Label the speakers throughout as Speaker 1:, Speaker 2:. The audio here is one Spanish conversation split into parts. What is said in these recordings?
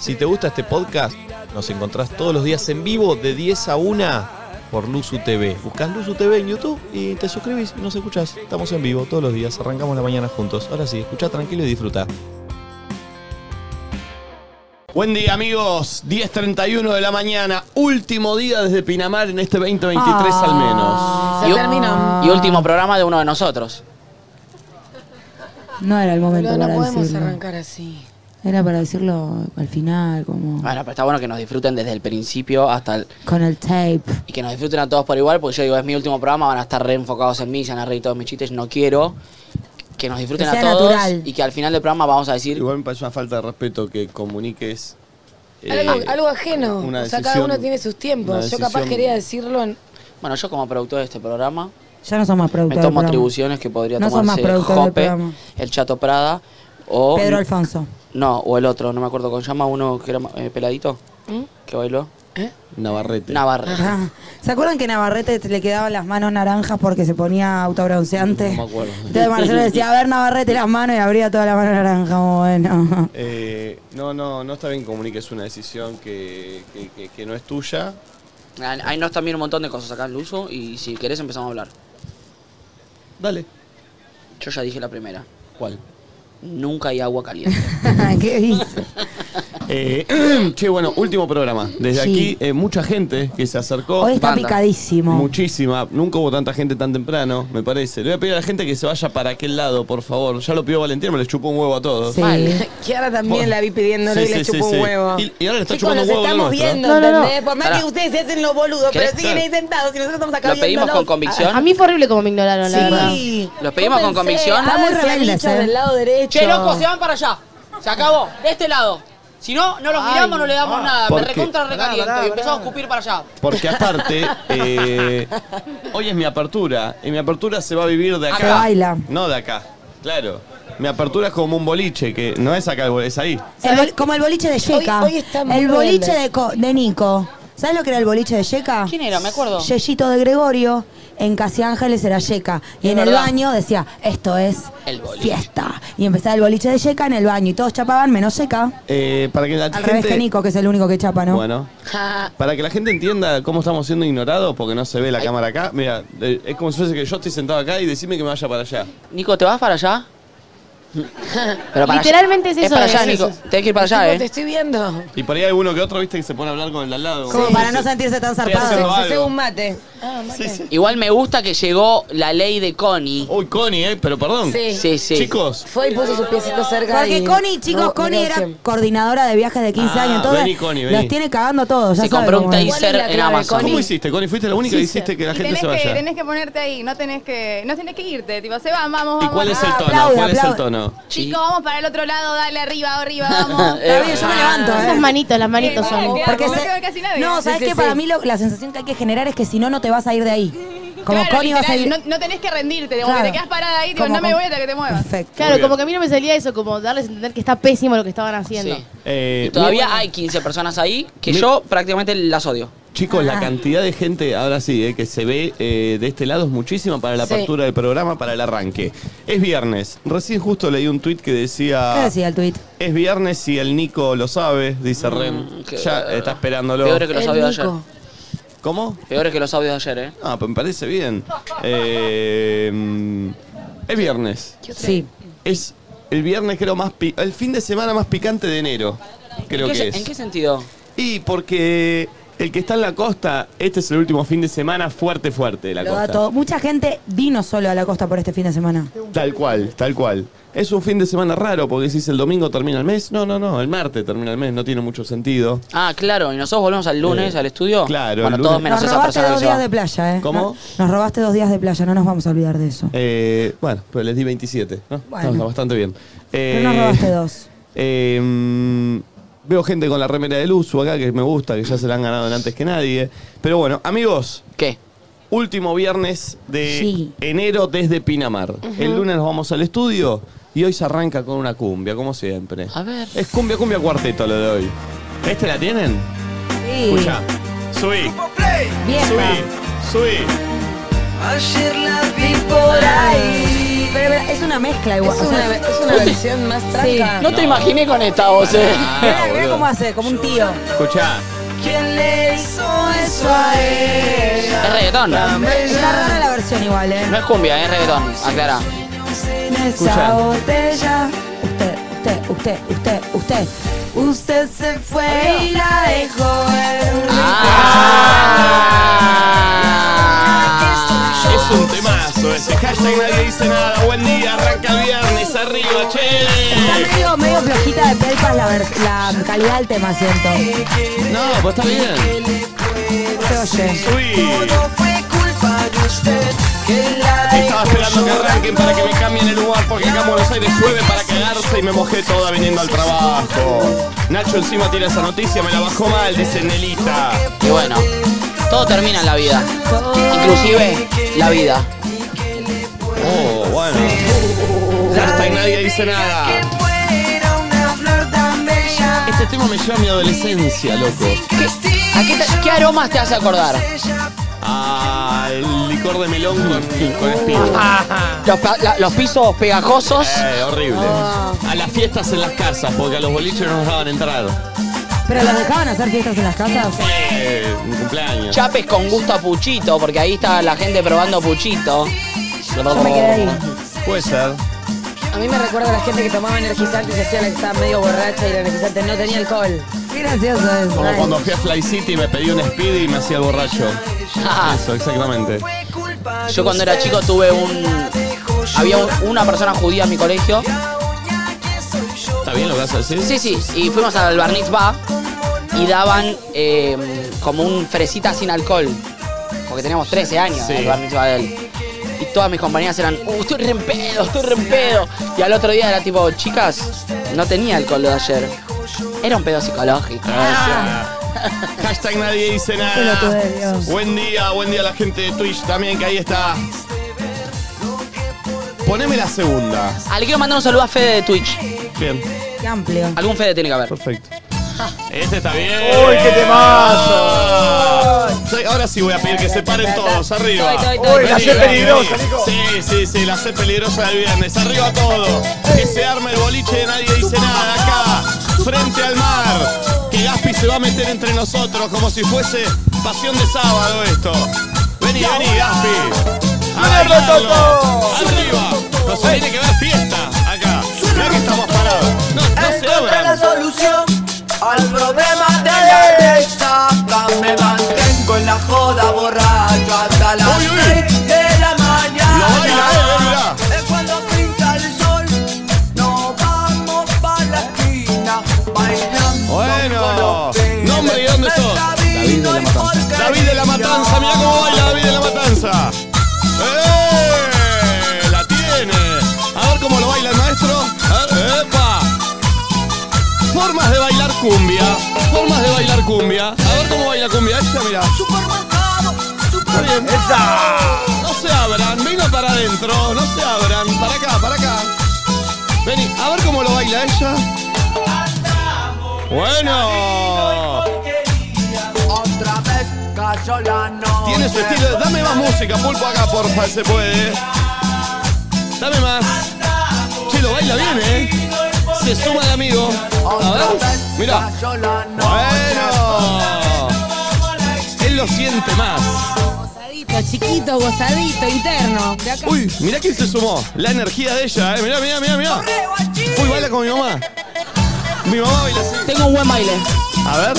Speaker 1: Si te gusta este podcast, nos encontrás todos los días en vivo de 10 a 1 por Luzu TV. Buscás Luzu TV en YouTube y te suscribís y nos escuchás. Estamos en vivo todos los días, arrancamos la mañana juntos. Ahora sí, escucha tranquilo y disfruta. Buen día amigos, 10.31 de la mañana, último día desde Pinamar en este 2023 al
Speaker 2: Ah.
Speaker 1: menos.
Speaker 3: Se
Speaker 4: Y, u-
Speaker 3: terminó.
Speaker 4: y último programa de uno de nosotros.
Speaker 3: No era el momento
Speaker 2: Pero no
Speaker 3: para
Speaker 2: podemos
Speaker 3: decirlo.
Speaker 2: arrancar así.
Speaker 3: Era para decirlo al final, como
Speaker 4: Bueno, pero está bueno que nos disfruten desde el principio hasta el...
Speaker 3: con el tape.
Speaker 4: Y que nos disfruten a todos por igual, porque yo digo, es mi último programa, van a estar reenfocados en mí, se van a reír todos mis chistes, no quiero. Que nos disfruten
Speaker 3: Que sea
Speaker 4: a todos
Speaker 3: natural.
Speaker 4: y que al final del programa vamos a decir...
Speaker 1: Igual me parece una falta de respeto que comuniques... eh,
Speaker 2: algo, algo ajeno.
Speaker 1: una
Speaker 2: o sea, cada
Speaker 1: decisión-
Speaker 2: uno tiene sus
Speaker 1: una
Speaker 2: tiempos. Yo capaz
Speaker 1: decisión-
Speaker 2: quería decirlo. en-
Speaker 4: Bueno, yo como productor de este programa
Speaker 3: Ya no somos más
Speaker 4: me
Speaker 3: productores.
Speaker 4: tomo
Speaker 3: del programa.
Speaker 4: atribuciones que podría
Speaker 3: No son más
Speaker 4: tomarse
Speaker 3: productor del
Speaker 4: Jope,
Speaker 3: programa.
Speaker 4: el Chato Prada o...
Speaker 3: Pedro Alfonso.
Speaker 4: No, o el otro, no me acuerdo cómo se llama, uno que era eh, peladito,
Speaker 2: ¿Mm?
Speaker 4: que bailó.
Speaker 2: ¿Eh?
Speaker 1: Navarrete.
Speaker 4: Navarre.
Speaker 3: Ah, ¿Se acuerdan que Navarrete le quedaban las manos naranjas porque se ponía autobronceante?
Speaker 1: No me acuerdo.
Speaker 3: Entonces Marcelo decía, a ver Navarrete las manos y abría toda la mano naranja. Bueno.
Speaker 1: Eh, no, no, no está bien que comuniques una decisión que, que- que- que no es tuya.
Speaker 4: Ahí ahí nos también un montón de cosas acá en uso y si querés empezamos a hablar.
Speaker 1: Dale.
Speaker 4: Yo ya dije la primera.
Speaker 1: ¿Cuál?
Speaker 4: Nunca hay agua caliente.
Speaker 3: ¿Qué dice?
Speaker 1: Eh, che, bueno, último programa. Desde
Speaker 3: Sí.
Speaker 1: aquí, eh, mucha gente que se acercó.
Speaker 3: Hoy está
Speaker 4: Banda.
Speaker 3: picadísimo.
Speaker 1: Muchísima. Nunca hubo tanta gente tan temprano, me parece. Le voy a pedir a la gente que se vaya para aquel lado, por favor. Ya lo pidió Valentín, me les chupó un huevo a todos.
Speaker 3: Sí.
Speaker 2: Kiara también la vi pidiéndole
Speaker 1: Sí,
Speaker 2: y le
Speaker 1: sí,
Speaker 2: chupó
Speaker 1: sí,
Speaker 2: un
Speaker 1: sí.
Speaker 2: huevo.
Speaker 1: Y- y ahora le está
Speaker 2: Chicos,
Speaker 1: chupando
Speaker 2: nos
Speaker 1: un huevo a
Speaker 2: estamos
Speaker 1: nuestra, ¿eh?
Speaker 2: viendo,
Speaker 3: No, no, no.
Speaker 2: ¿entendés? Por más
Speaker 4: Pará.
Speaker 2: que ustedes se hacen los boludos, pero
Speaker 4: ¿Querés?
Speaker 2: siguen ahí sentados y nosotros estamos acá
Speaker 4: Lo pedimos
Speaker 2: viéndolos. Ah,
Speaker 4: con convicción.
Speaker 5: A mí fue horrible como me ignoraron, la verdad.
Speaker 2: Sí.
Speaker 4: Lo pedimos
Speaker 2: Yo
Speaker 4: con
Speaker 2: pensé,
Speaker 4: convicción.
Speaker 2: ah,
Speaker 3: Estamos
Speaker 2: se ha
Speaker 3: rebeldes,
Speaker 2: dicho
Speaker 3: ¿eh?
Speaker 2: del lado derecho.
Speaker 4: che, loco, se van para allá. Se acabó. De este lado. Si no, no los miramos, no le damos nada. Me
Speaker 1: ¿Por qué?
Speaker 4: recontra
Speaker 1: Pará,
Speaker 4: recaliento.
Speaker 1: pará,
Speaker 4: y empezamos a escupir para allá.
Speaker 1: Porque aparte, eh, hoy es mi apertura. Y mi apertura se va a vivir de acá.
Speaker 4: Se
Speaker 3: baila.
Speaker 1: No de acá, claro. Mi apertura es como un boliche, que no es acá, el bol- es ahí.
Speaker 3: El bol- como el boliche de Yeka.
Speaker 2: Hoy- hoy está muy
Speaker 3: el boliche
Speaker 2: rebelde.
Speaker 3: de, Co- de Nico. ¿Sabes lo que era el boliche de Yeka?
Speaker 4: ¿Quién era? Me acuerdo.
Speaker 3: Yeyito de Gregorio. En Casi Ángeles era Yeka. Y
Speaker 4: Es
Speaker 3: en el
Speaker 4: verdad.
Speaker 3: baño decía, esto es
Speaker 4: El boliche.
Speaker 3: fiesta. Y empezaba el boliche de Yeka en el baño. Y todos chapaban menos Yeka.
Speaker 1: Eh, para que la
Speaker 3: Al
Speaker 1: gente...
Speaker 3: revés que Nico, que es el único que chapa, ¿no?
Speaker 1: Bueno. Para que la gente entienda cómo estamos siendo ignorados, porque no se ve la cámara acá. Mira, eh, es como si fuese que yo estoy sentado acá y decime que me vaya para allá.
Speaker 4: Nico, ¿te vas para allá? Pero para
Speaker 5: Literalmente
Speaker 4: allá.
Speaker 5: es eso,
Speaker 4: para
Speaker 5: es
Speaker 4: allá,
Speaker 5: eso.
Speaker 4: Nico. Tenés que ir para
Speaker 2: Tipo,
Speaker 4: allá,
Speaker 2: Te
Speaker 4: eh.
Speaker 2: estoy viendo.
Speaker 1: Y por ahí hay uno que otro, viste, que se pone a hablar con el de al lado.
Speaker 3: Como para no sentirse tan
Speaker 1: Estoy haciendo
Speaker 3: zarpado.
Speaker 1: algo.
Speaker 2: Ah, Se un mate. Ah,
Speaker 1: Sí,
Speaker 2: mate.
Speaker 1: sí.
Speaker 4: Igual me gusta que llegó la ley de Connie.
Speaker 1: Uy, Connie, eh, pero perdón.
Speaker 2: Sí.
Speaker 4: Sí, sí.
Speaker 1: Chicos,
Speaker 2: Fue y puso sus piecitos cerca.
Speaker 3: Porque
Speaker 2: y-
Speaker 3: Connie, chicos,
Speaker 2: No,
Speaker 3: Connie
Speaker 2: mirá
Speaker 3: era
Speaker 2: siempre. coordinadora
Speaker 3: coordinadora de viajes de 15
Speaker 1: Ah,
Speaker 3: años. Entonces,
Speaker 1: vení, Connie, vení.
Speaker 3: los tiene cagando todos. Ya
Speaker 4: Se
Speaker 3: sabe
Speaker 4: compró un
Speaker 3: cómo es.
Speaker 2: ¿Cuál es
Speaker 4: taser
Speaker 2: la
Speaker 4: en
Speaker 2: clave,
Speaker 4: Amazon.
Speaker 2: Connie?
Speaker 1: ¿cómo hiciste, Connie? Fuiste la única que hiciste que la
Speaker 6: Y
Speaker 1: gente
Speaker 6: tenés
Speaker 1: se
Speaker 6: Que,
Speaker 1: vaya.
Speaker 6: tenés que ponerte ahí, no tenés que, no tenés que irte, tipo, se van, vamos,
Speaker 1: ¿Y
Speaker 6: vamos.
Speaker 1: cuál es
Speaker 6: vamos.
Speaker 1: el tono?
Speaker 3: Aplauda,
Speaker 1: ¿Cuál es el
Speaker 3: aplauda.
Speaker 1: tono?
Speaker 6: Chicos, vamos para el otro lado, dale arriba, arriba,
Speaker 1: Eh,
Speaker 6: vamos.
Speaker 3: Está bien, yo
Speaker 6: Ah,
Speaker 3: me levanto,
Speaker 5: Ah, Esas
Speaker 3: ¿eh?
Speaker 5: manitos, las manitos son.
Speaker 6: Bien,
Speaker 3: Porque
Speaker 6: no
Speaker 3: se-
Speaker 6: se ve casi nadie. ¿eh?
Speaker 3: No,
Speaker 6: Sí,
Speaker 3: sabes
Speaker 2: sí,
Speaker 3: que
Speaker 2: sí.
Speaker 3: para mí lo- la sensación que hay que generar es que si no, no te vas a ir de ahí. Como
Speaker 6: Claro,
Speaker 3: Connie vas a ir.
Speaker 6: literal, no, no tenés que rendirte, como
Speaker 3: Claro.
Speaker 6: que te quedas parada ahí, tipo,
Speaker 3: Como
Speaker 6: no me
Speaker 3: con-
Speaker 6: voy hasta que te muevas.
Speaker 3: Perfecto.
Speaker 1: Muy
Speaker 5: Claro,
Speaker 1: bien.
Speaker 5: como que a mí no me salía eso, como darles a entender que está pésimo lo que estaban haciendo.
Speaker 4: Sí.
Speaker 1: Eh,
Speaker 4: Y todavía
Speaker 1: muy bueno.
Speaker 4: hay 15 personas ahí que
Speaker 1: Mi-
Speaker 4: yo prácticamente las odio.
Speaker 1: Chicos, la
Speaker 3: Ah.
Speaker 1: cantidad de gente, ahora sí, eh, que se ve eh, de este lado es muchísima para la
Speaker 2: Sí.
Speaker 1: apertura del programa, para el arranque. Es viernes. Recién justo leí un tuit que decía...
Speaker 3: ¿Qué decía el tuit?
Speaker 1: Es viernes y el Nico lo sabe, dice Rem.
Speaker 4: Mm, qué-
Speaker 1: Ya está esperándolo.
Speaker 4: Peores que los
Speaker 2: El
Speaker 4: audios de ayer.
Speaker 2: Nico.
Speaker 1: ¿Cómo?
Speaker 4: Peores que los audios de ayer, eh.
Speaker 1: Ah, pues me parece bien. Eh, mm, es viernes.
Speaker 3: Sí.
Speaker 1: Es el viernes creo más... pi- el fin de semana más picante de enero. Creo
Speaker 4: ¿En qué
Speaker 1: que
Speaker 4: se-
Speaker 1: es.
Speaker 4: ¿En qué sentido?
Speaker 1: Y porque el que está en la costa, este es el último fin de semana fuerte, fuerte de la
Speaker 3: Lo
Speaker 1: costa.
Speaker 3: da todo. Mucha gente vino solo a la costa por este fin de semana.
Speaker 1: Tal cual, tal cual. Es un fin de semana raro porque si es el domingo termina el mes. No, no, no, el martes termina el mes, no tiene mucho sentido.
Speaker 4: Ah, claro, y nosotros volvemos al lunes
Speaker 1: Eh,
Speaker 4: al estudio.
Speaker 1: claro,
Speaker 4: Bueno,
Speaker 1: el
Speaker 4: todos
Speaker 1: lunes.
Speaker 4: menos
Speaker 3: Nos
Speaker 4: esa
Speaker 3: robaste
Speaker 4: persona que
Speaker 3: dos
Speaker 4: se va.
Speaker 3: días de playa, ¿eh?
Speaker 1: ¿Cómo?
Speaker 3: No- Nos robaste dos días de playa, no nos vamos a olvidar de eso.
Speaker 1: Eh, bueno, pero les di 27, ¿no?
Speaker 3: Bueno.
Speaker 1: Está bastante bien. Eh,
Speaker 3: Pero nos robaste dos.
Speaker 1: eh, mm, veo gente con la remera del uso acá que me gusta, que ya se la han ganado en antes que nadie. Pero bueno, amigos,
Speaker 4: ¿Qué?
Speaker 1: último viernes de
Speaker 3: Sí.
Speaker 1: enero desde Pinamar. El lunes nos vamos al estudio y hoy se arranca con una cumbia, como siempre.
Speaker 4: A ver.
Speaker 1: Es cumbia, cumbia cuarteto lo de hoy. ¿Este la tienen?
Speaker 3: Sí.
Speaker 1: Escucha. Subí,
Speaker 3: Vieja.
Speaker 1: subí, subí.
Speaker 7: Ayer la vi por ahí
Speaker 3: Pero, pero es una mezcla igual.
Speaker 2: Es
Speaker 3: o sea,
Speaker 2: una, es una versión más tranca.
Speaker 4: No te imaginé con esta voz, eh.
Speaker 3: mirá, mirá
Speaker 8: boludo.
Speaker 3: cómo hace, como un tío.
Speaker 8: Escuchá.
Speaker 3: ¿Quién le hizo eso a él?
Speaker 4: Es reggaetón. No
Speaker 3: Está rara la versión igual, ¿eh?
Speaker 4: es cumbia, es reggaetón. Aclara.
Speaker 3: En esa botella. Usted, usted, usted, usted, usted. Usted se fue y la dejó en
Speaker 4: Ah.
Speaker 3: Ah,
Speaker 1: Es un temazo ese hashtag nadie dice nada. Buen día, arranca viernes, arriba,
Speaker 3: Está
Speaker 1: che.
Speaker 3: medio, medio flojita de pelpas la, vers- la calidad del tema, siento.
Speaker 8: No, pues está bien.
Speaker 3: Se oye.
Speaker 1: Subí. Estaba esperando que arranquen para que me cambien el lugar porque acá en Buenos Aires llueve para cagarse y me mojé toda viniendo al trabajo. Nacho encima tira esa noticia, me la bajó mal, dice Nelita.
Speaker 4: Y bueno, todo termina en la vida. Inclusive la vida.
Speaker 8: Oh, bueno.
Speaker 1: Hashtag nadie dice nada.
Speaker 8: Este tema me lleva a mi adolescencia, loco.
Speaker 4: ¿A qué, te- qué aromas te hace acordar?
Speaker 1: Ah, el licor de melón con, con espino.
Speaker 4: Ah. Los, pa- la- los pisos pegajosos.
Speaker 8: Eh, horrible.
Speaker 4: Ah.
Speaker 8: A las fiestas en las casas, porque a los boliches no nos daban entrar.
Speaker 3: ¿Pero los dejaban hacer fiestas en las casas?
Speaker 1: Eh, mi cumpleaños.
Speaker 4: Chapes con gusto a puchito, porque ahí está la gente probando puchito.
Speaker 3: Yo me quedé ahí.
Speaker 8: Puede ser.
Speaker 2: A mí me recuerda a la gente que tomaba energizante y se hacía la que estaba medio borracha y el energizante no tenía alcohol.
Speaker 3: Qué gracioso es.
Speaker 1: Como
Speaker 3: Ay.
Speaker 1: cuando fui a Fly City me pedí un speedy y me hacía el borracho.
Speaker 4: Ah,
Speaker 1: Eso, exactamente.
Speaker 4: Yo cuando era chico tuve un... Había un- una persona judía en mi colegio.
Speaker 8: ¿Está bien lo que vas a decir?
Speaker 4: Sí, sí. Y fuimos al Bar Mitzvah y daban eh, como un fresita sin alcohol. Porque teníamos 13 años
Speaker 1: Sí.
Speaker 4: en el Bar Mitzvah de él. Y todas mis compañeras eran, "Uh, estoy re en pedo, estoy re en pedo. Y al otro día era tipo, chicas, no tenía alcohol de ayer. Era un pedo psicológico. Ah.
Speaker 1: Hashtag nadie dice
Speaker 3: Pelotudo
Speaker 1: nada.
Speaker 3: de Dios.
Speaker 1: Buen día, buen día a la gente de Twitch también, que ahí está. Poneme la segunda.
Speaker 4: Ah, le quiero mandar un saludo a Fede de Twitch.
Speaker 1: Bien.
Speaker 3: Qué amplio.
Speaker 4: Algún Fede tiene que haber.
Speaker 8: Perfecto.
Speaker 1: Este está bien.
Speaker 8: ¡Uy, qué temazo!
Speaker 1: Sí, Ahora sí voy a pedir que se paren todos, arriba.
Speaker 2: Estoy, estoy, estoy.
Speaker 1: Vení,
Speaker 8: la C
Speaker 1: vení.
Speaker 8: peligrosa, Nico.
Speaker 1: Sí, sí, sí, la C peligrosa del viernes. Arriba todo. Que se arme el boliche de nadie dice nada acá. Frente al mar. Que Gaspi se va a meter entre nosotros como si fuese pasión de sábado esto. Vení, vení, Gaspi. A bailarlo. Arriba. No se tiene que ver fiesta acá. Mirá que estamos parados. No, no se
Speaker 9: Encontré la
Speaker 1: abran.
Speaker 9: solución al problema de la estafa. Me mantengo en la joda borracho hasta las
Speaker 1: Uy, uy.
Speaker 9: seis de la mañana.
Speaker 1: Lo baila, eh, mirá.
Speaker 9: Es cuando pinta el sol. Nos vamos pa' la esquina. Bailando.
Speaker 1: Bueno. Nombre y dónde sos.
Speaker 9: David de la Matanza.
Speaker 1: David de la Matanza, mirá cómo baila David de la Matanza. ¡Eh! La tiene. A ver cómo lo baila el maestro. A ver, ¡Epa! Formas de bailar cumbia. Formas de bailar cumbia. A ver cómo baila cumbia. Ella, mirá.
Speaker 9: Supermercado. Supermercado.
Speaker 1: No se abran. Venga para adentro. No se abran. Para acá, para acá. Vení, a ver cómo lo baila ella. Bueno.
Speaker 9: Otra vez cayó la noche.
Speaker 1: Tiene su estilo. de- Dame más música, pulpo acá, porfa, se puede. Dame más. Che, lo baila bien, eh. Se suma el amigo. A ver, mirá.
Speaker 9: Cayó la noche.
Speaker 1: Bueno. Él lo siente más.
Speaker 2: Gozadito, chiquito, gozadito, interno. De acá.
Speaker 1: Uy, mirá quién se sumó. La energía de ella, eh. Mirá, mirá, mirá, mirá. Uy, baila con mi mamá. Mi mamá baila así.
Speaker 4: Tengo un buen baile.
Speaker 1: A ver.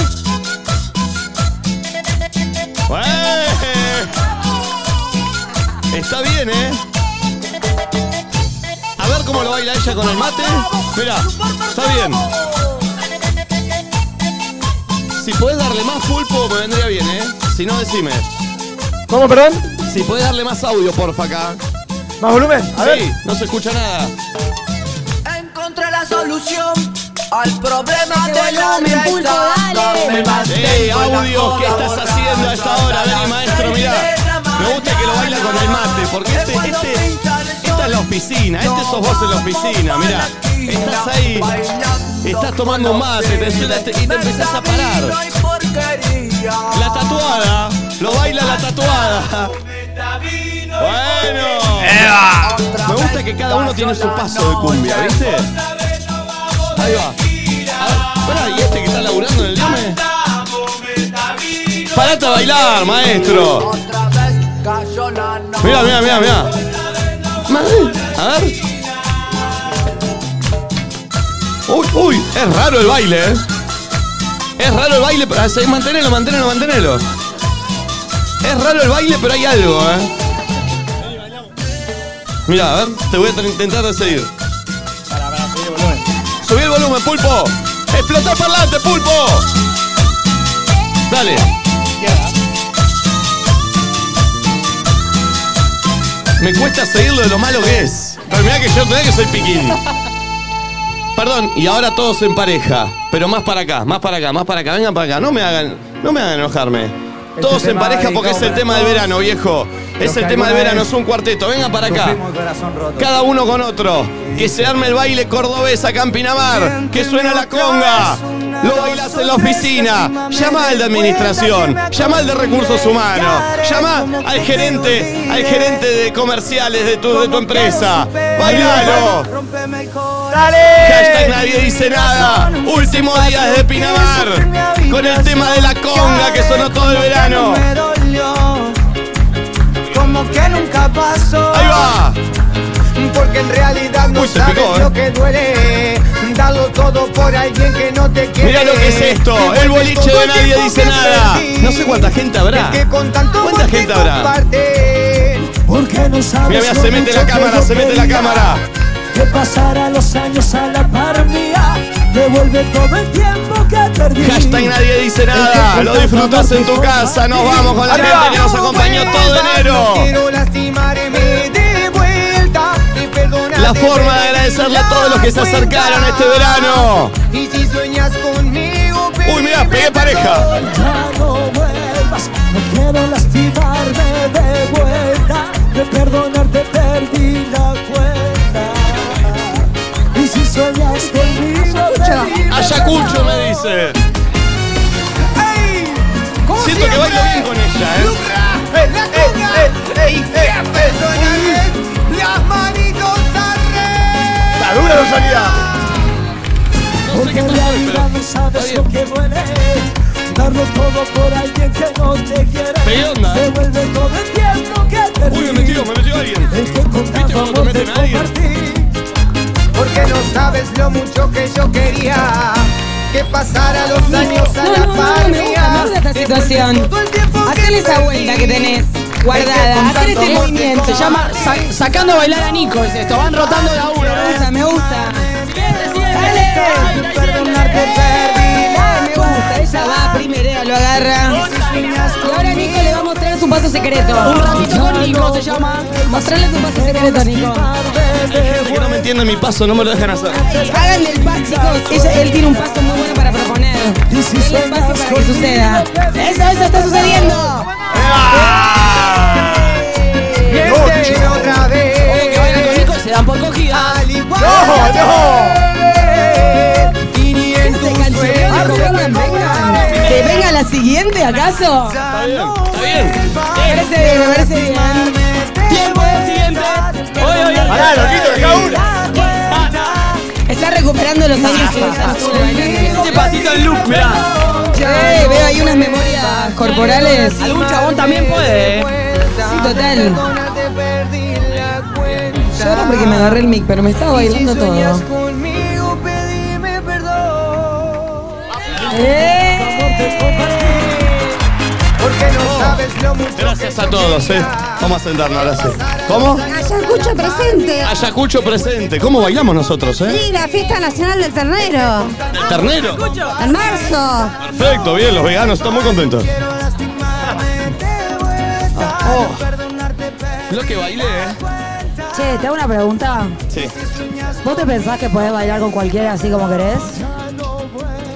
Speaker 1: ¡Ué! Está bien, ¿eh? A ver cómo lo baila ella con el mate. Mirá, está bien. Si podés darle más pulpo, me vendría bien, ¿eh? Si no, decime.
Speaker 10: ¿Cómo, perdón?
Speaker 1: Si podés darle más audio, porfa, acá.
Speaker 10: ¿Más volumen? A ver.
Speaker 1: Sí, no se escucha nada.
Speaker 9: Encontré la solución al problema
Speaker 3: Ese
Speaker 9: de la
Speaker 3: volumen,
Speaker 9: fiesta.
Speaker 3: pulpo, dale.
Speaker 9: Me mantengo
Speaker 1: Ey,
Speaker 9: en la
Speaker 1: audio, ¿qué
Speaker 9: joda
Speaker 1: estás haciendo a esta
Speaker 9: borracho
Speaker 1: hora? Vení,
Speaker 9: hasta las
Speaker 1: maestro,
Speaker 9: seis
Speaker 1: mirá.
Speaker 9: de la
Speaker 1: Me gusta que lo baila con el mate, porque este,
Speaker 9: mañana.
Speaker 1: este, esta es la oficina, este sos vos en la oficina, mirá. Estás ahí, estás tomando un mate, te suena este- y te empezás a parar.
Speaker 9: Vino y porquería.
Speaker 1: La tatuada, lo baila la tatuada.
Speaker 9: Vino
Speaker 1: Bueno. Me gusta que cada uno tiene su paso de cumbia, ¿viste? Ahí va. A ver, pará, ¿y este que está laburando en el Diome? Parate a bailar, maestro. Mira, mira, mira, mira. A ver. Uy, uy, es raro el baile, ¿eh? Es raro el baile, pero ah, sí, mantenelo, mantenelo, mantenelo. Es raro el baile, pero hay algo, ¿eh? Mira, a ver, te voy a tra- intentar de seguir. Subí el volumen, pulpo. Explotá el parlante, pulpo. Dale. Me cuesta seguirlo de lo malo que es. Pero mirá que yo mirá que soy piquín. Perdón, y ahora todos en pareja. Pero más para acá, más para acá, más para acá. Vengan para acá. No me hagan, no me hagan enojarme. Todos en
Speaker 11: tema
Speaker 1: pareja porque es
Speaker 11: dedicado
Speaker 1: el
Speaker 11: para
Speaker 1: tema del
Speaker 11: todos.
Speaker 1: verano, viejo. Es
Speaker 11: Los
Speaker 1: el
Speaker 11: que
Speaker 1: tema del
Speaker 11: alguna
Speaker 1: verano,
Speaker 11: vez
Speaker 1: es un cuarteto. Vengan para acá.
Speaker 11: Sufrimos el corazón roto.
Speaker 1: Cada uno con otro. Que se arme el baile cordobés acá en Pinamar. Que suena la conga. Lo bailas en la oficina. Llama al de administración. Llama al de recursos humanos. Llama al gerente, al gerente de comerciales de tu, de tu empresa. Bailalo. Hashtag nadie dice nada. Último día de Pinamar. Con el tema de la conga que sonó todo el verano.
Speaker 9: Como que nunca pasó.
Speaker 1: Ahí va.
Speaker 9: Porque en realidad no
Speaker 1: Uy, se
Speaker 9: sabes
Speaker 1: picó, eh.
Speaker 9: lo que duele. Dalo todo por alguien que no te quiere.
Speaker 1: Mira lo que es esto, el boliche de nadie dice nada. No sé cuánta gente habrá. ¿Cuánta gente habrá?
Speaker 9: Porque no sabes
Speaker 1: Mira, mira,
Speaker 9: lo
Speaker 1: se mete
Speaker 9: mucho
Speaker 1: la
Speaker 9: que
Speaker 1: cámara,
Speaker 9: yo
Speaker 1: se mete la
Speaker 9: quería.
Speaker 1: cámara.
Speaker 9: Que pasara los años a la par mía. Devuelve todo el tiempo que perdí.
Speaker 1: Hashtag nadie dice nada. Lo disfrutas en tu casa. Nos vamos con la
Speaker 9: Arriba.
Speaker 1: gente que nos acompañó todo
Speaker 9: No
Speaker 1: enero.
Speaker 9: quiero lastimarme de vuelta. Y perdónate,
Speaker 1: La forma de
Speaker 9: pero
Speaker 1: agradecerle a todos los que se acercaron a este verano.
Speaker 9: Y si sueñas conmigo,
Speaker 1: Uy, mirá, pegué pareja.
Speaker 9: Ya no vuelvas, no quiero lastimarme de vuelta, de perdonarte perdí la cuenta. Y si soñas conmigo,
Speaker 1: Ah, Ayacucho me dice. Siento que bailo bien con ella, ¿eh?
Speaker 8: eh,
Speaker 9: las manitos
Speaker 8: Está dura la salida.
Speaker 9: Porque en realidad no sabes lo que duele Darlo todo por alguien que no te quiere
Speaker 1: Pegué onda, ¿eh?
Speaker 9: Devuelve todo el tiempo que perdí
Speaker 1: Uy, me metió, me metió alguien.
Speaker 9: El que
Speaker 1: ¿Viste cuando te
Speaker 9: contábamos de
Speaker 1: meten a alguien?
Speaker 9: compartir Porque no sabes lo mucho que yo quería Que pasara los años a la par
Speaker 2: me gusta, me gusta esta situación. Hacele esa vuelta que tenés guardada. Hacele este movimiento.
Speaker 4: Se llama sa- Sacando a bailar a Nico, es esto. Van rotando la uno. ¿eh?
Speaker 2: Me gusta, me gusta.
Speaker 9: Dale, perdonarte perdí la
Speaker 2: Me gusta. Ella va primero, lo agarra. Y ahora Nico le va a mostrar su paso secreto.
Speaker 4: Un ratito con Nico se llama.
Speaker 2: Mostrarle tu paso secreto, Nico.
Speaker 1: Gente que no me entiende mi paso, no me lo dejan hacer.
Speaker 2: Háganle el paso, chicos. Ella- él tiene un paso muy bueno para proponer. Denle el paso para que suceda. Eso, eso está sucediendo.
Speaker 9: Miénteme
Speaker 8: Oh,
Speaker 9: otra
Speaker 4: Ojo que bailan con
Speaker 9: vez
Speaker 4: Nico y se dan por cogida.
Speaker 9: Al igual
Speaker 8: No,
Speaker 9: que él, Y ni en
Speaker 2: Se
Speaker 9: tus
Speaker 2: canceló, dijo,
Speaker 9: sueños
Speaker 2: vengan, vengan. ¿Que venga la siguiente, acaso?
Speaker 9: Está bien,
Speaker 1: Está bien.
Speaker 2: Me parece bien, me parece bien.
Speaker 9: Tiempo
Speaker 4: siguiente. Oye, oye,
Speaker 8: Pará, loquito, deja una.
Speaker 2: Está recuperando los años
Speaker 4: Ah,
Speaker 2: que estuvo bailando.
Speaker 4: Este pasito en loop, mirá.
Speaker 2: Eh, veo ahí unas memorias corporales. Sí,
Speaker 4: Algún chabón también puede, eh.
Speaker 2: total.
Speaker 9: Perdónate, perdí la cuenta.
Speaker 2: Lloro porque me agarré el mic, pero me estaba bailando todo.
Speaker 9: conmigo, pedime perdón.
Speaker 2: ¡Eh!
Speaker 9: Porque no sabes lo mucho
Speaker 1: Gracias a todos, eh. Vamos a sentarnos ahora sí. ¿Cómo?
Speaker 3: Ayacucho presente.
Speaker 1: Ayacucho presente. ¿Cómo bailamos nosotros, eh?
Speaker 3: Sí, la fiesta nacional del ternero.
Speaker 1: El ternero.
Speaker 3: En marzo.
Speaker 1: Perfecto, bien, los veganos están muy contentos. Lo que bailé, eh.
Speaker 3: Che, te hago una pregunta.
Speaker 1: Sí.
Speaker 3: ¿Vos te pensás que podés bailar con cualquiera así como querés?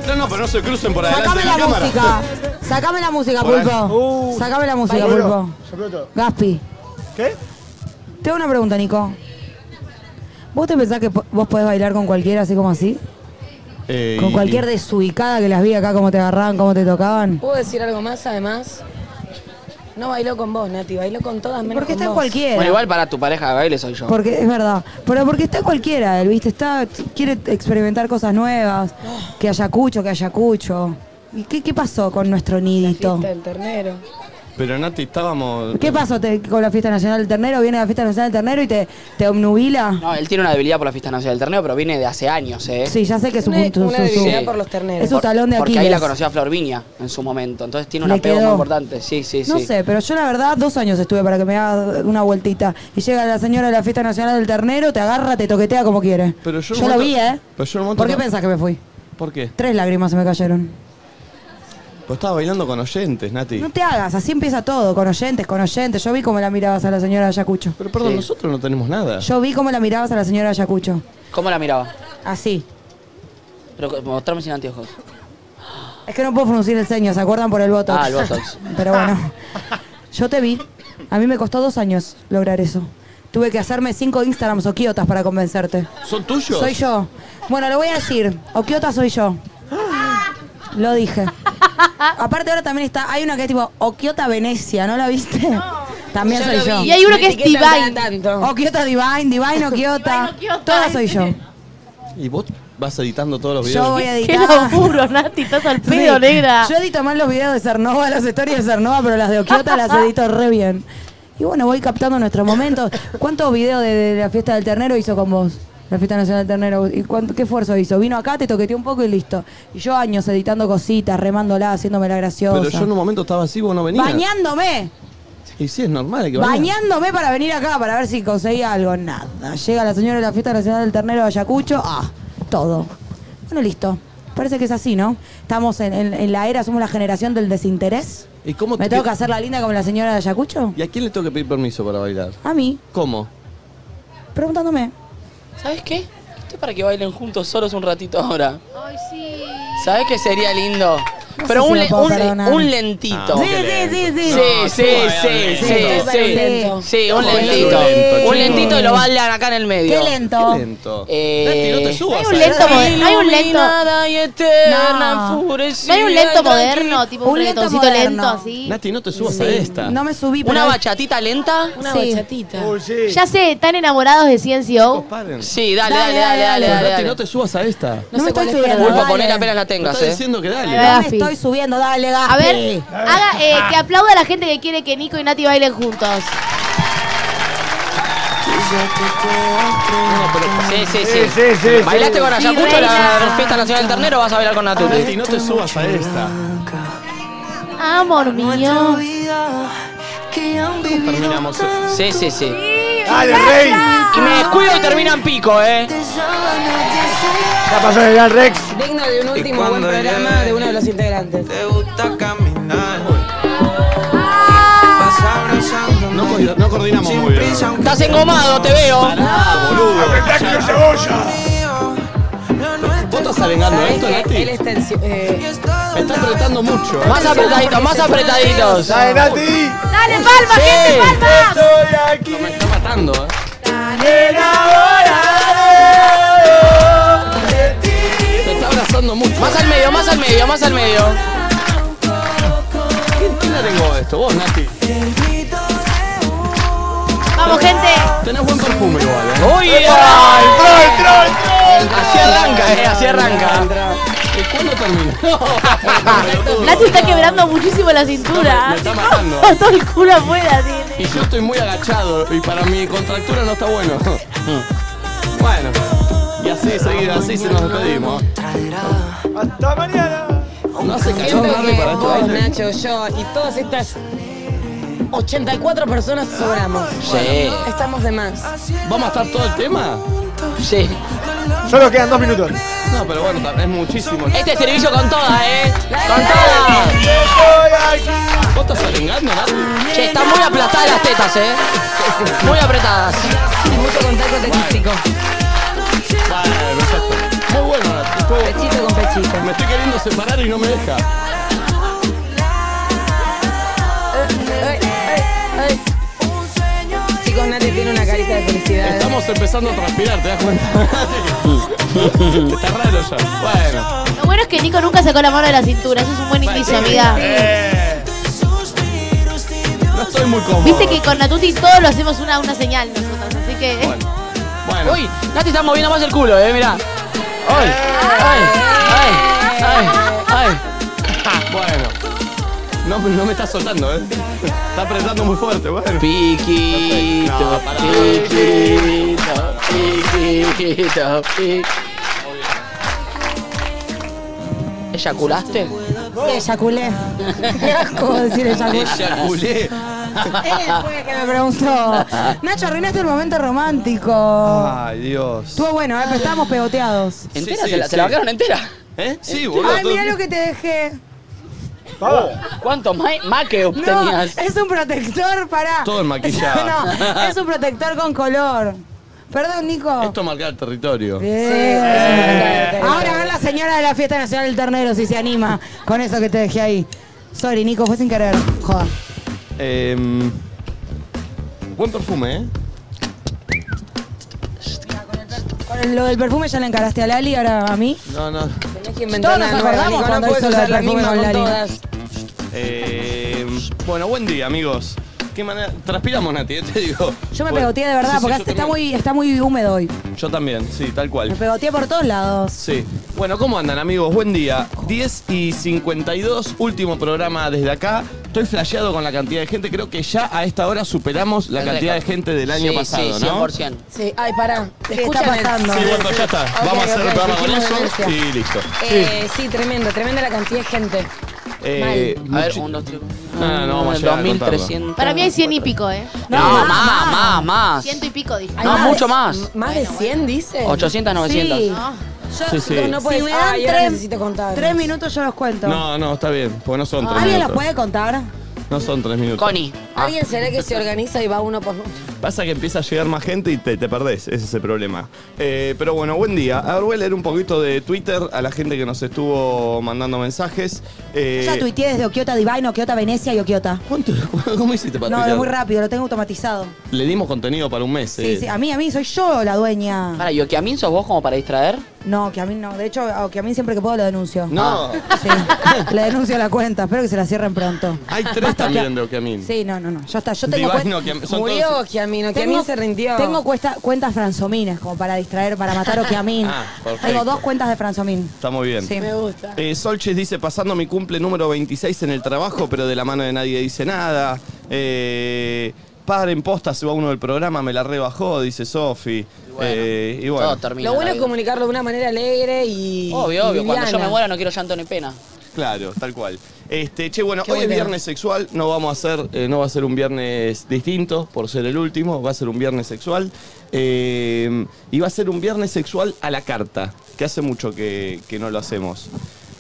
Speaker 1: No, no, pero no se crucen por adelante
Speaker 3: Sacame
Speaker 1: de
Speaker 3: la,
Speaker 1: la, cámara. Uh,
Speaker 3: música. Sacame la música,
Speaker 1: Por ahí.
Speaker 3: Pulpo. Sacame la música, Pulpo. Gaspi.
Speaker 8: ¿Qué?
Speaker 3: Te hago una pregunta, Nico. ¿Vos te pensás que po- vos podés bailar con cualquiera así como así?
Speaker 1: Eh,
Speaker 3: Con
Speaker 1: y-
Speaker 3: cualquier desubicada que las vi acá, cómo te agarraban, cómo te tocaban.
Speaker 2: ¿Puedo decir algo más además?
Speaker 12: No bailó con vos, Nati, bailó con todas menos con
Speaker 3: Porque está en
Speaker 12: vos.
Speaker 3: cualquiera.
Speaker 4: Bueno, igual para tu pareja de baile soy yo.
Speaker 3: Porque es verdad. Pero porque está cualquiera, él, ¿viste? Está, quiere experimentar cosas nuevas. Que haya cucho, que haya cucho. ¿Y qué, qué pasó con nuestro nidito?
Speaker 12: Está el ternero.
Speaker 1: Pero Nati, estábamos.
Speaker 3: ¿Qué pasó te- con la Fiesta Nacional del Ternero? ¿Viene la Fiesta Nacional del Ternero y te, te obnubila?
Speaker 4: No, él tiene una debilidad por la fiesta nacional del ternero, pero viene de hace años, ¿eh?
Speaker 3: Sí, ya sé que es un
Speaker 12: Una,
Speaker 3: punto.
Speaker 12: una
Speaker 3: su- su-
Speaker 12: debilidad
Speaker 4: Sí.
Speaker 12: por los terneros.
Speaker 3: Es un talón de
Speaker 4: Porque ahí
Speaker 3: Aquiles.
Speaker 4: la conoció a Flor Viña en su momento. Entonces tiene un
Speaker 3: Le
Speaker 4: apego muy
Speaker 3: quedó.
Speaker 4: importante. Sí, sí, sí.
Speaker 3: No sé, pero yo la verdad dos años estuve para que me haga una vueltita. Y llega la señora de la Fiesta Nacional del Ternero, te agarra, te toquetea como quiere.
Speaker 1: Pero yo en
Speaker 3: lo
Speaker 1: un
Speaker 3: vi,
Speaker 1: momento-
Speaker 3: ¿eh?
Speaker 1: Pero yo en un momento
Speaker 3: ¿Por qué
Speaker 1: no-
Speaker 3: pensás que me fui?
Speaker 1: ¿Por qué?
Speaker 3: Tres lágrimas se me cayeron.
Speaker 1: Pues estaba bailando con oyentes, Nati.
Speaker 3: No te hagas, así empieza todo, con oyentes, con oyentes. Yo vi cómo la mirabas a la señora de Ayacucho.
Speaker 1: Pero perdón, nosotros no tenemos nada.
Speaker 3: Yo vi cómo la mirabas a la señora de Ayacucho.
Speaker 4: ¿Cómo la miraba?
Speaker 3: Así.
Speaker 4: Pero mostrame sin anteojos.
Speaker 3: Es que no puedo pronunciar el ceño, ¿se acuerdan por el Botox?
Speaker 4: Ah, el Botox.
Speaker 3: Pero bueno, yo te vi. A mí me costó dos años lograr eso. Tuve que hacerme cinco Instagrams o quiotas para convencerte.
Speaker 1: ¿Son tuyos?
Speaker 3: Soy yo. Bueno, lo voy a decir. Okiota soy yo. Lo dije. Aparte ahora también está, hay una que es tipo Okiota Venecia, ¿no la viste? También soy yo.
Speaker 5: Y hay uno que es Divine.
Speaker 12: tanto.
Speaker 3: Okiota Divine, Divine Okiota.
Speaker 5: Divine Okiota.
Speaker 3: Todas soy yo.
Speaker 1: ¿Y vos vas editando todos los videos?
Speaker 3: Yo voy a
Speaker 5: Qué
Speaker 3: editar.
Speaker 5: laburo, Nati, estás al
Speaker 3: Sí.
Speaker 5: pedo, negra.
Speaker 3: Yo edito más los videos de Cernova, las historias de Cernova, pero las de Okiota las edito re bien. Y bueno, voy captando nuestros momentos. ¿Cuántos videos de, de la fiesta del ternero hizo con vos? La fiesta nacional del ternero. ¿Y cuánto, qué esfuerzo hizo? Vino acá, te toqueteó un poco y listo. Y yo años editando cositas, remándola, haciéndome la graciosa.
Speaker 1: Pero yo en un momento estaba así, vos no venías.
Speaker 3: Bañándome.
Speaker 1: Y sí, es normal hay que bañar.
Speaker 3: Bañándome para venir acá para ver si conseguía algo. Nada. Llega la señora de la Fiesta Nacional del Ternero de Ayacucho. Ah, todo. Bueno, listo. Parece que es así, ¿no? Estamos en, en- en la era, somos la generación del desinterés.
Speaker 1: ¿Y cómo
Speaker 3: ¿Me
Speaker 1: te-
Speaker 3: tengo que hacer la linda como la señora de Ayacucho?
Speaker 1: ¿Y a quién le tengo que pedir permiso para bailar?
Speaker 3: A mí,
Speaker 1: ¿Cómo?
Speaker 3: preguntándome.
Speaker 4: ¿Sabes qué? Estoy para que bailen juntos solos un ratito ahora.
Speaker 5: Ay, sí.
Speaker 4: ¿Sabes qué sería lindo?
Speaker 3: No
Speaker 4: Pero
Speaker 3: sé si
Speaker 4: un,
Speaker 3: lo
Speaker 4: le-
Speaker 3: puedo
Speaker 4: un le-
Speaker 3: perdonar.
Speaker 4: un lentito.
Speaker 1: No,
Speaker 3: Sí, sí, sí, sí.
Speaker 4: Sí, sí, sí,
Speaker 1: sí,
Speaker 4: sí,
Speaker 12: lento.
Speaker 4: sí,
Speaker 12: Lento.
Speaker 4: sí, un
Speaker 1: Ojo,
Speaker 4: lentito.
Speaker 1: lento,
Speaker 4: Un lentito y lo
Speaker 3: chicos.
Speaker 4: bailan acá en el medio.
Speaker 3: Qué lento.
Speaker 1: Qué lento.
Speaker 4: Eh,
Speaker 1: Nati, no te subas.
Speaker 5: Hay un
Speaker 1: a
Speaker 5: lento
Speaker 1: eso.
Speaker 5: moderno. Hay un lento.
Speaker 4: Iluminada y eterna,
Speaker 3: No.
Speaker 5: No
Speaker 4: enfurecida
Speaker 5: hay un
Speaker 4: y
Speaker 5: lento
Speaker 4: tranquila.
Speaker 5: moderno, tipo un
Speaker 3: Un lento
Speaker 5: reggaetoncito lento
Speaker 3: moderno.
Speaker 5: así.
Speaker 1: Nati, no te subas
Speaker 3: Sí.
Speaker 1: a esta.
Speaker 3: No me subí, pero...
Speaker 4: ¿Una bachatita lenta?
Speaker 12: Una
Speaker 3: Sí.
Speaker 12: bachatita.
Speaker 9: Uy, sí.
Speaker 5: Ya sé, están enamorados de
Speaker 1: Chicos,
Speaker 5: CNCO.
Speaker 1: paren.
Speaker 4: Sí, dale,
Speaker 3: Dale,
Speaker 4: dale, dale,
Speaker 3: dale,
Speaker 4: dale.
Speaker 1: Pero
Speaker 4: dale,
Speaker 1: Nati,
Speaker 4: dale.
Speaker 1: no te subas a esta.
Speaker 3: No, me
Speaker 12: sé
Speaker 3: estoy
Speaker 12: cuál es,
Speaker 3: subiendo.
Speaker 12: pero
Speaker 4: Pulpo,
Speaker 3: dale.
Speaker 4: poner apenas la
Speaker 1: Me
Speaker 4: tengas,
Speaker 1: estás
Speaker 4: eh.
Speaker 1: diciendo que dale.
Speaker 5: Dale.
Speaker 3: No me
Speaker 5: Gafi.
Speaker 3: estoy subiendo, dale, Gafi.
Speaker 5: A ver, haga, eh, que aplauda a la gente que quiere que Nico y Nati bailen juntos.
Speaker 4: Sí, sí,
Speaker 9: Sí,
Speaker 4: sí.
Speaker 9: sí, sí, sí.
Speaker 4: Bailaste con Ayacucho
Speaker 5: Sí,
Speaker 4: la
Speaker 5: reina.
Speaker 4: fiesta nacional del ternero, vas a bailar con
Speaker 1: Nati,
Speaker 4: Natuti.
Speaker 1: no te subas a esta.
Speaker 5: Amor mío.
Speaker 1: Terminamos.
Speaker 4: Sí, sí, sí.
Speaker 9: Dale, Rey.
Speaker 4: Y me descuido y termina en pico, eh.
Speaker 9: Ya pasó el Gran Rex.
Speaker 12: Digno de un último buen
Speaker 13: cuando
Speaker 12: programa
Speaker 13: llegue-
Speaker 12: de uno de los integrantes.
Speaker 13: Te gusta caminar. Vas abrazando.
Speaker 1: No, co- no coordinamos
Speaker 13: Sin
Speaker 1: muy bien.
Speaker 13: prisa, aunque
Speaker 4: Estás engomado, te veo.
Speaker 1: Pará, boludo.
Speaker 9: ¡Espectáculo cebolla!
Speaker 13: lo nuestro
Speaker 1: ¿Vos estás arengando
Speaker 12: ¿Sabés
Speaker 1: esto,
Speaker 12: que
Speaker 1: Nati?
Speaker 12: Él está en, ci- eh,
Speaker 13: es todo
Speaker 1: Me está apretando mucho. ¿eh?
Speaker 4: Más apretaditos, más apretaditos.
Speaker 9: ¡Dale, Nati!
Speaker 5: ¡Dale, palma, gente, palma!
Speaker 9: ¡Estoy aquí!
Speaker 1: Me está matando, eh.
Speaker 9: ¡Enamorado de ti!
Speaker 1: Me está abrazando mucho.
Speaker 4: Más al medio, más al medio, más al medio.
Speaker 1: ¿Quién, quién arengó esto? Vos, Nati.
Speaker 5: Vamos, gente.
Speaker 1: Tenés buen perfume igual, eh.
Speaker 4: ¡Uy!
Speaker 9: ¡Ay, troll, troll, troll!
Speaker 4: Así arranca, eh, así arranca.
Speaker 1: ¿Y cuándo termina?
Speaker 5: Nati está quebrando muchísimo la cintura.
Speaker 1: Me está matando.
Speaker 5: Todo el culo afuera tiene.
Speaker 1: Y yo estoy muy agachado y para mi contractura no está bueno. Bueno, y así seguido, así se nos despedimos.
Speaker 9: ¡Hasta mañana!
Speaker 1: No hace
Speaker 12: Siento
Speaker 1: calor Nardi,
Speaker 12: que
Speaker 1: para este
Speaker 12: vos,
Speaker 1: baile.
Speaker 12: Nacho, yo y todas estas 84 personas sobramos.
Speaker 4: Sí,
Speaker 12: Estamos de más.
Speaker 1: ¿Vamos a estar todo el tema?
Speaker 4: sí.
Speaker 9: Solo quedan dos minutos.
Speaker 1: No, pero bueno, ta- es muchísimo.
Speaker 4: Este servicio con todas, eh. Con todas.
Speaker 1: ¿Vos estás arengando, Nardi?
Speaker 4: Che, están muy aplastadas las tetas, eh. Muy apretadas.
Speaker 12: Mucho contacto tetístico.
Speaker 1: Bueno, ya está. Ah, Muy bueno, Nardi. Estuvo-
Speaker 12: Pechito con pechito.
Speaker 1: Me estoy queriendo separar y no me deja.
Speaker 12: Chicos, Nati tiene una carita de felicidad.
Speaker 1: Estamos empezando a transpirar, ¿te das cuenta? Está raro ya. Bueno.
Speaker 5: Lo bueno es que Nico nunca sacó la mano de la cintura. Eso es un buen indicio, amiga.
Speaker 1: Eh. estoy muy cómodo.
Speaker 5: Viste que con Natuti todos lo hacemos una, una señal nosotros, así que. eh,
Speaker 1: Bueno.
Speaker 4: Uy, Nati está moviendo más el culo, eh, mirá. Ay, ay, ay, ay, ay.
Speaker 1: Bueno. No, no me está soltando, ¿eh? Está apretando muy fuerte, bueno.
Speaker 4: Piquito,
Speaker 1: No, pará.
Speaker 4: piquito, piquito, piquito. ¿Eyaculaste?
Speaker 3: Sí, eyaculé. Qué asco decir eyaculé.
Speaker 1: Eyaculé.
Speaker 3: Él fue el que me preguntó. Nacho, arruinaste el momento romántico.
Speaker 1: Ay, Dios.
Speaker 3: Estuvo bueno, eh, pero estábamos pegoteados.
Speaker 4: ¿Entera?
Speaker 1: Sí,
Speaker 4: ¿Se, la,
Speaker 1: sí,
Speaker 4: se la
Speaker 1: sí.
Speaker 4: bancaron entera?
Speaker 1: ¿Eh? Sí, boludo.
Speaker 3: Ay,
Speaker 1: todo-
Speaker 3: mirá lo que te dejé.
Speaker 4: Oh, ¿Cuánto ma- maque
Speaker 3: No,
Speaker 4: obtenías?
Speaker 3: es un protector para.
Speaker 1: Todo el maquillaje.
Speaker 3: No, es un protector con color. Perdón, Nico.
Speaker 1: Esto marca el territorio.
Speaker 3: Bien. Ahora va la señora de la fiesta nacional del ternero si se anima con eso que te dejé ahí. Sorry, Nico, fue sin querer. Joda.
Speaker 1: Em, buen perfume, ¿eh?
Speaker 3: Con el- lo del perfume ya le encaraste a Lali, ahora a mí.
Speaker 1: No, no.
Speaker 3: Todos nos acordamos
Speaker 2: Nico, no
Speaker 3: cuando
Speaker 2: puedes
Speaker 3: hizo lo
Speaker 2: usar
Speaker 3: del
Speaker 2: la
Speaker 3: perfume
Speaker 2: misma
Speaker 3: con
Speaker 2: con
Speaker 3: Lali.
Speaker 2: todas.
Speaker 1: Em, bueno, buen día, amigos. Qué manera. Transpiramos, Nati, eh, te digo.
Speaker 3: Yo me
Speaker 1: Bueno,
Speaker 3: pegoteé de verdad,
Speaker 1: sí, sí,
Speaker 3: porque
Speaker 1: yo
Speaker 3: está,
Speaker 1: también.
Speaker 3: muy, está muy húmedo hoy.
Speaker 1: Yo también, sí, tal
Speaker 3: Me
Speaker 1: cual.
Speaker 3: pegoteé por todos lados.
Speaker 1: Sí. Bueno, ¿cómo andan, amigos? Buen día. 10 y 52, último programa desde acá. Estoy flasheado con la cantidad de gente. Creo que ya a esta hora superamos la
Speaker 4: El
Speaker 1: cantidad de
Speaker 4: récord.
Speaker 1: gente del año
Speaker 4: Sí,
Speaker 1: pasado,
Speaker 4: sí,
Speaker 1: ¿no?
Speaker 4: 100%.
Speaker 2: Sí, ay, pará. ¿Te
Speaker 3: ¿Qué está
Speaker 2: escuchan el-
Speaker 3: pasando?
Speaker 1: Sí, bueno, ya está.
Speaker 2: Ok,
Speaker 1: Vamos a hacer
Speaker 2: ok,
Speaker 1: el programa con
Speaker 2: dijimos
Speaker 1: eso
Speaker 2: denuncia.
Speaker 1: y listo.
Speaker 2: Eh, sí, tremendo, tremenda la cantidad de gente.
Speaker 4: Ah,
Speaker 1: Eh,
Speaker 4: A ver,
Speaker 1: muchi-
Speaker 4: un, dos, tres.
Speaker 1: No, no, no, vamos a llegar a contarlo.
Speaker 4: 2300.
Speaker 5: Para mí hay 100 y pico, ¿eh?
Speaker 4: No, más, más, más.
Speaker 5: Ciento y pico, dije.
Speaker 4: No,
Speaker 2: más
Speaker 4: mucho
Speaker 2: de-
Speaker 4: más.
Speaker 2: ¿Más de 100 dice?
Speaker 4: 800, 900.
Speaker 3: Sí.
Speaker 5: No.
Speaker 3: Yo,
Speaker 1: Sí, sí.
Speaker 3: No
Speaker 2: Si
Speaker 3: puedes,
Speaker 2: me dan
Speaker 3: ay, ahora
Speaker 2: tres-
Speaker 3: necesito contar. Tres minutos yo los cuento.
Speaker 1: No, no, está bien, porque no son tres
Speaker 3: ¿Alguien los
Speaker 1: minutos.
Speaker 3: puede contar?
Speaker 1: No son tres minutos.
Speaker 4: Connie. Ah.
Speaker 2: ¿Alguien será que se organiza y va uno por uno?
Speaker 1: Pasa que empieza a llegar más gente y te, te perdés, ese es el problema. Eh, pero bueno, buen día. A ver, voy a leer un poquito de Twitter a la gente que nos estuvo mandando mensajes. Eh,
Speaker 3: Yo ya tuiteé desde Okiota Divine, Okiota Venecia y Okiota.
Speaker 1: ¿cuánto- ¿Cómo hiciste para
Speaker 3: No, es
Speaker 1: tuitear?
Speaker 3: muy rápido, lo tengo automatizado.
Speaker 1: Le dimos contenido para un mes.
Speaker 3: Sí,
Speaker 1: eh.
Speaker 3: sí, ah. a mí, a mí, soy yo la dueña.
Speaker 4: Para, ¿y a mí sos vos como para distraer?
Speaker 3: No, que a mí no. De hecho, a- que a mí siempre que puedo lo denuncio. Ah.
Speaker 1: No,
Speaker 3: Sí, le denuncio la cuenta. Espero que se la cierren pronto.
Speaker 1: hay tres también de Okiamin.
Speaker 3: Sí, no, no, no. Ya está. Yo tengo,
Speaker 1: Divine,
Speaker 3: cuen-
Speaker 1: Okiamin, son
Speaker 2: Murió
Speaker 1: todos-
Speaker 2: Okiamino,
Speaker 3: tengo,
Speaker 2: Okiamín se rindió.
Speaker 3: tengo cuesta- cuentas franzominas como para distraer, para matar Okiamin.
Speaker 1: Ah, perfecto.
Speaker 3: tengo dos cuentas de franzomín.
Speaker 1: Está muy bien.
Speaker 3: Sí.
Speaker 2: Me gusta.
Speaker 1: Eh, Solches dice, pasando mi cumple número 26 en el trabajo, pero de la mano de nadie dice nada. Eh, padre en posta se va uno del programa, me la rebajó, dice Sofi.
Speaker 4: Y bueno,
Speaker 1: Eh, y
Speaker 4: Todo
Speaker 1: bueno,
Speaker 4: termina.
Speaker 2: Lo bueno
Speaker 4: la
Speaker 2: es
Speaker 4: vida.
Speaker 2: comunicarlo de una manera alegre y.
Speaker 4: Obvio,
Speaker 2: y
Speaker 4: obvio. Cuando yo
Speaker 2: liviana.
Speaker 4: me muera no quiero llanto ni pena.
Speaker 1: claro, tal cual. Este, che, bueno,
Speaker 3: Qué
Speaker 1: hoy es
Speaker 3: buena.
Speaker 1: viernes sexual, no vamos a hacer, eh, no va a ser un viernes distinto por ser el último, va a ser un viernes sexual. Eh, y va a ser un viernes sexual a la carta, que hace mucho que, que no lo hacemos.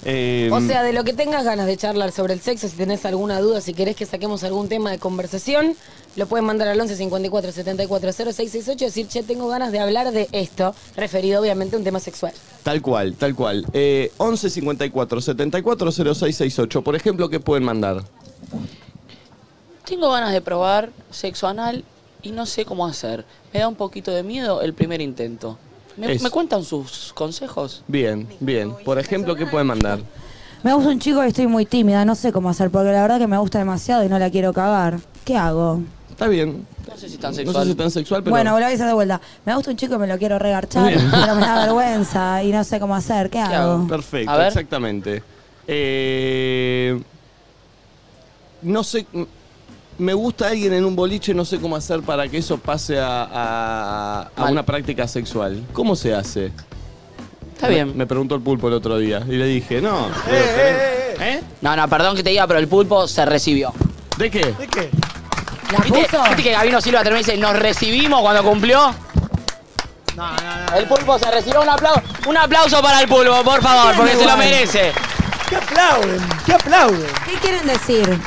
Speaker 1: Eh,
Speaker 2: O sea, de lo que tengas ganas de charlar sobre el sexo, si tenés alguna duda, si querés que saquemos algún tema de conversación, lo pueden mandar al 11 54 74 0668 y decir, che, tengo ganas de hablar de esto, referido obviamente a un tema sexual.
Speaker 1: Tal cual, tal cual. Eh, 11 54 74 0668. Por ejemplo, ¿qué pueden mandar?
Speaker 4: Tengo ganas de probar sexo anal y no sé cómo hacer. Me da un poquito de miedo el primer intento. ¿Me,
Speaker 1: Es-
Speaker 4: me cuentan sus consejos?
Speaker 1: Bien, bien. Por ejemplo, ¿qué pueden mandar?
Speaker 3: Me gusta un chico y estoy muy tímida. No sé cómo hacer porque la verdad que me gusta demasiado y no la quiero cagar. ¿Qué hago?
Speaker 1: Está bien.
Speaker 4: No sé si tan
Speaker 1: No sé
Speaker 4: sexual.
Speaker 1: si tan sexual, pero.
Speaker 3: Bueno, lo voy a hacer de vuelta. Me gusta un chico y me lo quiero regarchar,
Speaker 1: Bien.
Speaker 3: pero me da vergüenza y no sé cómo hacer. ¿Qué,
Speaker 4: hago?
Speaker 3: hago?
Speaker 1: Perfecto,
Speaker 4: A ver.
Speaker 1: exactamente. Eh, no sé. m- Me gusta alguien en un boliche, no sé cómo hacer para que eso pase a, a- a
Speaker 4: Mal.
Speaker 1: una práctica sexual. ¿Cómo se hace?
Speaker 4: Está bien.
Speaker 1: Me preguntó el pulpo el otro día y le dije, no. ¿Eh?
Speaker 4: No, no, perdón que te diga, pero el pulpo se recibió.
Speaker 1: ¿De qué?
Speaker 9: ¿De qué?
Speaker 3: ¿La
Speaker 4: ¿Viste,
Speaker 3: puso?
Speaker 4: viste que Gabino Silva termina y dice, nos recibimos cuando cumplió?
Speaker 9: No, no, no.
Speaker 4: El pulpo se recibió un aplauso. Un aplauso para el pulpo, por favor, porque se lo merece.
Speaker 9: ¿Qué aplauden? ¿Qué aplauden?
Speaker 3: ¿Qué quieren decir?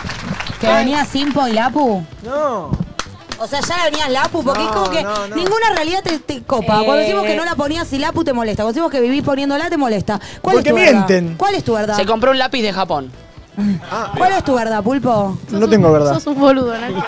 Speaker 3: ¿Que venía Simpo y Lapu?
Speaker 9: No.
Speaker 3: O sea, ya venías Lapu, porque
Speaker 9: No,
Speaker 3: es como que
Speaker 9: no, no.
Speaker 3: ninguna realidad te, te copa.
Speaker 2: Eh.
Speaker 3: Cuando decimos que no la ponías y Lapu te molesta. Cuando decimos que vivís poniéndola te molesta. ¿Cuál
Speaker 9: Porque
Speaker 3: es tu verdad?
Speaker 9: mienten.
Speaker 3: ¿Cuál es tu verdad?
Speaker 4: Se compró un lápiz de Japón.
Speaker 3: ¿Cuál es tu verdad, Pulpo?
Speaker 9: No tengo verdad.
Speaker 5: un boludo, ¿no?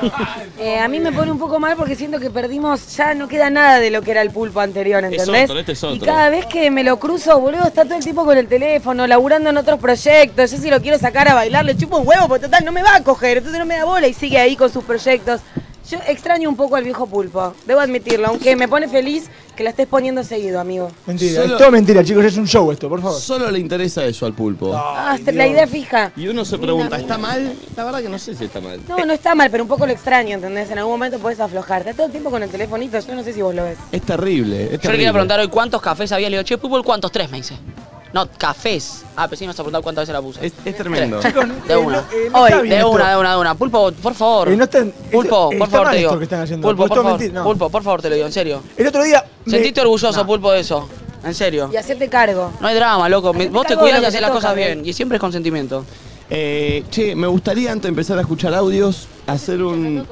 Speaker 2: Eh, a mí me pone un poco mal porque siento que perdimos, ya no queda nada de lo que era el pulpo anterior,
Speaker 1: Es
Speaker 2: ¿entendés?
Speaker 1: otro, este es
Speaker 2: Y
Speaker 1: otro.
Speaker 2: cada vez que me lo cruzo, boludo, está todo el tipo con el teléfono, laburando en otros proyectos. Yo si lo quiero sacar a bailar, le chupo un huevo, porque total no me va a coger, entonces no me da bola y sigue ahí con sus proyectos. Yo extraño un poco al viejo pulpo, debo admitirlo, aunque me pone feliz que la estés poniendo seguido, amigo.
Speaker 9: Mentira,
Speaker 1: Solo-
Speaker 9: es todo mentira, chicos, es un show esto, por favor.
Speaker 1: Solo le interesa eso al pulpo.
Speaker 2: Ah, la idea fija.
Speaker 1: Y uno se pregunta, ¿está mal? La verdad que no sé si está mal.
Speaker 2: No, no está mal, pero un poco lo extraño, ¿entendés? En algún momento puedes aflojar. Está todo el tiempo con el telefonito, yo no sé si vos lo ves.
Speaker 1: Es terrible. Es
Speaker 4: Yo le quería
Speaker 1: terrible.
Speaker 4: preguntar hoy cuántos cafés había. Le digo, che, fútbol, ¿cuántos? Tres, me dice. No, cafés. Ah, pero sí me vas a preguntar cuántas veces la puse.
Speaker 1: Es, es tremendo.
Speaker 4: Tres.
Speaker 9: Chicos, no-
Speaker 4: De
Speaker 9: eh,
Speaker 4: una.
Speaker 9: no- eh, no
Speaker 4: Hoy,
Speaker 9: está bien
Speaker 4: de
Speaker 9: esto.
Speaker 4: una, de una, de una. Pulpo, por favor.
Speaker 9: Eh, no está- esto-
Speaker 4: Pulpo,
Speaker 9: eh,
Speaker 4: por
Speaker 9: está
Speaker 4: favor,
Speaker 9: mal
Speaker 4: te digo.
Speaker 9: esto que están haciendo,
Speaker 4: Pulpo,
Speaker 9: porque
Speaker 4: por
Speaker 9: esto es
Speaker 4: favor.
Speaker 9: mentira, no.
Speaker 4: Pulpo, por favor, te lo digo, en serio.
Speaker 9: El otro día. me-
Speaker 4: Sentiste orgulloso, Pulpo, de eso. En serio.
Speaker 2: Y hacerte cargo.
Speaker 4: No hay drama, loco. Me- Vos te
Speaker 2: cago
Speaker 4: cuidás
Speaker 2: de
Speaker 4: y
Speaker 2: lo
Speaker 4: haces
Speaker 2: que
Speaker 4: las
Speaker 2: te
Speaker 4: cosas
Speaker 2: toca,
Speaker 4: bien. Y siempre es consentimiento.
Speaker 1: Eh, che, me gustaría antes de empezar a escuchar audios, hacer un...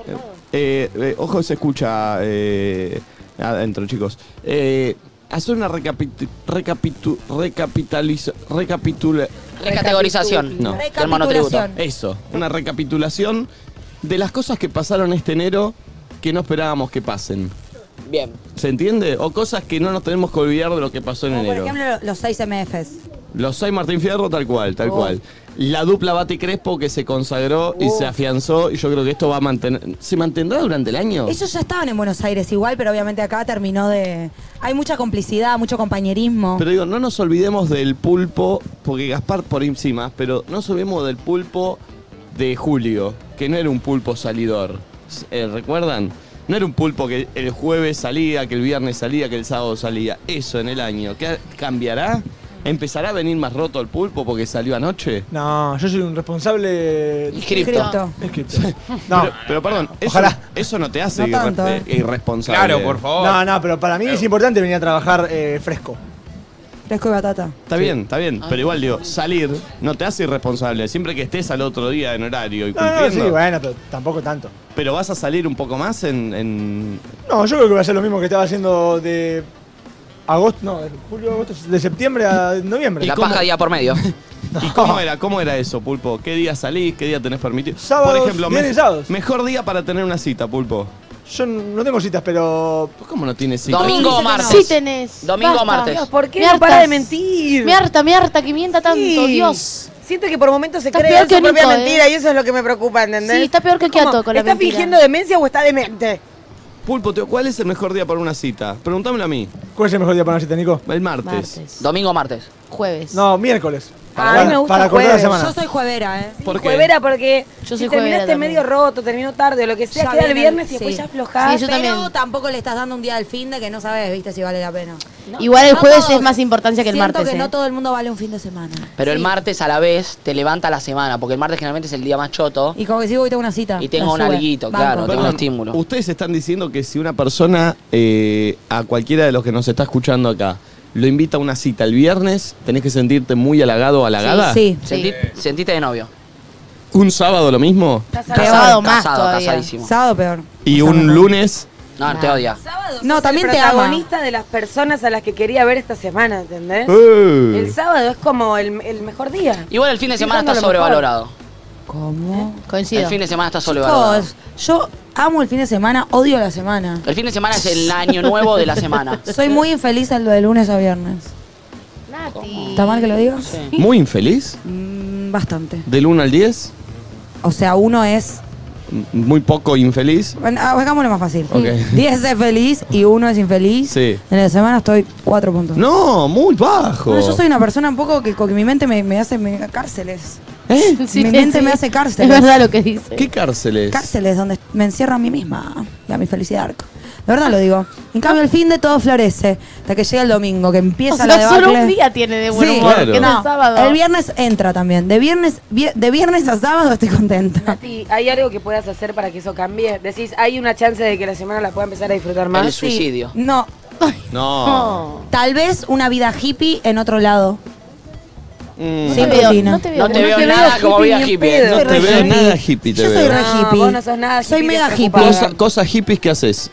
Speaker 1: eh, eh, ojo, se escucha eh, adentro, chicos. Eh, hacer una recapitu, recapitu, recapitaliza, recapitula...
Speaker 4: Recategorización.
Speaker 1: No.
Speaker 4: Del monotributo.
Speaker 3: Recapitulación.
Speaker 1: Eso, una recapitulación de las cosas que pasaron este enero que no esperábamos que pasen.
Speaker 4: Bien.
Speaker 1: ¿Se entiende? O cosas que no nos tenemos que olvidar de lo que pasó en
Speaker 3: Como por
Speaker 1: enero.
Speaker 3: ejemplo, los 6 MFs.
Speaker 1: Los soy Martín Fierro, tal cual, tal cual. La dupla Bati Crespo que se consagró y se afianzó. Y yo creo que esto va a mantener. ¿Se mantendrá durante el año?
Speaker 3: Ellos ya estaban en Buenos Aires igual, pero obviamente acá terminó de... Hay mucha complicidad, mucho compañerismo.
Speaker 1: Pero digo, no nos olvidemos del pulpo, porque Gaspar por encima, pero no nos olvidemos del pulpo de Julio, que no era un pulpo salidor. Eh, ¿Recuerdan? No era un pulpo que el jueves salía, que el viernes salía, que el sábado salía. Eso en el año. ¿Qué cambiará? ¿Empezará a venir más roto el pulpo porque salió anoche?
Speaker 9: No, yo soy un responsable.
Speaker 4: Inscripto.
Speaker 3: Cripto.
Speaker 9: Escrito. No,
Speaker 1: Pero, pero perdón, eso,
Speaker 9: Ojalá.
Speaker 1: eso no te hace
Speaker 3: No
Speaker 1: irre-
Speaker 3: tanto,
Speaker 1: eh,
Speaker 3: eh.
Speaker 1: irresponsable.
Speaker 14: Claro, por favor.
Speaker 9: no, no, pero para mí es importante venir a trabajar eh, fresco.
Speaker 3: Fresco y batata.
Speaker 1: Está bien, está bien. Pero igual digo, salir no te hace irresponsable. Siempre que estés al otro día en horario y
Speaker 9: No, no,
Speaker 1: cumpliendo.
Speaker 9: Ah, sí, bueno, pero tampoco tanto.
Speaker 1: Pero vas a salir un poco más en. en-
Speaker 9: No, yo creo que va a ser lo mismo que estaba haciendo de agosto, no, de julio, agosto, de septiembre a noviembre.
Speaker 4: La paja día por medio.
Speaker 1: ¿Y cómo era? ¿Cómo era eso, Pulpo? ¿Qué día salís? ¿Qué día tenés permitido?
Speaker 9: Sábados,
Speaker 1: por ejemplo,
Speaker 9: viernes y sábados.
Speaker 1: mejor día para tener una cita, Pulpo.
Speaker 9: Yo no tengo citas, pero
Speaker 1: ¿Vos ¿Cómo no tienes cita?
Speaker 4: Domingo o martes.
Speaker 5: Sí tenés.
Speaker 4: Domingo o
Speaker 5: Basta.
Speaker 4: martes.
Speaker 2: Dios, ¿por qué
Speaker 5: Me
Speaker 2: no para
Speaker 5: hartas.
Speaker 2: de mentir?
Speaker 5: Me harta, me harta que mienta tanto,
Speaker 2: Sí.
Speaker 5: Dios.
Speaker 2: Siento que por momentos se
Speaker 5: Está
Speaker 2: cree
Speaker 5: peor
Speaker 2: en
Speaker 5: que
Speaker 2: su propia
Speaker 5: Nico, ¿eh?
Speaker 2: mentira y eso es lo que me preocupa, ¿entendés?
Speaker 5: Sí, está peor que
Speaker 2: Como,
Speaker 5: Kiato con la
Speaker 2: ¿Está
Speaker 5: mentira.
Speaker 2: fingiendo demencia o está demente?
Speaker 1: Pulpo, te- ¿cuál es el mejor día para una cita? Preguntámelo a mí.
Speaker 9: ¿cuál es el mejor día para una cita, Nico?
Speaker 1: El martes.
Speaker 5: Martes.
Speaker 4: Domingo o martes.
Speaker 5: Jueves.
Speaker 9: No, miércoles.
Speaker 2: Ah, a mí me gusta
Speaker 9: para cortar la
Speaker 2: jueves.
Speaker 9: semana.
Speaker 3: Ah. Yo soy juevera, ¿eh?
Speaker 1: ¿Por qué?
Speaker 2: Juevera, porque
Speaker 5: Yo
Speaker 2: si
Speaker 5: soy juevera
Speaker 2: terminaste
Speaker 5: también.
Speaker 2: medio roto, terminó tarde o lo que sea,
Speaker 3: Ya
Speaker 2: queda el
Speaker 3: viene
Speaker 2: viernes y después
Speaker 3: sí.
Speaker 2: ya aflojás.
Speaker 5: Sí, yo
Speaker 3: pero
Speaker 5: también.
Speaker 3: tampoco le estás dando un día al fin de que no sabes, viste, si vale la pena.
Speaker 5: Igual el
Speaker 3: No
Speaker 5: jueves
Speaker 3: todos.
Speaker 5: es más importancia que el
Speaker 3: Siento
Speaker 5: martes.
Speaker 3: que
Speaker 5: eh.
Speaker 3: no todo el mundo vale un fin de semana.
Speaker 4: Pero el martes a la vez te levanta la semana, porque el martes generalmente es el día más choto.
Speaker 3: Y como que si voy tengo una cita.
Speaker 4: Y tengo
Speaker 3: la
Speaker 4: un
Speaker 3: sube.
Speaker 4: alguito,
Speaker 3: Banco.
Speaker 4: claro, tengo un estímulo.
Speaker 1: Ustedes están diciendo que si una persona, eh, a cualquiera de los que nos está escuchando acá, lo invita a una cita el viernes, tenés que sentirte muy halagado o halagada.
Speaker 3: Sí,
Speaker 4: Sentí- Sentiste de novio.
Speaker 1: Un sábado lo mismo
Speaker 5: Casado más
Speaker 4: casado,
Speaker 5: todavía.
Speaker 4: casadísimo.
Speaker 3: Sábado peor.
Speaker 1: y
Speaker 3: O sea, no.
Speaker 1: un lunes.
Speaker 4: No, te odia.
Speaker 3: No, también
Speaker 2: el
Speaker 3: te ama.
Speaker 2: protagonista de las personas a las que quería ver esta semana, ¿entendés?
Speaker 1: ¡eh!
Speaker 2: El sábado es como el, el mejor día.
Speaker 4: Igual el fin de
Speaker 2: Estoy
Speaker 4: semana está
Speaker 2: dando lo mejor.
Speaker 4: sobrevalorado.
Speaker 3: ¿Cómo?
Speaker 5: Coincido.
Speaker 4: El fin de semana está sobrevalorado.
Speaker 3: Chicos, yo amo el fin de semana, odio la semana.
Speaker 4: El fin de semana es el año nuevo de la semana.
Speaker 3: Soy muy infeliz en lo de lunes a viernes.
Speaker 5: Nati.
Speaker 3: ¿Está mal que lo diga?
Speaker 1: Muy infeliz.
Speaker 3: Mm, bastante.
Speaker 1: Del 1 al 10.
Speaker 3: O sea, uno es.
Speaker 1: m- Muy poco infeliz.
Speaker 3: Bueno, ah, hagámoslo más fácil.
Speaker 1: Ok.
Speaker 3: 10 es feliz y uno es infeliz.
Speaker 1: Sí.
Speaker 3: En la semana estoy 4 puntos.
Speaker 1: No, muy bajo.
Speaker 3: Bueno, yo soy una persona un poco que, que mi mente me, me hace me- cárceles.
Speaker 1: ¿Eh?
Speaker 5: Sí,
Speaker 3: mi
Speaker 5: sí,
Speaker 3: mente
Speaker 5: sí.
Speaker 3: me hace cárceles.
Speaker 5: Es verdad lo que dice.
Speaker 1: ¿Qué cárceles?
Speaker 3: cárceles donde me encierro a mí misma y a mi felicidad. De verdad lo digo. En cambio, el fin de todo florece hasta que llega el domingo, que empieza
Speaker 5: O sea,
Speaker 3: la debacle.
Speaker 5: solo un día tiene de buen
Speaker 3: Sí,
Speaker 5: humor,
Speaker 1: Claro.
Speaker 5: que no,
Speaker 3: no,
Speaker 5: es sábado.
Speaker 3: el viernes entra también. De viernes, vie- de viernes a sábado estoy contenta.
Speaker 2: Nati, ¿hay algo que puedas hacer para que eso cambie? Decís, ¿hay una chance de que la semana la pueda empezar a disfrutar más?
Speaker 4: El suicidio.
Speaker 3: No,
Speaker 1: No.
Speaker 3: tal vez una vida hippie en otro lado.
Speaker 1: Mm.
Speaker 3: Sin
Speaker 5: te veo,
Speaker 3: rutina.
Speaker 5: no te veo.
Speaker 4: No te veo nada como
Speaker 2: hippie
Speaker 4: vida hippie.
Speaker 2: ni en
Speaker 4: ¿eh?
Speaker 2: pedo.
Speaker 1: No
Speaker 3: soy
Speaker 1: te
Speaker 3: re
Speaker 1: veo
Speaker 3: hippie.
Speaker 1: nada hippie, te
Speaker 3: Yo soy
Speaker 1: veo.
Speaker 3: re
Speaker 2: No,
Speaker 3: hippie.
Speaker 2: vos no sos nada
Speaker 3: Soy
Speaker 2: hippie,
Speaker 3: mega
Speaker 2: despreocupada.
Speaker 3: hippie.
Speaker 1: Cosa- cosas hippies que haces.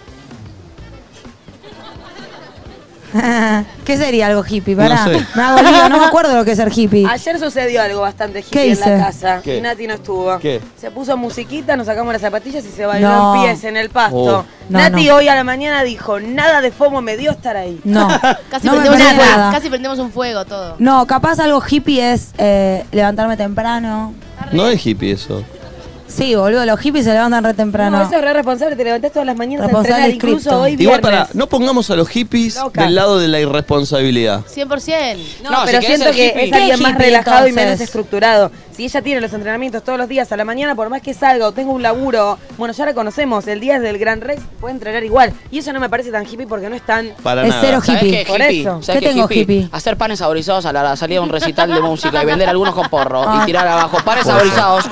Speaker 3: ¿Qué sería algo hippie?
Speaker 1: No
Speaker 3: Pará.
Speaker 1: sé.
Speaker 3: Me hago lío, no me acuerdo lo que es ser hippie.
Speaker 2: Ayer sucedió algo bastante hippie
Speaker 3: ¿Qué
Speaker 2: en
Speaker 3: hice?
Speaker 2: la casa.
Speaker 3: ¿Qué?
Speaker 2: Nati no estuvo.
Speaker 3: ¿Qué?
Speaker 2: Se puso musiquita, nos sacamos las zapatillas y se bailó
Speaker 3: No.
Speaker 2: en pies en el pasto.
Speaker 3: Oh. No,
Speaker 2: Nati
Speaker 3: no.
Speaker 2: hoy a la mañana dijo, nada de FOMO me dio estar ahí.
Speaker 3: No.
Speaker 5: Casi,
Speaker 3: No me
Speaker 5: prendemos un
Speaker 3: parece
Speaker 5: fuego,
Speaker 3: nada.
Speaker 5: casi prendemos un fuego todo.
Speaker 3: No, capaz algo hippie es eh, levantarme temprano.
Speaker 1: No es hippie eso.
Speaker 3: Sí, boludo, los hippies se levantan re temprano.
Speaker 2: No, eso es re responsable, te levantás todas las mañanas a
Speaker 3: Responsable
Speaker 2: entrenar, incluso
Speaker 3: cripto.
Speaker 2: hoy
Speaker 1: Igual
Speaker 2: viernes.
Speaker 1: para, no pongamos a los hippies
Speaker 2: Loca.
Speaker 1: del lado de la irresponsabilidad.
Speaker 5: 100%.
Speaker 2: No, pero siento que es alguien más relajado y menos estructurado. Si ella tiene los entrenamientos todos los días a la mañana, por más que salga o tenga un laburo, bueno, ya la conocemos, el día es del Gran Rex, puede entrenar igual. Y eso no me parece tan hippie porque no es tan...
Speaker 1: Para Es nada. cero
Speaker 4: ¿Sabés
Speaker 1: hippie.
Speaker 4: qué es hippie?
Speaker 2: Por eso.
Speaker 4: ¿Sabés
Speaker 2: ¿Qué
Speaker 4: es
Speaker 2: tengo hippie?
Speaker 4: Hacer panes saborizados a la salida de un recital de música y vender algunos con porro
Speaker 2: Ah.
Speaker 4: y tirar abajo panes
Speaker 2: Puede ser.
Speaker 4: saborizados.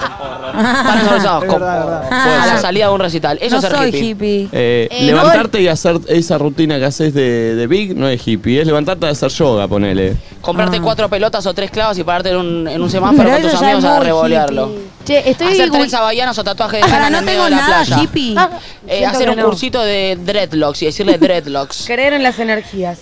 Speaker 4: Panes saborizados con porro. A la salida de un recital. Eso
Speaker 3: No
Speaker 4: es ser
Speaker 3: soy
Speaker 4: hippie.
Speaker 3: hippie.
Speaker 1: Eh,
Speaker 4: Eh,
Speaker 1: levantarte y hacer esa rutina que haces de, de Big no es hippie, es levantarte a hacer yoga, ponele.
Speaker 4: Comprarte cuatro pelotas o tres clavos y pararte en un, en un semáforo
Speaker 5: Pero
Speaker 4: con
Speaker 5: eso
Speaker 4: tus
Speaker 5: ya
Speaker 4: amigos
Speaker 5: es
Speaker 4: a
Speaker 5: muy
Speaker 4: revolearlo.
Speaker 5: Che, estoy
Speaker 4: hacer
Speaker 5: Google-
Speaker 4: trenzas bahianas o tatuajes de Para, no en medio de la playa.
Speaker 5: Ah,
Speaker 4: Eh,
Speaker 2: Siento
Speaker 4: hacer
Speaker 2: que
Speaker 4: un
Speaker 2: no.
Speaker 4: cursito de dreadlocks y decirle dreadlocks.
Speaker 2: Creer en las energías.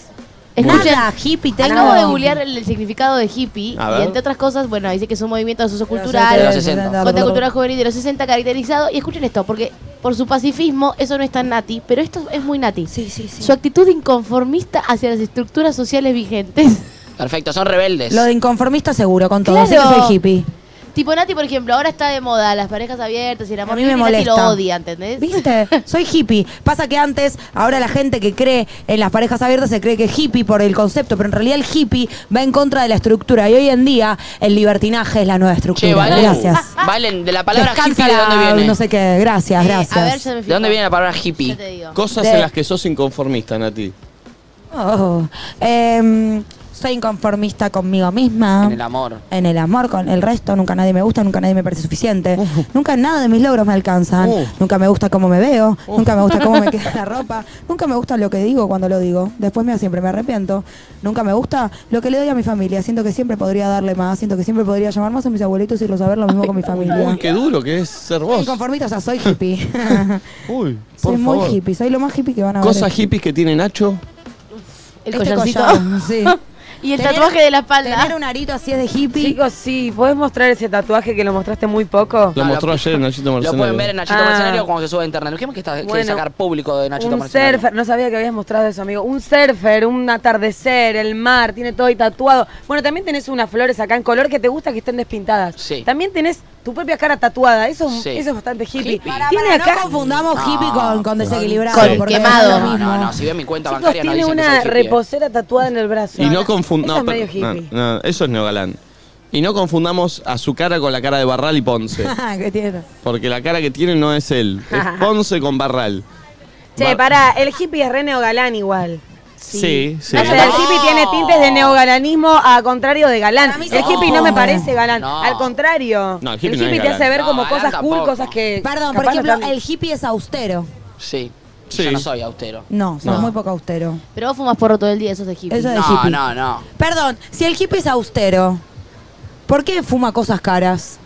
Speaker 5: Escucha,
Speaker 3: hippie,
Speaker 5: Acabo
Speaker 4: tengo.
Speaker 5: de googlear el, el significado de hippie
Speaker 4: A ver.
Speaker 5: y entre otras cosas, bueno, dice que es un movimiento
Speaker 4: De
Speaker 5: sociocultural,
Speaker 4: los 60.
Speaker 5: contra la cultura juvenil de los 60 caracterizado. Y escuchen esto, porque por su pacifismo, eso no es tan nati, pero esto es muy nati. Su actitud inconformista hacia las estructuras sociales vigentes.
Speaker 4: Perfecto, son rebeldes.
Speaker 3: Lo de inconformista seguro, con todo. Sé que
Speaker 5: Claro.
Speaker 3: soy hippie.
Speaker 5: tipo Nati, por ejemplo, ahora está de moda, las parejas abiertas y el amor
Speaker 3: A mí me
Speaker 5: libre, y Nati
Speaker 3: molesta.
Speaker 5: lo odia, ¿entendés? Eh,
Speaker 3: ¿Viste? Soy hippie. Pasa que antes, ahora la gente que cree en las parejas abiertas se cree que es hippie por el concepto, pero en realidad el hippie va en contra de la estructura. Y hoy en día el libertinaje es la nueva estructura.
Speaker 4: Che, Valen.
Speaker 3: Gracias.
Speaker 4: Valen, de la palabra
Speaker 3: Descansa
Speaker 4: hippie, ¿de dónde
Speaker 3: la-
Speaker 4: viene?
Speaker 3: No sé qué.
Speaker 5: Eh,
Speaker 3: Gracias, gracias.
Speaker 4: ¿De dónde viene la palabra hippie?
Speaker 1: Cosas
Speaker 3: De-
Speaker 1: en las que sos inconformista, Nati.
Speaker 3: Oh, em, soy inconformista conmigo misma.
Speaker 4: En el amor.
Speaker 3: En el amor, con el resto, nunca nadie me gusta, nunca nadie me parece suficiente. Nunca nada de mis logros me alcanzan. Nunca me gusta cómo me veo, nunca me gusta cómo me queda la ropa, nunca me gusta lo que digo cuando lo digo. Después me siempre me arrepiento. Nunca me gusta lo que le doy a mi familia. Siento que siempre podría darle más, siento que siempre podría llamar más a mis abuelitos y irlos a ver lo mismo con mi familia.
Speaker 1: Uy, qué duro que es ser
Speaker 3: Soy
Speaker 1: vos.
Speaker 3: inconformista, o sea, soy hippie.
Speaker 1: Uy, por
Speaker 3: soy
Speaker 1: favor.
Speaker 3: muy hippie, soy lo más hippie que van a ver.
Speaker 1: Cosas hippies que tiene Nacho.
Speaker 5: El
Speaker 3: Este
Speaker 5: collarcito.
Speaker 3: collar, sí.
Speaker 5: y el
Speaker 3: Tener-
Speaker 5: tatuaje de la espalda.
Speaker 3: tener un arito así es de hippie.
Speaker 2: Chicos, sí, ¿podés mostrar ese tatuaje que lo mostraste muy poco?
Speaker 1: Lo mostró ayer Nachito Marcelo.
Speaker 4: Lo pueden ver en Nachito
Speaker 2: Ah.
Speaker 4: Mercenario cuando se sube a internet. ¿Qué más que está, quiere
Speaker 2: Bueno.
Speaker 4: sacar público de Nachito
Speaker 2: un
Speaker 4: Mercenario?
Speaker 2: surfer, no sabía que habías mostrado eso, amigo. Un surfer, un atardecer, el mar, tiene todo ahí tatuado. Bueno, también tenés unas flores acá en color que te gusta que estén despintadas.
Speaker 4: Sí.
Speaker 2: También tenés tu propia cara tatuada. Eso, es-
Speaker 4: Sí.
Speaker 2: eso es bastante hippie.
Speaker 4: Hippie.
Speaker 2: Tiene acá.
Speaker 3: No confundamos hippie con, con desequilibrado.
Speaker 1: con
Speaker 3: porque
Speaker 1: quemado.
Speaker 3: no
Speaker 4: No,
Speaker 3: es lo
Speaker 4: no,
Speaker 3: mismo.
Speaker 4: no. Si ven mi cuenta
Speaker 2: Chicos,
Speaker 4: bancaria no
Speaker 2: tiene
Speaker 4: dicen que soy
Speaker 2: una
Speaker 4: hippie. ¿eh?
Speaker 2: reposera tatuada en el brazo.
Speaker 1: Y no confundamos.
Speaker 2: Eso es medio hippie.
Speaker 1: eso es neogalán. Y no confundamos a su cara con la cara de Barral y Ponce.
Speaker 3: Ah, Qué tierno.
Speaker 1: Porque la cara que tiene no es él. Es Ponce con Barral.
Speaker 2: Che,
Speaker 1: Bar-
Speaker 2: pará, el hippie es re neogalán igual.
Speaker 1: Sí, sí.
Speaker 2: O sea, el hippie tiene tintes de neogalanismo a contrario de galán.
Speaker 3: mí
Speaker 2: El
Speaker 3: sí.
Speaker 2: hippie no
Speaker 3: No.
Speaker 2: me parece galán,
Speaker 4: No.
Speaker 2: al contrario.
Speaker 1: No, el hippie no es
Speaker 2: te
Speaker 1: galán.
Speaker 2: hace ver
Speaker 4: No,
Speaker 2: como
Speaker 4: galán
Speaker 2: cosas cool,
Speaker 4: tampoco.
Speaker 2: cosas que
Speaker 3: Perdón, por
Speaker 2: capaz no
Speaker 3: ejemplo,
Speaker 2: están-
Speaker 3: el hippie es austero.
Speaker 4: Sí. Yo no soy austero.
Speaker 3: No, sos
Speaker 4: No.
Speaker 3: muy poco austero.
Speaker 5: Pero vos fumas porro todo el día, eso es de hippie.
Speaker 3: Eso es de
Speaker 4: No,
Speaker 3: hippie.
Speaker 4: no, no.
Speaker 3: Perdón, si el hippie es austero, ¿por qué fuma cosas caras?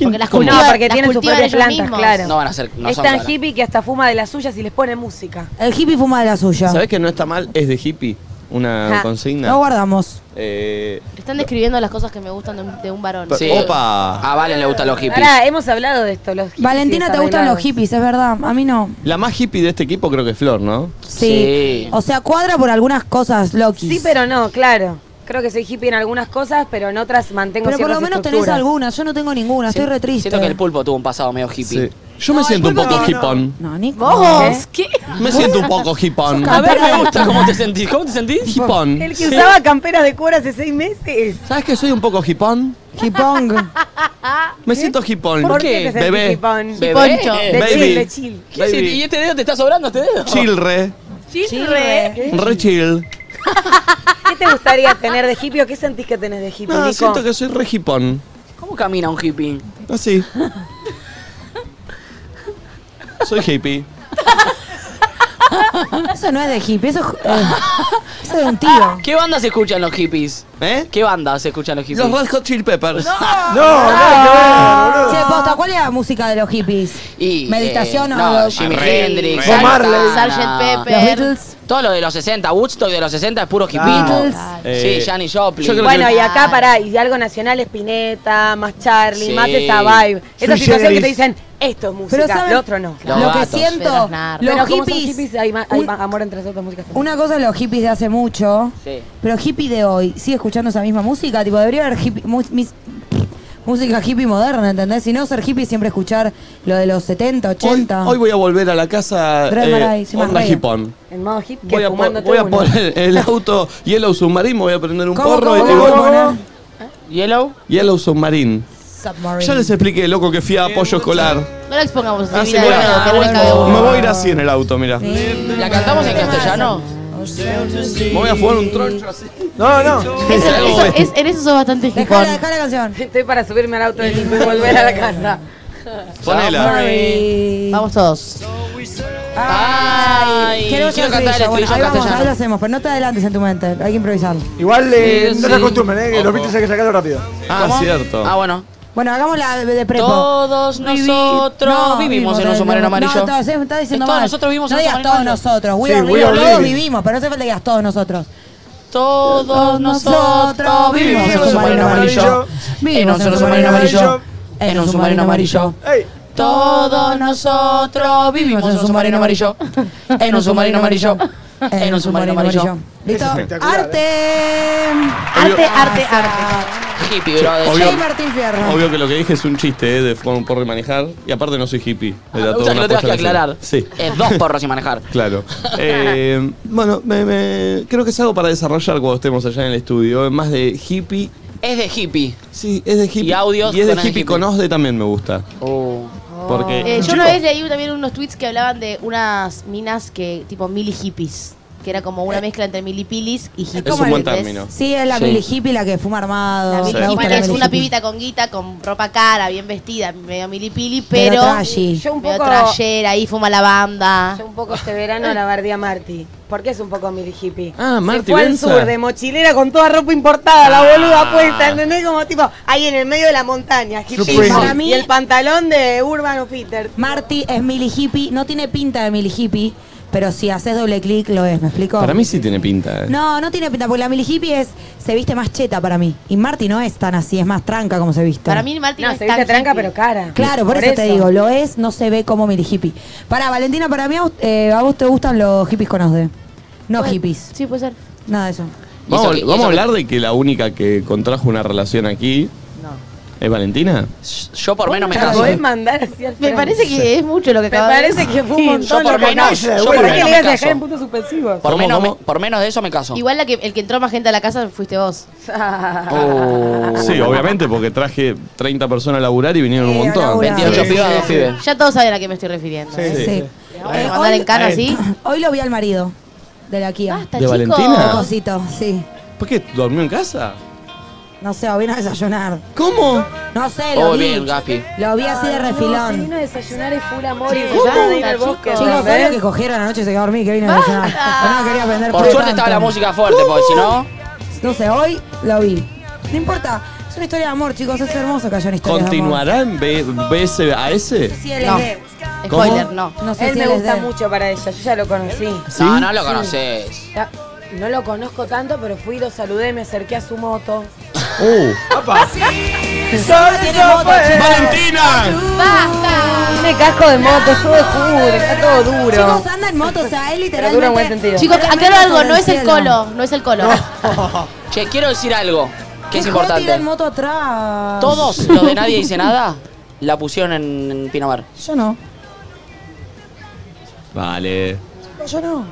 Speaker 5: Porque las
Speaker 4: ¿Cómo?
Speaker 5: cultivan,
Speaker 2: No, porque
Speaker 5: las
Speaker 2: tienen sus
Speaker 5: cultivan
Speaker 2: propias
Speaker 5: ellos
Speaker 2: plantas,
Speaker 5: mismos.
Speaker 2: claro.
Speaker 4: No van a ser. No
Speaker 2: es
Speaker 4: son
Speaker 2: tan
Speaker 4: caras.
Speaker 2: hippie que hasta fuma de las suyas y les pone música.
Speaker 3: El hippie fuma de la suya.
Speaker 1: ¿Sabés que no está mal? Es de hippie. Una
Speaker 2: Ja.
Speaker 1: consigna.
Speaker 3: No guardamos.
Speaker 1: Eh,
Speaker 5: Están describiendo las cosas que me gustan de un, de un varón.
Speaker 1: Sí. Ah, Opa.
Speaker 4: A Valen Ah, le gustan los hippies.
Speaker 2: Pará, eh. hemos hablado de esto. Los hippies
Speaker 3: Valentina, te gustan
Speaker 2: desarreglados.
Speaker 3: los hippies, es verdad. A mí no.
Speaker 1: La más hippie de este equipo creo que es Flor, ¿no?
Speaker 3: Sí. O sea, cuadra por algunas cosas, Loki.
Speaker 2: Sí, pero no, claro. Creo que soy hippie en algunas cosas, pero en otras mantengo
Speaker 3: Pero por
Speaker 2: ciertas
Speaker 3: lo menos tenés
Speaker 2: estructuras.
Speaker 3: algunas. Yo no tengo ninguna, estoy re triste.
Speaker 4: Siento que el pulpo tuvo un pasado medio hippie.
Speaker 1: Sí. Yo me siento un poco hippón.
Speaker 3: No, Nico.
Speaker 2: ¿Eh?
Speaker 5: ¿Vos? ¿Qué?
Speaker 1: Me siento un poco hippón.
Speaker 4: A ver, me gusta cómo te sentís. ¿Cómo te sentís?
Speaker 1: Hippón.
Speaker 2: El que usaba camperas de cuero hace seis meses.
Speaker 1: ¿Sabes que soy un poco hippón?
Speaker 3: Hipong.
Speaker 1: Me siento hippón.
Speaker 2: ¿Por qué? te
Speaker 1: Bebé.
Speaker 2: sentís hipón?
Speaker 4: Bebé.
Speaker 2: Hiponcho.
Speaker 1: Eh,
Speaker 2: De
Speaker 1: baby.
Speaker 2: chill, de chill.
Speaker 4: ¿Qué es?
Speaker 1: Baby. Oh.
Speaker 4: ¿Y este dedo te está sobrando este dedo?
Speaker 1: Chilre.
Speaker 2: Chilre. ¿Qué
Speaker 1: Re chill.
Speaker 2: qué te gustaría tener de hippie o qué sentís que tenés de hippie,
Speaker 1: No,
Speaker 2: Nico?
Speaker 1: siento que soy re hippón.
Speaker 4: ¿Cómo camina un hippie?
Speaker 1: Así. Soy hippie.
Speaker 3: Eso no es de hippie, eso es, eh, eso es de un tío.
Speaker 4: ¿Qué bandas escuchan los hippies? ¿Eh? ¿Qué bandas escuchan los hippies?
Speaker 1: Los Red Hot Chili Peppers.
Speaker 3: No,
Speaker 1: nada que ver, boludo.
Speaker 3: Che, posta, ¿cuál es la música de los hippies? ¿Meditación
Speaker 4: eh,
Speaker 3: o
Speaker 4: no,
Speaker 3: los-
Speaker 4: Jimi
Speaker 3: Arre,
Speaker 4: Hendrix,
Speaker 3: Bob
Speaker 4: Sar-
Speaker 3: Marley.
Speaker 4: Santana,
Speaker 5: Sgt. Pepper.
Speaker 3: Los
Speaker 4: Todo lo de los 60, Woodstock de los 60 es puro hipismo.
Speaker 5: Beatles.
Speaker 1: Eh,
Speaker 4: Sí, Janis Joplin.
Speaker 2: Bueno, y acá pará, y algo nacional es Pineta, más Charlie,
Speaker 4: Sí.
Speaker 2: más esa vibe. Esa
Speaker 4: Sui
Speaker 2: situación que
Speaker 4: generis.
Speaker 2: te dicen, esto es música,
Speaker 3: Pero, ¿saben?
Speaker 2: lo otro no.
Speaker 4: Los
Speaker 3: lo que
Speaker 4: gatos.
Speaker 3: siento,
Speaker 2: Pero,
Speaker 3: los
Speaker 2: pero como son
Speaker 3: hippies,
Speaker 2: hippies, hay, ma- hay ma- amor entre esas dos músicas.
Speaker 3: Una cosa es los hippies de hace mucho,
Speaker 2: Sí.
Speaker 3: pero hippie de hoy, ¿sigue escuchando esa misma música? Tipo, debería haber hippie- mu- mis- música hippie moderna, ¿entendés? Si no ser hippie, siempre escuchar lo de los 70, 80.
Speaker 1: Hoy voy a volver a la casa
Speaker 3: Drive by,
Speaker 1: eh,
Speaker 3: se me
Speaker 1: onda
Speaker 3: arraiga.
Speaker 1: hipón.
Speaker 2: En modo hip,
Speaker 1: Voy a, po- voy a poner el auto Yellow Submarine, voy a prender un
Speaker 3: ¿Cómo,
Speaker 1: porro
Speaker 3: cómo,
Speaker 1: y
Speaker 3: cómo,
Speaker 1: voy-
Speaker 3: cómo?
Speaker 4: ¿Yellow?
Speaker 1: Yellow Submarine.
Speaker 3: Submarine.
Speaker 1: Ya les expliqué, loco, que fui a apoyo escolar.
Speaker 5: No la expongamos
Speaker 4: Ah,
Speaker 1: Así
Speaker 5: divina,
Speaker 1: que-
Speaker 5: no, que no le cabe uno.
Speaker 1: me voy a ir así en el auto, mira.
Speaker 4: ¿La cantamos en castellano?
Speaker 1: Me voy a jugar un troncho así.
Speaker 9: No, no.
Speaker 5: Eso- eso- es- en eso sos bastante hipón.
Speaker 3: Dejala, dejá la canción.
Speaker 2: Estoy para subirme al auto del hip y volver a la casa.
Speaker 1: Ponela.
Speaker 5: Vamos todos.
Speaker 4: Ay,
Speaker 3: Quiero
Speaker 4: quiero
Speaker 3: cantar
Speaker 4: cantar el
Speaker 3: bueno,
Speaker 4: estribillo
Speaker 3: ahí vamos,
Speaker 4: en
Speaker 3: ahí lo
Speaker 4: castellano.
Speaker 3: hacemos, pero no te adelantes en tu mente, hay que improvisar.
Speaker 9: Igual eh,
Speaker 4: Sí,
Speaker 9: no
Speaker 4: sí.
Speaker 9: se acostumbren, eh, que los Beatles hay que sacarlo rápido.
Speaker 1: Ah, cierto.
Speaker 4: Ah, bueno.
Speaker 3: Bueno, hagamos la de de prepo.
Speaker 4: Todos nosotros
Speaker 3: No,
Speaker 4: vivimos en un submarino amarillo.
Speaker 3: No, estás, estás diciendo
Speaker 4: Todos
Speaker 3: mal.
Speaker 4: nosotros vivimos
Speaker 3: no
Speaker 4: en un
Speaker 3: digas
Speaker 4: submarino
Speaker 3: todos
Speaker 4: amarillo.
Speaker 3: nosotros. We
Speaker 9: Sí,
Speaker 3: are
Speaker 9: we
Speaker 3: real,
Speaker 9: are
Speaker 3: todos
Speaker 9: living.
Speaker 3: vivimos, pero no hace falta que digas todos nosotros.
Speaker 4: Todos nosotros vivimos en un submarino amarillo.
Speaker 3: Vivimos
Speaker 4: en un submarino amarillo. En un submarino amarillo.
Speaker 9: Ey,
Speaker 4: Todos nosotros vivimos en un submarino amarillo. En un submarino amarillo. En un submarino amarillo.
Speaker 3: ¿Listo?
Speaker 9: espectacular,
Speaker 3: Arte.
Speaker 5: Arte,
Speaker 4: Ah,
Speaker 5: arte, arte.
Speaker 4: Hippie, brother.
Speaker 1: Obvio.
Speaker 3: Jay Martín Fierro.
Speaker 1: Obvio que lo que dije es un chiste, eh, de fumar un porro y manejar. Y aparte no soy hippie. Era
Speaker 4: Me
Speaker 1: toda
Speaker 4: gusta que
Speaker 1: una
Speaker 4: Ah, lo tengas que
Speaker 1: puesta en escena.
Speaker 4: aclarar. Eh.
Speaker 1: Sí.
Speaker 4: Es dos porros y manejar.
Speaker 1: Claro. Eh, bueno, me- me- creo que es algo para desarrollar cuando estemos allá en el estudio. Es Más de hippie.
Speaker 4: Es de hippie.
Speaker 1: Sí, es de hippie.
Speaker 4: Y audios
Speaker 1: Y es de
Speaker 4: con el
Speaker 1: hippie,
Speaker 4: hippie.
Speaker 1: con OSDE también me gusta. Porque.
Speaker 5: Eh, yo
Speaker 1: Chico,
Speaker 5: una vez leí también unos tweets que hablaban de unas minas que, tipo, mili hippies. Que era como una mezcla entre milipilis y hippies.
Speaker 1: Es un buen
Speaker 5: ¿entendés?
Speaker 1: término.
Speaker 3: Sí, es la
Speaker 4: Sí.
Speaker 3: Billy Hippie la que fuma armado.
Speaker 5: La
Speaker 3: Ah, Me
Speaker 5: mili
Speaker 3: gusta
Speaker 5: hippie,
Speaker 3: la
Speaker 5: que es
Speaker 3: Billie
Speaker 5: una
Speaker 3: Hippie.
Speaker 5: pibita con guita, con ropa cara, bien vestida, medio milipili,
Speaker 3: Pero
Speaker 5: pero,
Speaker 3: trashy.
Speaker 2: Yo un
Speaker 5: medio
Speaker 2: poco,
Speaker 5: trayera, ahí fuma la banda.
Speaker 2: yo un poco este verano la bardía a Marty. Porque es un poco mili hippie.
Speaker 1: Ah, Marty
Speaker 2: Se fue
Speaker 1: Benza. Ah.
Speaker 2: al sur de mochilera con toda ropa importada, la boluda puesta, ¿entendés? Como tipo, ahí en el medio de la montaña, hippie.
Speaker 9: Supreme.
Speaker 3: Para mí-
Speaker 2: y el pantalón de Urban Fitter.
Speaker 3: Marty es mili hippie, no tiene pinta de mili hippie, pero si haces doble clic lo es, ¿me explico?
Speaker 1: Para mí sí tiene pinta, eh.
Speaker 3: No, no tiene pinta, porque la mili hippie es, se viste más cheta para mí. Y Marty no es tan así, es más tranca como se viste.
Speaker 5: Para mí Martín
Speaker 2: No,
Speaker 5: es
Speaker 2: se
Speaker 5: tan
Speaker 2: viste tranca,
Speaker 5: hippie.
Speaker 2: pero cara.
Speaker 3: Claro, por, eso, te digo, lo es, no se ve como mili hippie. Para Valentina, para mí a, vos- eh, a vos te gustan los hippies con OSDE. No
Speaker 5: Puede-
Speaker 3: hippies,
Speaker 5: Sí, puede ser.
Speaker 3: nada de eso.
Speaker 1: Vamos,
Speaker 4: Y eso- y
Speaker 1: vamos
Speaker 4: eso-
Speaker 1: a hablar de que la única que contrajo una relación aquí. ¿Es Valentina?
Speaker 4: Yo por menos me
Speaker 2: La podés
Speaker 4: caso. ¿eh?
Speaker 2: mandar así al
Speaker 5: Me
Speaker 2: frente.
Speaker 5: parece que es mucho lo que
Speaker 2: Me
Speaker 5: acaba de
Speaker 2: parece que fue un
Speaker 4: Yo
Speaker 2: montón.
Speaker 4: por
Speaker 2: lo que
Speaker 4: menos,
Speaker 2: acabas-
Speaker 4: yo por
Speaker 2: Pensé que
Speaker 4: menos
Speaker 2: le
Speaker 4: me
Speaker 2: ibas a dejar
Speaker 4: caso.
Speaker 2: en puntos suspensivos.
Speaker 4: Por
Speaker 1: ¿Cómo,
Speaker 4: menos,
Speaker 1: cómo?
Speaker 4: me- por menos de eso me caso.
Speaker 5: Igual la que, el que entró más gente a la casa fuiste vos.
Speaker 1: Sí, obviamente, porque traje 30 personas a laburar y vinieron un
Speaker 3: Eh, a
Speaker 1: montón.
Speaker 3: laburar.
Speaker 4: 28
Speaker 1: Sí.
Speaker 4: pibas, dos pibes.
Speaker 5: Ya todos saben a qué me estoy refiriendo.
Speaker 9: Sí,
Speaker 5: ¿eh?
Speaker 3: Sí.
Speaker 9: sí.
Speaker 5: Le Vamos a
Speaker 3: Eh,
Speaker 5: mandar
Speaker 3: hoy-
Speaker 5: en cara así.
Speaker 3: Hoy lo vi al marido de la Kia.
Speaker 5: Basta,
Speaker 1: ¿De
Speaker 5: chicos.
Speaker 1: Valentina?
Speaker 3: Cosito, sí.
Speaker 1: ¿Por qué? ¿Dormió en casa?
Speaker 3: No sé, o vino a desayunar.
Speaker 1: ¿Cómo?
Speaker 3: No sé, lo
Speaker 4: Oh,
Speaker 3: vi.
Speaker 4: bien, Gaspi.
Speaker 3: Lo vi así de
Speaker 2: No, ¿Eh? se
Speaker 3: refilón.
Speaker 2: vino a desayunar es full amor y
Speaker 5: ¿Cómo?
Speaker 2: se de ir al bosque.
Speaker 3: Chicos, ¿sabes lo
Speaker 2: ¿entendés?
Speaker 3: que cogieron anoche? y Se quedó dormido que vino a desayunar. Pero no quería aprender
Speaker 4: Por suerte estaba la música fuerte, porque si no.
Speaker 3: No sé, hoy lo vi. No importa. Es una historia de amor, chicos. Es hermoso que haya una historia de amor.
Speaker 1: ¿Continuará en B- BSAS?
Speaker 3: Sí, él es
Speaker 5: No.
Speaker 3: gay.
Speaker 1: ¿Cómo?
Speaker 5: Spoiler, no.
Speaker 3: No sé
Speaker 2: Él
Speaker 3: si
Speaker 2: me
Speaker 3: él es
Speaker 2: gusta
Speaker 3: gay.
Speaker 2: mucho para ella, yo ya lo conocí.
Speaker 1: ¿Sí?
Speaker 4: No, no lo conoces.
Speaker 2: Ya, No lo conozco tanto, pero fui, lo saludé, me acerqué a su moto.
Speaker 1: Uh,
Speaker 3: Tiene moto, chicos.
Speaker 1: ¡Valentina!
Speaker 2: Tiene casco de moto, es todo oscuro, está todo duro.
Speaker 3: Chicos, anda en moto, o sea, él
Speaker 2: Pero duro en buen
Speaker 3: literalmente.
Speaker 2: sentido.
Speaker 5: Chicos, aclaro algo, no es el
Speaker 3: cielo.
Speaker 5: colo, no es el colo.
Speaker 4: Che, quiero decir algo que es
Speaker 3: Dejó de tirar
Speaker 4: importante.
Speaker 3: en moto atrás?
Speaker 4: Todos los de Nadie Dice Nada la pusieron en, en Pinamar.
Speaker 3: Yo no.
Speaker 1: Vale.
Speaker 3: Yo no.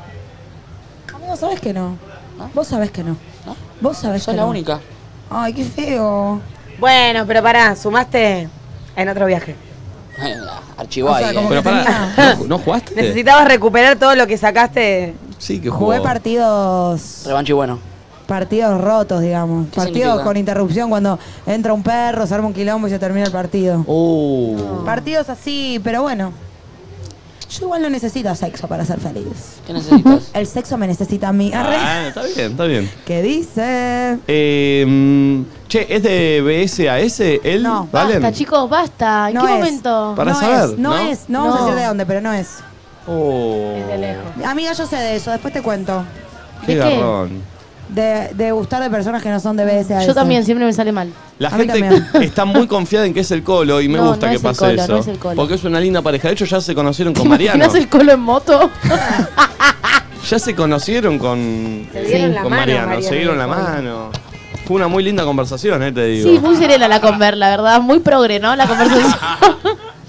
Speaker 3: Amigo, sabés que no. Vos sabés que no.
Speaker 4: ¿No?
Speaker 3: Vos sabés
Speaker 4: ¿Ah? Sos
Speaker 3: que
Speaker 4: la
Speaker 3: no.
Speaker 4: única.
Speaker 3: Ay, qué feo.
Speaker 2: Bueno, pero pará, sumaste en otro viaje.
Speaker 4: Archivó
Speaker 3: O sea,
Speaker 4: ahí.
Speaker 3: como-
Speaker 4: eh.
Speaker 1: Pero
Speaker 3: Tenía.
Speaker 1: pará, ¿no, no jugaste?
Speaker 2: Necesitabas recuperar todo lo que sacaste.
Speaker 1: Sí, que jugó.
Speaker 3: Jugué partidos
Speaker 4: Revanchi bueno.
Speaker 3: partidos rotos, digamos. Partidos
Speaker 4: significa?
Speaker 3: con interrupción cuando entra un perro, se arma un quilombo y se termina el partido.
Speaker 1: Uh.
Speaker 3: Partidos así, pero bueno. Yo igual no necesito sexo para ser feliz.
Speaker 4: ¿Qué necesitas?
Speaker 3: El sexo me necesita a mí. Arre.
Speaker 1: Ah, está bien, está bien.
Speaker 3: ¿Qué dice?
Speaker 1: Eh, mm, che, ¿es de BSAS él? No, ¿Valen?
Speaker 5: Basta, chicos, basta. ¿En
Speaker 3: No
Speaker 5: qué
Speaker 3: es.
Speaker 5: momento?
Speaker 1: Para
Speaker 3: no
Speaker 1: saber,
Speaker 3: Es, no,
Speaker 1: ¿no?
Speaker 3: es, no vamos a
Speaker 5: No.
Speaker 3: decir de dónde, pero no es.
Speaker 1: Oh,
Speaker 3: Amiga, yo sé de eso, después te cuento.
Speaker 1: qué garrón.
Speaker 3: De, de gustar de personas que no son de BSA.
Speaker 5: Yo también, siempre me sale mal.
Speaker 3: A
Speaker 1: La
Speaker 3: mí
Speaker 1: gente
Speaker 3: también.
Speaker 1: está muy confiada en que es el colo y me
Speaker 5: No,
Speaker 1: gusta
Speaker 5: no
Speaker 1: que
Speaker 5: es el
Speaker 1: pase
Speaker 5: colo,
Speaker 1: eso.
Speaker 5: no es el colo.
Speaker 1: Porque es una linda pareja. De hecho, ya se conocieron
Speaker 5: ¿Te
Speaker 1: con Mariano.
Speaker 5: imaginas el colo en moto?
Speaker 1: Ya se conocieron con,
Speaker 5: Se dieron la
Speaker 1: con
Speaker 5: mano,
Speaker 1: Mariano,
Speaker 5: Mariano
Speaker 1: se
Speaker 5: y
Speaker 1: dieron
Speaker 5: el
Speaker 1: la
Speaker 5: colo.
Speaker 1: mano. Fue una muy linda conversación, eh, te digo.
Speaker 5: Sí, muy serena la conver, la verdad. Muy progre, ¿no? La conversación.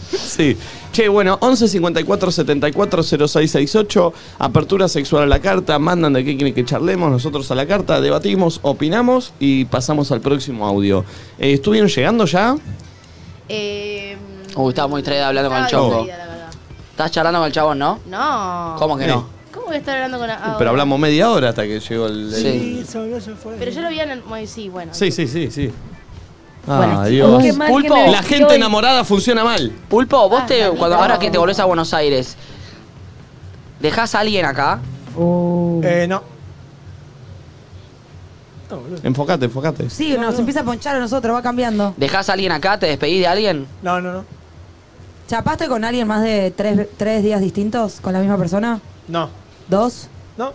Speaker 1: Sí. Che, bueno, 11 54 74 06 68, apertura sexual a la carta, mandan de qué quieren que charlemos, nosotros a la carta, debatimos, opinamos y pasamos al próximo audio. Eh, ¿Estuvieron llegando ya?
Speaker 5: Eh,
Speaker 4: Uy, estaba muy traída hablando con el
Speaker 5: estaba
Speaker 4: chongo.
Speaker 5: distraída, la verdad.
Speaker 4: Estás charlando con el chabón, ¿no?
Speaker 5: No.
Speaker 4: ¿Cómo que
Speaker 1: Sí.
Speaker 4: no?
Speaker 5: ¿Cómo voy a estar hablando con la- ah,
Speaker 1: Pero hablamos media hora hasta que llegó el...
Speaker 4: Sí.
Speaker 5: Pero yo lo vi en el. bueno, Sí, bueno.
Speaker 1: Sí, sí, sí, sí.
Speaker 4: Bueno,
Speaker 1: Ah,
Speaker 4: chicos,
Speaker 1: Dios.
Speaker 4: qué mal que Pulpo. me
Speaker 1: la
Speaker 4: vestí
Speaker 1: gente
Speaker 4: hoy.
Speaker 1: enamorada funciona mal.
Speaker 4: Pulpo,
Speaker 3: Ah,
Speaker 4: vos te,
Speaker 5: Juanito.
Speaker 4: cuando, ahora que te volvés a Buenos Aires, ¿dejás a alguien acá?
Speaker 9: Eh, no.
Speaker 1: Enfocate, enfocate.
Speaker 3: Sí, nos empieza a ponchar a nosotros, va cambiando.
Speaker 4: ¿Dejás a alguien acá? ¿Te despedís de alguien?
Speaker 9: No, no, no.
Speaker 3: ¿Chapaste con alguien más de tres, tres días distintos con la misma persona?
Speaker 9: No.
Speaker 3: ¿Dos?
Speaker 9: No.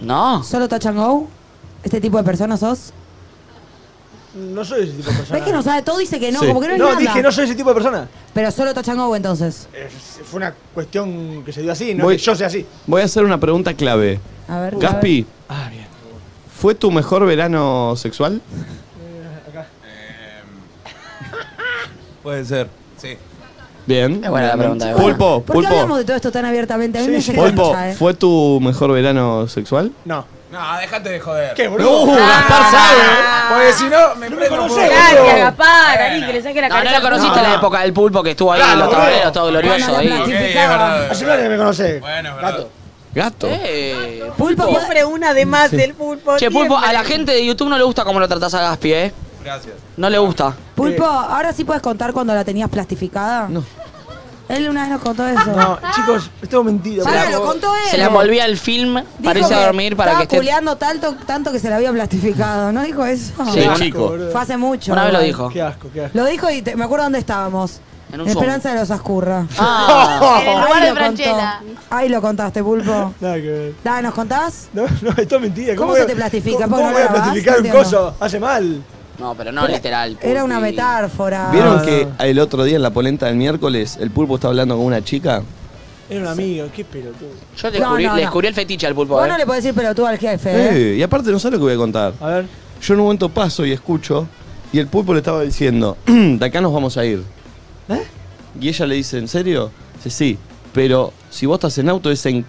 Speaker 4: No.
Speaker 3: ¿Solo touch and go? ¿Este tipo de persona sos?
Speaker 9: No soy ese tipo de persona.
Speaker 3: ¿Ves que no sabe todo? Dice que no,
Speaker 9: Sí.
Speaker 3: como que no es
Speaker 9: No,
Speaker 3: nada.
Speaker 9: dije no soy ese tipo de persona.
Speaker 3: Pero solo touch and go entonces.
Speaker 9: Eh, Fue una cuestión que se dio así, no
Speaker 1: Voy-
Speaker 9: que yo sea así.
Speaker 1: Voy a hacer una pregunta clave.
Speaker 3: A ver.
Speaker 1: Gaspi. ¿Fue tu mejor verano sexual?
Speaker 15: Eh, Puede ser, sí.
Speaker 1: Bien.
Speaker 4: Es buena la pregunta, es buena.
Speaker 1: Pulpo,
Speaker 3: ¿Por qué hablamos
Speaker 1: pulpo.
Speaker 3: de todo esto tan abiertamente? A mí me llega
Speaker 1: Pulpo,
Speaker 3: mucha, eh.
Speaker 1: ¿fue tu mejor verano sexual?
Speaker 9: No. Uh.
Speaker 15: No, déjate de joder.
Speaker 9: ¿Qué,
Speaker 15: boludo?
Speaker 1: No,
Speaker 4: Ah,
Speaker 1: Gaspar
Speaker 15: sabe. Porque si no, me prendo por
Speaker 2: Gracias, Gaspar. Ari, que le saque la
Speaker 3: Ah,
Speaker 4: No, no
Speaker 2: cabeza.
Speaker 4: lo conociste en la época del pulpo que estuvo ahí en los
Speaker 9: boludo.
Speaker 4: tableros, todo glorioso ahí.
Speaker 9: Hace un año que me conocés. Bueno,
Speaker 1: Gato.
Speaker 4: Eh,
Speaker 3: Pulpo,
Speaker 2: Siempre una de más del pulpo.
Speaker 4: Che, Pulpo,
Speaker 2: siempre.
Speaker 4: a la gente de YouTube no le gusta cómo lo tratás a Gaspi, ¿eh?
Speaker 15: Gracias.
Speaker 4: No le gusta.
Speaker 3: Pulpo, ¿ahora sí puedes contar cuando la tenías plastificada? No. Él una vez nos contó eso.
Speaker 9: No, chicos, esto es mentira.
Speaker 3: Pará,
Speaker 9: boludo.
Speaker 3: lo contó él.
Speaker 4: Se la envolvía el film para irse a dormir para
Speaker 3: estaba
Speaker 4: que esté...
Speaker 3: culeando tanto, tanto que se la había plastificado. ¿No dijo eso?
Speaker 4: Sí.
Speaker 1: De chico.
Speaker 3: Fue hace mucho.
Speaker 4: Una vez lo
Speaker 3: igual.
Speaker 4: dijo.
Speaker 9: Qué asco, qué asco.
Speaker 3: Lo dijo y te- me acuerdo dónde estábamos.
Speaker 4: En un
Speaker 3: Esperanza de los Ascurra.
Speaker 4: Ah,
Speaker 5: En el lugar
Speaker 3: Ahí lo
Speaker 5: de
Speaker 3: contó.
Speaker 5: Franchella.
Speaker 3: Ahí lo contaste, Pulpo.
Speaker 9: Nada que ver.
Speaker 3: Dale, ¿nos contás?
Speaker 9: No, no, esto es mentira.
Speaker 3: ¿Cómo
Speaker 9: voy
Speaker 3: se
Speaker 9: a-
Speaker 3: te plastifica?
Speaker 9: ¿Cómo,
Speaker 3: Porque
Speaker 9: cómo
Speaker 3: no
Speaker 9: voy a
Speaker 3: grabás,
Speaker 9: plastificar un
Speaker 3: entiendo.
Speaker 9: coso? Hace mal.
Speaker 4: no, pero no literal.
Speaker 3: Era una
Speaker 4: Pulpi.
Speaker 3: metáfora.
Speaker 1: ¿Vieron que el otro día en la polenta del miércoles el pulpo está hablando con una chica?
Speaker 9: Era un amigo, qué pelotudo.
Speaker 4: Yo
Speaker 3: No,
Speaker 4: descubrí,
Speaker 3: no,
Speaker 4: le
Speaker 3: no.
Speaker 4: descubrí el fetiche al pulpo,
Speaker 3: Vos no
Speaker 4: ¿eh?
Speaker 3: le podés decir pelotudo al jefe. ¿eh?
Speaker 1: Eh, y aparte no sé lo que voy a contar.
Speaker 9: A ver.
Speaker 1: Yo en un momento paso y escucho y el pulpo le estaba diciendo, de acá nos vamos a ir.
Speaker 9: ¿Eh?
Speaker 1: Y ella le dice, ¿en serio? Dice, sí, pero si vos estás en auto es en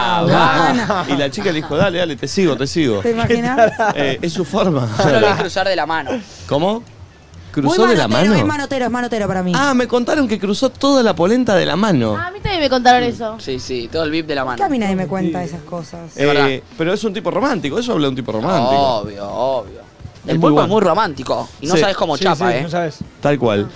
Speaker 1: caravana. Y la chica le dijo, dale, dale, te sigo, te sigo.
Speaker 3: ¿Te imaginas?
Speaker 1: Eh, es su forma.
Speaker 4: Yo lo vi cruzar de la mano.
Speaker 1: ¿Cómo?
Speaker 3: Muy
Speaker 1: ¿Cruzó de la
Speaker 3: manotero,
Speaker 1: mano?
Speaker 3: Es manotero, es manotero para mí.
Speaker 1: Ah, me contaron que cruzó toda la polenta de la mano.
Speaker 5: Ah, a mí también me contaron
Speaker 1: Mm.
Speaker 5: eso.
Speaker 4: Sí, sí, todo el VIP de la
Speaker 3: ¿Por qué a
Speaker 4: mano.
Speaker 3: mí nadie me cuenta esas cosas?
Speaker 1: Eh,
Speaker 4: verdad. Oh.
Speaker 1: pero es un tipo romántico, eso habla de un tipo romántico.
Speaker 4: Obvio, obvio. El
Speaker 1: Es muy
Speaker 4: pulpo es
Speaker 1: bueno.
Speaker 4: muy romántico. Y no
Speaker 1: Sí.
Speaker 4: sabes cómo
Speaker 9: Sí,
Speaker 4: chapa,
Speaker 9: sí,
Speaker 4: ¿eh?
Speaker 9: No sabes.
Speaker 1: Tal cual.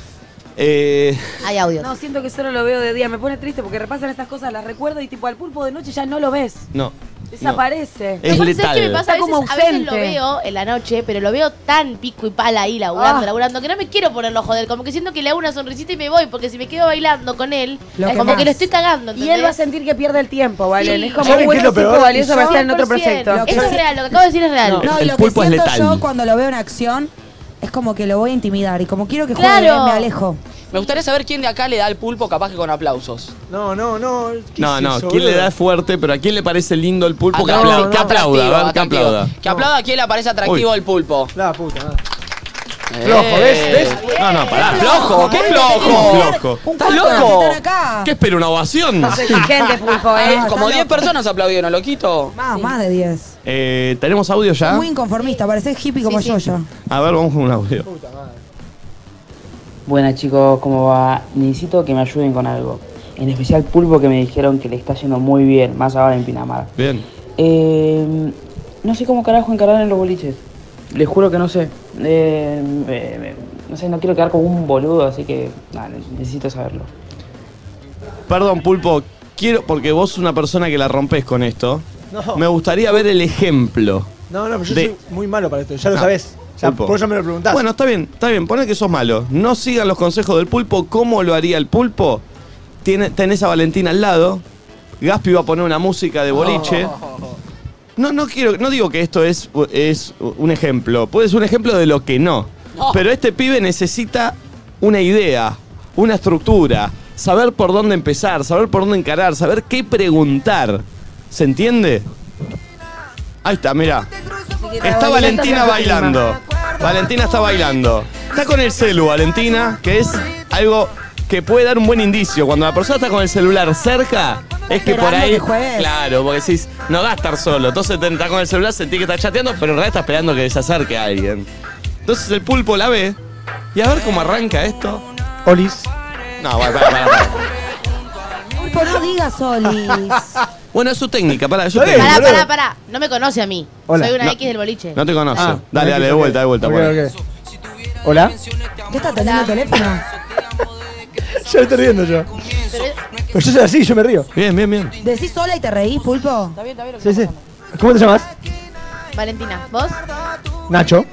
Speaker 1: Eh,
Speaker 5: Hay audio.
Speaker 2: No, siento que solo lo veo de día. Me pone triste porque repasan estas cosas, las recuerdo y tipo al pulpo de noche ya no lo ves.
Speaker 1: no.
Speaker 2: Desaparece.
Speaker 1: Es
Speaker 5: Aparte,
Speaker 1: letal.
Speaker 5: ¿sabes qué me pasa? A
Speaker 2: Está como
Speaker 5: veces, a veces lo
Speaker 2: ausente.
Speaker 5: veo en la noche, pero lo veo tan pico y pala ahí laburando,
Speaker 2: Ah.
Speaker 5: laburando, que no me quiero ponerlo a joder. Como que siento que le hago una sonrisita y me voy, porque si me quedo bailando con él,
Speaker 3: Lo
Speaker 5: es
Speaker 3: que
Speaker 5: como
Speaker 3: más.
Speaker 5: que lo estoy cagando.
Speaker 2: Y él va a
Speaker 5: ¿entendés?
Speaker 2: sentir que pierde el tiempo, Valen.
Speaker 5: Sí.
Speaker 2: Es como
Speaker 9: ¿Saben
Speaker 2: un buen
Speaker 9: qué es lo
Speaker 2: chico
Speaker 9: peor?
Speaker 2: valioso para estar en otro
Speaker 5: 100%.
Speaker 2: proyecto.
Speaker 5: Eso es real, lo que acabo de decir es real.
Speaker 1: No.
Speaker 3: No, y
Speaker 1: El
Speaker 3: lo que
Speaker 1: pulpo es
Speaker 3: siento
Speaker 1: letal.
Speaker 3: yo cuando lo veo en acción es como que lo voy a intimidar y como quiero que juegue bien,
Speaker 5: Claro.
Speaker 3: me alejo.
Speaker 4: Me gustaría saber quién de acá le da al pulpo capaz que con aplausos.
Speaker 9: No, no, no. ¿qué
Speaker 1: No,
Speaker 9: es
Speaker 1: no,
Speaker 9: eso,
Speaker 1: ¿quién le
Speaker 9: boludo?
Speaker 1: da fuerte? Pero ¿a quién le parece lindo el pulpo? Que,
Speaker 4: Atractivo,
Speaker 1: apla- que aplauda,
Speaker 4: atractivo,
Speaker 1: a ver, que
Speaker 4: atractivo.
Speaker 1: aplauda. Eh.
Speaker 4: Que aplauda a quien le parece atractivo
Speaker 1: Uy.
Speaker 4: el pulpo. Eh,
Speaker 9: La puta, madre.
Speaker 4: Flojo,
Speaker 9: ¿ves? ¿Ves?
Speaker 1: No, no, pará.
Speaker 4: Flojo, qué flojo.
Speaker 1: flojo.
Speaker 3: Un
Speaker 4: ¿Estás
Speaker 3: cuarto de los
Speaker 4: loco?
Speaker 3: que están acá.
Speaker 1: ¿Qué espera? ¿Una ovación?
Speaker 2: Gente, pulpo,
Speaker 4: Eh,
Speaker 2: ¿eh?
Speaker 4: como
Speaker 3: Ah, está
Speaker 4: 10 personas aplaudieron, loquito.
Speaker 3: Más, más de 10.
Speaker 1: Eh, ¿Tenemos audio ya?
Speaker 3: Muy inconformista, pareces hippie como
Speaker 5: Sí,
Speaker 3: yo
Speaker 5: sí.
Speaker 3: yo.
Speaker 1: A ver, vamos con un audio.
Speaker 16: Buenas chicos, ¿cómo va? Necesito que me ayuden con algo. En especial Pulpo que me dijeron que le está yendo muy bien, más ahora en Pinamar.
Speaker 1: Bien.
Speaker 16: Eh, no sé cómo carajo encarar en los boliches. Les juro que no sé. Eh, me- me- no sé, no quiero quedar como un boludo, así que nada, necesito saberlo.
Speaker 1: Perdón, pulpo, Quiero, porque vos una persona que la rompes con esto,
Speaker 9: No.
Speaker 1: me gustaría ver el ejemplo.
Speaker 9: No, no, pero yo
Speaker 1: De-
Speaker 9: soy muy malo para esto, ya lo
Speaker 1: No.
Speaker 9: sabés. O sea,
Speaker 1: Pulpo.
Speaker 9: por eso me lo preguntás.
Speaker 1: Bueno, está bien, está bien. Poné que sos malo. No sigan los consejos del pulpo. ¿Cómo lo haría el pulpo? Tiene, tenés a Valentina al lado. Gaspi va a poner una música de boliche. No, no quiero, no digo que esto es, es un ejemplo. Puede ser un ejemplo de lo que no.
Speaker 17: No.
Speaker 1: Pero este pibe necesita una idea, una estructura, saber por dónde empezar, saber por dónde encarar, saber qué preguntar. ¿Se entiende? Ahí está, mirá. Está Valentina bailando. Valentina está bailando. Está con el celu, Valentina, que es algo que puede dar un buen indicio. Cuando la persona está con el celular cerca, es que por
Speaker 3: Esperando
Speaker 1: ahí.
Speaker 3: que juegues.
Speaker 1: claro, porque decís, no va a estar solo. Entonces te está con el celular, sentí que está chateando, pero en realidad está esperando que se acerque a alguien. Entonces el pulpo la ve. Y a ver cómo arranca esto.
Speaker 9: Olis.
Speaker 1: No, para, para, para.
Speaker 3: Pulpo, no digas Olis.
Speaker 1: Bueno, es su técnica, para, es su
Speaker 9: Está bien,
Speaker 1: técnica.
Speaker 5: Pará, pará, pará. No me conoce a mí.
Speaker 1: Hola.
Speaker 5: Soy una
Speaker 1: No.
Speaker 5: X del boliche.
Speaker 1: No te conoce.
Speaker 9: Ah,
Speaker 1: dale, dale, de vuelta, de vuelta.
Speaker 9: Ok,
Speaker 1: bueno.
Speaker 9: ok. Hola.
Speaker 3: ¿Qué está teniendo el teléfono?
Speaker 9: Ya me estoy riendo yo. Pero yo soy así, yo me río.
Speaker 1: Bien, bien, bien.
Speaker 3: ¿Decís sola y te reís, Pulpo?
Speaker 9: Sí, sí. ¿Cómo te llamas?
Speaker 5: Valentina, ¿vos?
Speaker 9: Nacho.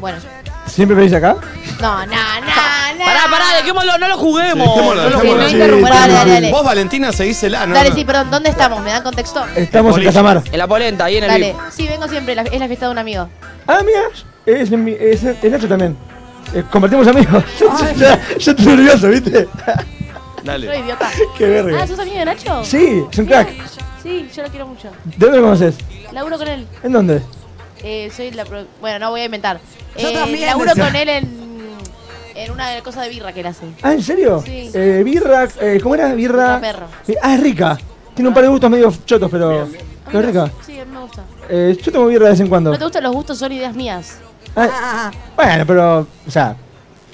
Speaker 5: Bueno.
Speaker 9: ¿Siempre venís acá?
Speaker 5: No, no, no, no.
Speaker 4: Pará, pará, dejémoslo, no lo juguemos.
Speaker 1: Dejémoslo,
Speaker 4: No lo
Speaker 1: dejémoslo.
Speaker 4: juguemos. Dale, dale, dale.
Speaker 1: Vos, Valentina, seguísela, ¿no?
Speaker 5: Dale,
Speaker 1: no.
Speaker 5: sí, perdón, ¿dónde estamos? ¿Me dan contexto?
Speaker 9: Estamos en Casamar.
Speaker 4: En la polenta, ahí en el
Speaker 5: Dale,
Speaker 4: VIP.
Speaker 5: sí, vengo siempre, la- es la fiesta de un amigo.
Speaker 9: Ah, mira. Es, mi- es, es Nacho también. Eh, compartimos amigos. yo, yo- yo estoy nervioso, ¿viste?
Speaker 5: Soy idiota.
Speaker 9: Qué verga.
Speaker 5: Ah, ¿sos amigo de Nacho?
Speaker 9: Sí, es un
Speaker 5: Mirá,
Speaker 9: crack.
Speaker 5: Sí, yo lo quiero mucho.
Speaker 9: ¿De dónde lo conoces?
Speaker 5: Laburo con él.
Speaker 9: ¿En dónde?
Speaker 5: Eh, soy la pro- Bueno, no voy a inventar.
Speaker 3: Yo
Speaker 5: Eh,
Speaker 3: también,
Speaker 5: Laburo
Speaker 3: o sea.
Speaker 5: con él en, en una cosa de birra que él hace.
Speaker 9: Ah, ¿en serio?
Speaker 5: Sí.
Speaker 9: Eh, birra, eh, ¿cómo era? Birra.
Speaker 5: Birra perro.
Speaker 9: Eh, Ah, es rica. Tiene un par de gustos medio chotos, pero. Pero es rica.
Speaker 5: Sí, a mí me gusta.
Speaker 9: Eh, yo tomo birra de vez en cuando.
Speaker 5: No te gustan los gustos, son ideas mías.
Speaker 9: Ah, Bueno, pero. O sea.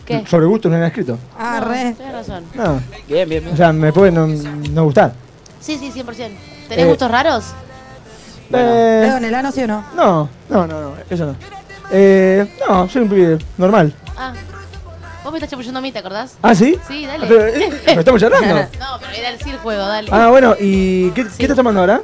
Speaker 5: ¿Qué?
Speaker 9: Sobre gustos no era escrito.
Speaker 3: Ah,
Speaker 5: No,
Speaker 3: re.
Speaker 5: Tienes razón.
Speaker 9: No.
Speaker 4: Bien, bien, bien.
Speaker 9: O sea, me puede no, no gustar.
Speaker 5: Sí, sí, 100%. ¿Tenés
Speaker 9: Eh.
Speaker 5: gustos raros?
Speaker 9: Eh,
Speaker 3: ¿Dedo en el ano, sí o no?
Speaker 9: no, no, no, no, eso no. Eh, no, soy un pibe normal.
Speaker 5: Ah. Vos me estás chapullando a mí, ¿te acordás?
Speaker 9: ¿Ah, sí?
Speaker 5: Sí, dale.
Speaker 9: Pero, eh, pero estamos charlando.
Speaker 5: no, pero era así el juego, dale.
Speaker 9: Ah, bueno, ¿y qué, qué estás tomando ahora?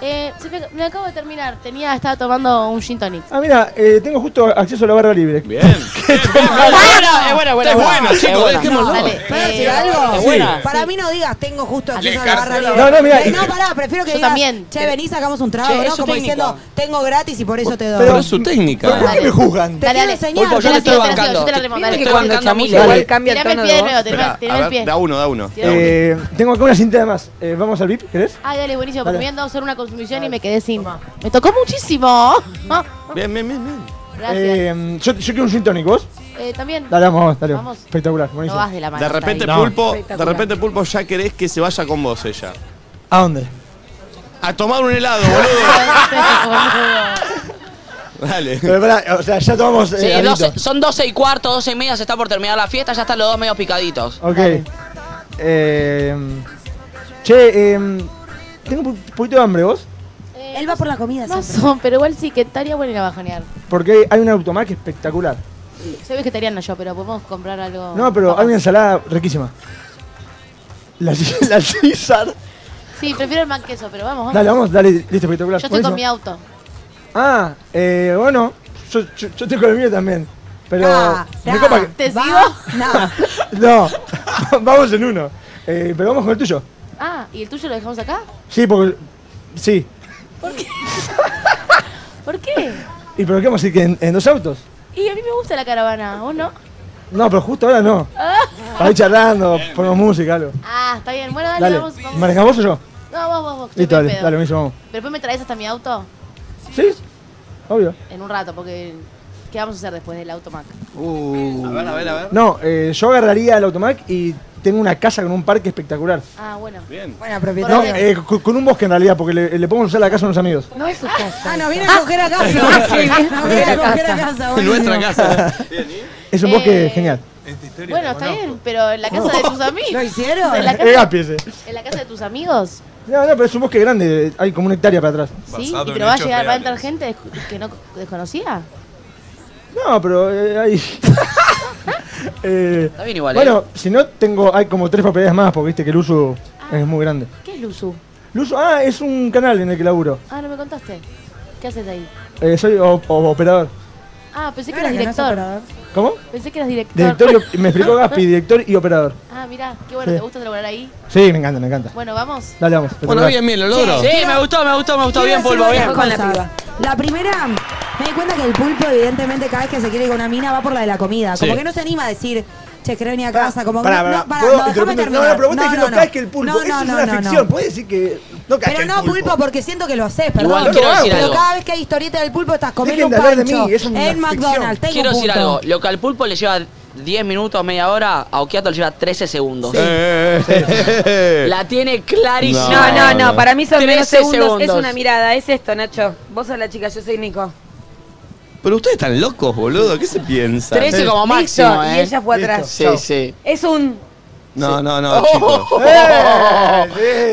Speaker 5: Eh, se me, me acabo de terminar. Tenía, estaba tomando un gin tonic.
Speaker 9: Ah, mira, eh, tengo justo acceso a la barra libre.
Speaker 1: Bien.
Speaker 4: Es buena, es buena, es buena.
Speaker 1: Bueno, chicos, dejémoslo.
Speaker 3: ¿Puedo decir
Speaker 4: Eh,
Speaker 3: algo?
Speaker 4: es buena.
Speaker 3: Para mí no digas, tengo justo acceso a
Speaker 4: Le
Speaker 3: la barra
Speaker 4: carcela.
Speaker 3: libre.
Speaker 4: No, no, mirá.
Speaker 3: Eh, No, pará, prefiero que
Speaker 5: Yo
Speaker 3: digas,
Speaker 5: también.
Speaker 3: che, venís, sacamos un trago,
Speaker 5: Che, es
Speaker 3: ¿no?
Speaker 5: su
Speaker 3: Como
Speaker 5: técnica.
Speaker 3: diciendo, tengo gratis y por eso te doy.
Speaker 1: Pero es su técnica.
Speaker 3: ¿Por qué me
Speaker 9: juzgan?
Speaker 3: Te
Speaker 5: Dale,
Speaker 3: quiero
Speaker 5: dale.
Speaker 3: enseñar.
Speaker 5: Pulpo, yo
Speaker 3: Te
Speaker 5: te estoy
Speaker 3: la
Speaker 5: bancando.
Speaker 3: sigo, yo te la
Speaker 5: Te-
Speaker 3: remonto,
Speaker 5: Viste
Speaker 3: dale.
Speaker 5: que cuando chamula,
Speaker 3: Dale.
Speaker 5: igual cambia el Tirame el tono de pie de voz. nuevo,
Speaker 1: Esperá,
Speaker 5: tirame
Speaker 1: a
Speaker 5: el
Speaker 1: ver,
Speaker 5: pie.
Speaker 1: Da uno, da uno. da uno.
Speaker 9: Eh, tengo acá una cinta de más. Eh, ¿Vamos al VIP? ¿Querés?
Speaker 5: Ay, dale, buenísimo,
Speaker 9: Dale.
Speaker 5: porque me han dado solo una consumición y me quedé sin. Me tocó muchísimo. Ah,
Speaker 1: Bien, bien, bien, bien.
Speaker 5: Gracias. Eh,
Speaker 9: Eh, yo, yo quiero un gin tonic, ¿vos?
Speaker 5: también.
Speaker 9: Dale, vamos, vamos, dale.
Speaker 5: Vamos.
Speaker 9: Espectacular, buenísimo.
Speaker 5: No vas de la mano.
Speaker 1: De repente,
Speaker 9: No.
Speaker 1: Pulpo, de
Speaker 5: Espectacular.
Speaker 1: repente, Pulpo, ya querés que se vaya con vos ella.
Speaker 9: ¿A dónde?
Speaker 1: A tomar un helado, boludo. Dale.
Speaker 9: Pero pará, o sea, ya tomamos. eh,
Speaker 4: Sí,
Speaker 9: algo.
Speaker 4: 12 son 12 y cuarto, 12 y media, se está por terminar la fiesta, ya están los dos medio picaditos.
Speaker 9: Ok. Eh, che, eh, tengo un po- poquito de hambre, ¿vos?
Speaker 3: Él va por la comida
Speaker 5: No
Speaker 3: siempre.
Speaker 5: son, pero igual sí que estaría bueno ir a bajonear.
Speaker 9: Porque hay un automac espectacular.
Speaker 5: Soy vegetariana yo, pero podemos comprar algo.
Speaker 9: No, pero hay una ensalada riquísima. La, ci- la César.
Speaker 5: Sí, prefiero el man queso, pero vamos, vamos.
Speaker 9: Dale, vamos, dale, listo, espectacular.
Speaker 5: Yo estoy con mi
Speaker 9: Buenísimo.
Speaker 5: auto.
Speaker 9: Ah, eh, bueno, yo, yo, yo estoy con el mío también. Pero.
Speaker 3: Ah,
Speaker 9: me
Speaker 3: nah,
Speaker 9: copa que-
Speaker 5: ¿Te
Speaker 3: Va,
Speaker 5: sigo?
Speaker 3: No.
Speaker 9: No, vamos en uno. Eh, pero vamos con el tuyo.
Speaker 5: Ah, ¿y el tuyo lo dejamos acá?
Speaker 9: Sí, porque. Sí.
Speaker 5: ¿Por qué?
Speaker 9: ¿Y pero qué vamos a decir? ¿Que en, en dos autos?
Speaker 5: Y a mí me gusta la caravana, ¿vos no?
Speaker 9: No, pero justo ahora no.
Speaker 5: Ah,
Speaker 9: Para ir charlando, ponemos música, algo.
Speaker 5: Ah, está bien. Bueno, dale,
Speaker 9: Dale,
Speaker 5: vamos. vamos.
Speaker 9: ¿manejás vos o yo?
Speaker 5: No, vos, vos, vos.
Speaker 9: Listo,
Speaker 5: estoy
Speaker 9: dale,
Speaker 5: pedo.
Speaker 9: dale, me dice, vamos.
Speaker 5: Pero después me traes hasta mi auto
Speaker 9: ¿Sí? Obvio.
Speaker 5: en un rato, porque. ¿Qué vamos a hacer después del automac?
Speaker 1: A ver, a ver, a ver.
Speaker 9: No, eh, yo agarraría el automac y tengo una casa con un parque espectacular.
Speaker 5: Ah, bueno. Bien.
Speaker 3: Buena
Speaker 9: No,
Speaker 3: propietaria.
Speaker 9: eh, con, con un bosque en realidad, porque le, le podemos usar la casa a unos amigos.
Speaker 5: No es su casa.
Speaker 3: Ah, no, viene a coger a casa. No, viene a coger a casa. buenísimo.
Speaker 1: casa.
Speaker 9: Es un
Speaker 5: Eh,
Speaker 9: bosque genial.
Speaker 5: Bueno, está bien, pero en la casa de tus amigos.
Speaker 3: ¿Lo hicieron?
Speaker 5: En la
Speaker 9: Es
Speaker 5: casa,
Speaker 9: Eh, Gapi ese.
Speaker 5: en la casa de tus amigos.
Speaker 9: No, no, pero es un bosque grande, hay como una hectárea para atrás.
Speaker 5: ¿Sí?
Speaker 15: Basado
Speaker 5: ¿Y
Speaker 15: en
Speaker 5: pero va a
Speaker 15: hechos
Speaker 5: llegar, va a
Speaker 15: reales.
Speaker 5: entrar gente que no desconocía?
Speaker 9: No, pero eh, hay. Eh,
Speaker 4: Está bien igual,
Speaker 9: Bueno,
Speaker 4: eh.
Speaker 9: si no, tengo, hay como tres propiedades más, porque viste que el uso Es muy grande.
Speaker 5: ¿Qué es Luzu?
Speaker 9: Luzu, ah, es un canal en el que laburo.
Speaker 5: Ah, no me contaste. ¿Qué haces ahí?
Speaker 9: Eh, soy o- o- operador.
Speaker 5: Ah, pensé que
Speaker 3: Claro,
Speaker 5: eras
Speaker 3: que no es
Speaker 5: director.
Speaker 9: ¿Cómo?
Speaker 5: pensé que eras director.
Speaker 9: Director y op- me explicó Gaspi, director y operador.
Speaker 5: Ah, mirá, qué bueno,
Speaker 9: Sí.
Speaker 5: ¿te gusta trabajar ahí?
Speaker 9: Sí, me encanta, me encanta.
Speaker 5: Bueno, vamos.
Speaker 9: Dale, vamos.
Speaker 1: Bueno, bien, bien, lo logro.
Speaker 4: Sí, me gustó, me gustó, me gustó. Bien,
Speaker 3: Quiero
Speaker 4: Pulpo,
Speaker 3: decir
Speaker 4: bien.
Speaker 3: varias cosas. La primera, me di cuenta que el pulpo, evidentemente, cada vez que se quiere ir con una mina, va por la de la comida. Como
Speaker 9: Sí. Ah,
Speaker 3: que no se anima a decir, che, quiero venir a casa. Como que
Speaker 9: Pará,
Speaker 3: no-
Speaker 9: pará,
Speaker 3: no, pará,
Speaker 9: ¿puedo
Speaker 3: no, déjame
Speaker 9: interrumpir?
Speaker 3: terminar.
Speaker 9: No, la pregunta es que no,
Speaker 3: no.
Speaker 9: caes que el pulpo.
Speaker 3: No,
Speaker 9: Eso
Speaker 3: no,
Speaker 9: es
Speaker 3: no,
Speaker 9: una
Speaker 3: no,
Speaker 9: ficción.
Speaker 3: no.
Speaker 9: Puedes decir que no caes
Speaker 3: Pero
Speaker 9: que el
Speaker 3: no, pulpo. porque siento que lo haces, perdón.
Speaker 4: Igual quiero decir
Speaker 3: pero
Speaker 4: algo.
Speaker 3: cada vez que hay historieta del pulpo estás comiendo
Speaker 9: Dejen
Speaker 3: un
Speaker 9: de hablar de
Speaker 3: pancho.
Speaker 9: mí, es una
Speaker 3: en McDonald's, tengo
Speaker 4: Quiero
Speaker 3: un punto.
Speaker 4: decir algo. Lo que al pulpo le lleva 10 minutos, media hora, a Okiato le lleva 13 segundos.
Speaker 1: Eh,
Speaker 4: La tiene clarísima.
Speaker 2: No, no, no, para mí son
Speaker 4: 13
Speaker 2: menos segundos. Es
Speaker 4: segundos.
Speaker 2: una mirada, es esto, Nacho. Vos sos la chica, yo soy Nico.
Speaker 1: Pero ustedes están locos, boludo. ¿Qué se piensa?
Speaker 2: 13 como máximo, Listo, y ¿eh? ella fue atrás.
Speaker 1: Sí,
Speaker 2: Chau.
Speaker 1: sí.
Speaker 2: Es un.
Speaker 1: No, no, no,
Speaker 2: Oh.
Speaker 1: chicos.
Speaker 4: Eh, Oh,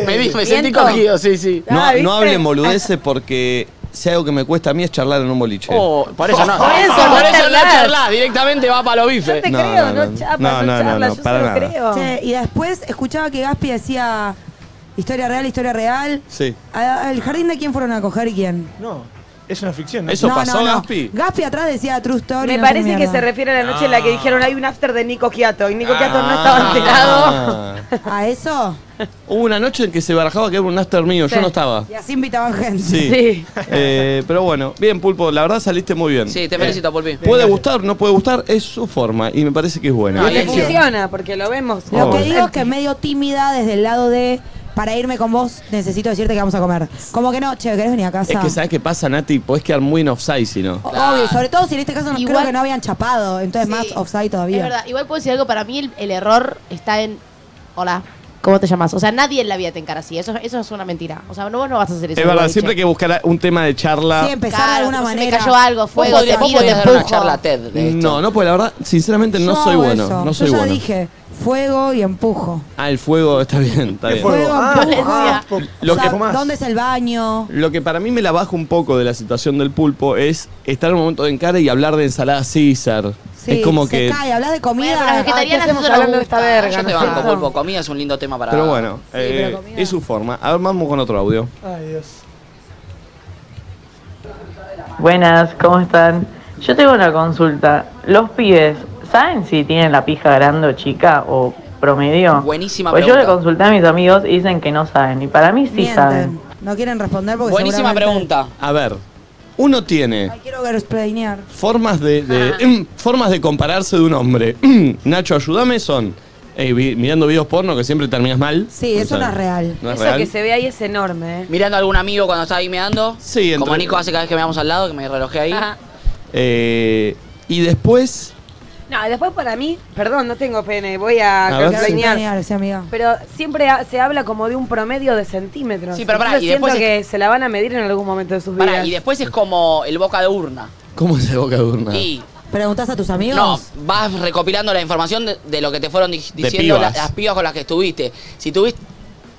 Speaker 4: Me, di- me sentí
Speaker 2: Siento.
Speaker 4: cogido, sí, sí.
Speaker 1: No,
Speaker 2: ah,
Speaker 1: no hablen boludeces porque si algo que me cuesta a mí es charlar en un boliche.
Speaker 4: Oh, por eso no.
Speaker 1: Por eso no
Speaker 4: Por eso no
Speaker 1: charlas.
Speaker 4: charlas. Directamente va para los
Speaker 2: Ah,
Speaker 4: bifes.
Speaker 1: No, no, no, no, no, no, no, para nada.
Speaker 3: Che, y después escuchaba que Gaspi decía historia real, historia real.
Speaker 1: Sí.
Speaker 3: A- ¿Al jardín de quién fueron a coger y quién?
Speaker 9: No, es una ficción.
Speaker 1: ¿Eso pasó, Gaspi?
Speaker 3: Gaspi atrás decía True Story.
Speaker 2: Me
Speaker 3: no sé
Speaker 2: parece que
Speaker 3: mierda.
Speaker 2: se refiere a la noche en
Speaker 1: Ah.
Speaker 2: la que dijeron hay un after de Nico Quiato y Nico Quiato no estaba enterado.
Speaker 1: Ah.
Speaker 3: ¿A eso?
Speaker 1: Hubo una noche en que se barajaba que era un after mío, yo no estaba.
Speaker 3: Y así invitaban gente.
Speaker 1: Sí. Eh, pero bueno, bien, Pulpo, la verdad saliste muy bien.
Speaker 4: Sí,
Speaker 1: Eh,
Speaker 4: te felicito, Pulpi.
Speaker 1: Puede gustar, no puede gustar, es su forma y me parece que es buena.
Speaker 2: No, le funciona, porque Ah, lo vemos.
Speaker 3: Lo
Speaker 1: Oh.
Speaker 3: que digo es que medio tímida desde el lado de para irme con vos necesito decirte que vamos a comer. Como que no, che, ¿querés venir a casa?
Speaker 1: Es que sabes qué pasa, Nati, podés quedar muy en offside si no.
Speaker 3: Obvio, sobre todo si en este caso no
Speaker 5: Igual-
Speaker 3: creo que no habían chapado, entonces más offside todavía.
Speaker 5: Es verdad, igual puedo decir algo, para mí el, el error está en. Hola. ¿Cómo te llamas? O sea, nadie en la vida te encara así. Eso, eso es una mentira. O sea, no, vos no vas a hacer eso.
Speaker 1: Es verdad, siempre que buscar un tema de charla.
Speaker 3: Sí, empezar de alguna
Speaker 5: se
Speaker 3: manera.
Speaker 5: Me cayó algo, fuego,
Speaker 4: podrías-
Speaker 5: te
Speaker 4: vos
Speaker 5: miro, te
Speaker 4: podrías dar una
Speaker 5: empujo.
Speaker 4: charla TED.
Speaker 1: No, no, pues la verdad, sinceramente no
Speaker 3: Yo
Speaker 1: soy
Speaker 3: hago
Speaker 1: bueno.
Speaker 3: eso.
Speaker 1: No soy
Speaker 3: Yo ya
Speaker 1: bueno.
Speaker 3: dije fuego y empujo.
Speaker 1: Ah, el fuego está bien, está bien.
Speaker 3: Fuego,
Speaker 9: ah,
Speaker 3: empujo.
Speaker 1: Lo
Speaker 3: O sea,
Speaker 1: que-
Speaker 3: ¿Dónde es el baño?
Speaker 1: Lo que para mí me la baja un poco de la situación del pulpo es estar en un momento de encare y hablar de ensalada César.
Speaker 3: Sí,
Speaker 1: es como
Speaker 3: se
Speaker 1: que.
Speaker 3: cae, hablas de comida.
Speaker 5: Bueno, pero las
Speaker 3: ¿qué
Speaker 5: vegetarianas
Speaker 3: hacemos
Speaker 5: eso no
Speaker 3: hablando de
Speaker 5: gusta.
Speaker 3: esta verga?
Speaker 4: Yo te
Speaker 3: No sé.
Speaker 4: banco, Pulpo. Comida es un lindo tema para...
Speaker 1: Pero bueno, eh,
Speaker 4: pero
Speaker 1: es su forma. A ver, vamos con otro audio.
Speaker 9: Ay, Dios.
Speaker 17: Buenas, ¿cómo están? Yo tengo una consulta. Los pibes, ¿saben si tienen la pija grande o chica o promedio?
Speaker 4: Buenísima
Speaker 17: Pues yo le
Speaker 4: pregunta.
Speaker 17: consulté a mis amigos y dicen que no saben. Y para mí sí
Speaker 3: Mienten.
Speaker 17: saben.
Speaker 3: No quieren responder porque
Speaker 4: Buenísima
Speaker 3: seguramente-
Speaker 4: pregunta.
Speaker 1: A ver, uno tiene
Speaker 3: Quiero girlsplainear.
Speaker 1: formas de, de- mm, formas de compararse de un hombre. Mm, Nacho, ayúdame, son eh, vi- mirando videos porno que siempre terminas mal.
Speaker 3: Sí, eso no es real.
Speaker 1: No es
Speaker 2: Eso
Speaker 1: real.
Speaker 2: que se ve ahí es enorme. ¿eh?
Speaker 4: Mirando a algún amigo cuando estaba ahí meando.
Speaker 1: Sí,
Speaker 4: Como
Speaker 1: entre-
Speaker 4: Nico hace cada vez que meamos al lado, que me relojé ahí.
Speaker 1: Eh, y después,
Speaker 2: No, después para mí, perdón, no tengo pene, voy a,
Speaker 1: A ver.
Speaker 2: girlsplainear.
Speaker 3: Girlsplainear, sí, amiga.
Speaker 2: Pero siempre ha- se habla como de un promedio de centímetros.
Speaker 4: Sí, pero pará,
Speaker 2: Entonces
Speaker 4: y
Speaker 2: siento
Speaker 4: después
Speaker 2: que se la van a medir en algún momento de sus
Speaker 4: Pará,
Speaker 2: vidas.
Speaker 4: y después es como el boca de urna.
Speaker 1: ¿cómo se boca de urna?
Speaker 4: Y
Speaker 3: ¿Preguntás a tus amigos?
Speaker 4: no, vas recopilando la información de, de lo que te fueron di- diciendo
Speaker 1: pibas.
Speaker 4: la- las pibas con las que estuviste. Si tuviste.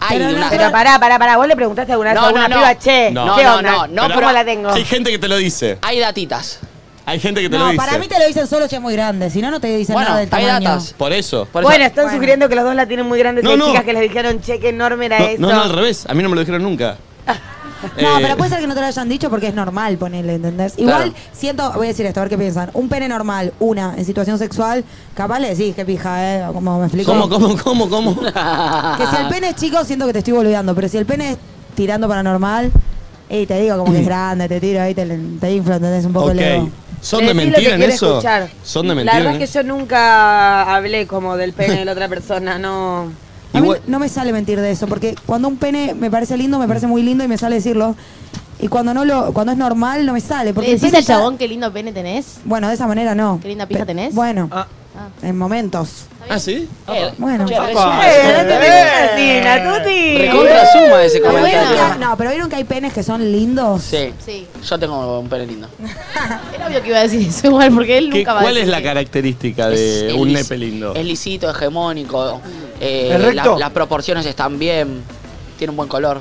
Speaker 4: Hay
Speaker 2: pero, no,
Speaker 4: una.
Speaker 2: pero pará, pará, pará. Vos le preguntaste alguna vez
Speaker 4: No,
Speaker 2: a alguna
Speaker 4: no, no.
Speaker 2: piba, che,
Speaker 1: No.
Speaker 2: ¿qué
Speaker 4: No, no,
Speaker 2: onda?
Speaker 4: no, no,
Speaker 2: ¿Cómo
Speaker 1: Pero
Speaker 2: la tengo?
Speaker 1: Hay gente que te lo dice.
Speaker 4: Hay datitas.
Speaker 1: Hay gente que te lo
Speaker 3: No,
Speaker 1: dice.
Speaker 3: para mí te lo dicen solo si es muy grande, si no, no te dicen
Speaker 4: Bueno,
Speaker 3: nada del
Speaker 4: hay
Speaker 3: tamaño.
Speaker 4: datas.
Speaker 1: Por eso.
Speaker 2: Bueno, están sugiriendo que los dos la tienen muy grande.
Speaker 1: No,
Speaker 2: hay
Speaker 1: no.
Speaker 2: chicas que les dijeron, che, qué enorme era eso.
Speaker 1: No, no, no, al revés. A mí no me lo dijeron nunca.
Speaker 3: No,
Speaker 1: Eh,
Speaker 3: pero puede ser que no te lo hayan dicho porque es normal ponerle, ¿entendés? Igual
Speaker 1: Claro.
Speaker 3: siento, voy a decir esto, a ver qué piensan. Un pene normal, una, en situación sexual, capaz le decís que pija, ¿eh? Como me explico.
Speaker 1: ¿Cómo, cómo, cómo, cómo? Ah,
Speaker 3: Que si el pene es chico, siento que te estoy boludeando, pero si el pene es tirando paranormal, y te digo como que es grande, te tiro ahí, te, te inflo, ¿entendés? Un poco
Speaker 1: Ok.
Speaker 3: leo.
Speaker 5: Eh.
Speaker 1: ¿Son de
Speaker 2: Decí lo
Speaker 1: mentira
Speaker 2: que
Speaker 1: en
Speaker 2: quiere
Speaker 1: eso?
Speaker 2: escuchar.
Speaker 1: Son de
Speaker 2: La
Speaker 1: mentira.
Speaker 2: verdad
Speaker 1: en
Speaker 2: es
Speaker 1: eso?
Speaker 2: que yo nunca hablé como del pene de la otra persona, no.
Speaker 3: A mí no me sale mentir de eso, porque cuando un pene me parece lindo, me parece muy lindo y me sale decirlo. Y cuando no lo, cuando es normal, no me sale. Porque
Speaker 5: ¿Le
Speaker 3: el
Speaker 5: decís
Speaker 3: pene
Speaker 5: al
Speaker 3: ya-
Speaker 5: chabón qué lindo pene tenés?
Speaker 3: Bueno, de esa manera no.
Speaker 5: ¿Qué linda pija
Speaker 3: Pe-
Speaker 5: tenés?
Speaker 3: Bueno, en momentos.
Speaker 1: ¿Ah, sí?
Speaker 3: Bueno.
Speaker 4: Che, re-
Speaker 1: Eh.
Speaker 3: Eh,
Speaker 4: Recontra suma ese
Speaker 3: pero vieron
Speaker 4: comentario.
Speaker 3: que- No, pero vieron que hay penes que son lindos.
Speaker 4: Sí. Yo tengo un pene lindo.
Speaker 5: Era obvio que iba a decir eso igual, porque él
Speaker 1: ¿Qué-
Speaker 5: nunca va a
Speaker 1: ¿Cuál es
Speaker 5: decir
Speaker 1: la
Speaker 5: que-
Speaker 1: característica
Speaker 4: Es-
Speaker 1: de
Speaker 4: es
Speaker 1: Eh, un
Speaker 4: lis-
Speaker 1: nepe lindo?
Speaker 4: Es lisito, hegemónico. eh,
Speaker 1: ¿Es recto?
Speaker 4: la- las proporciones están bien. Tiene un buen color.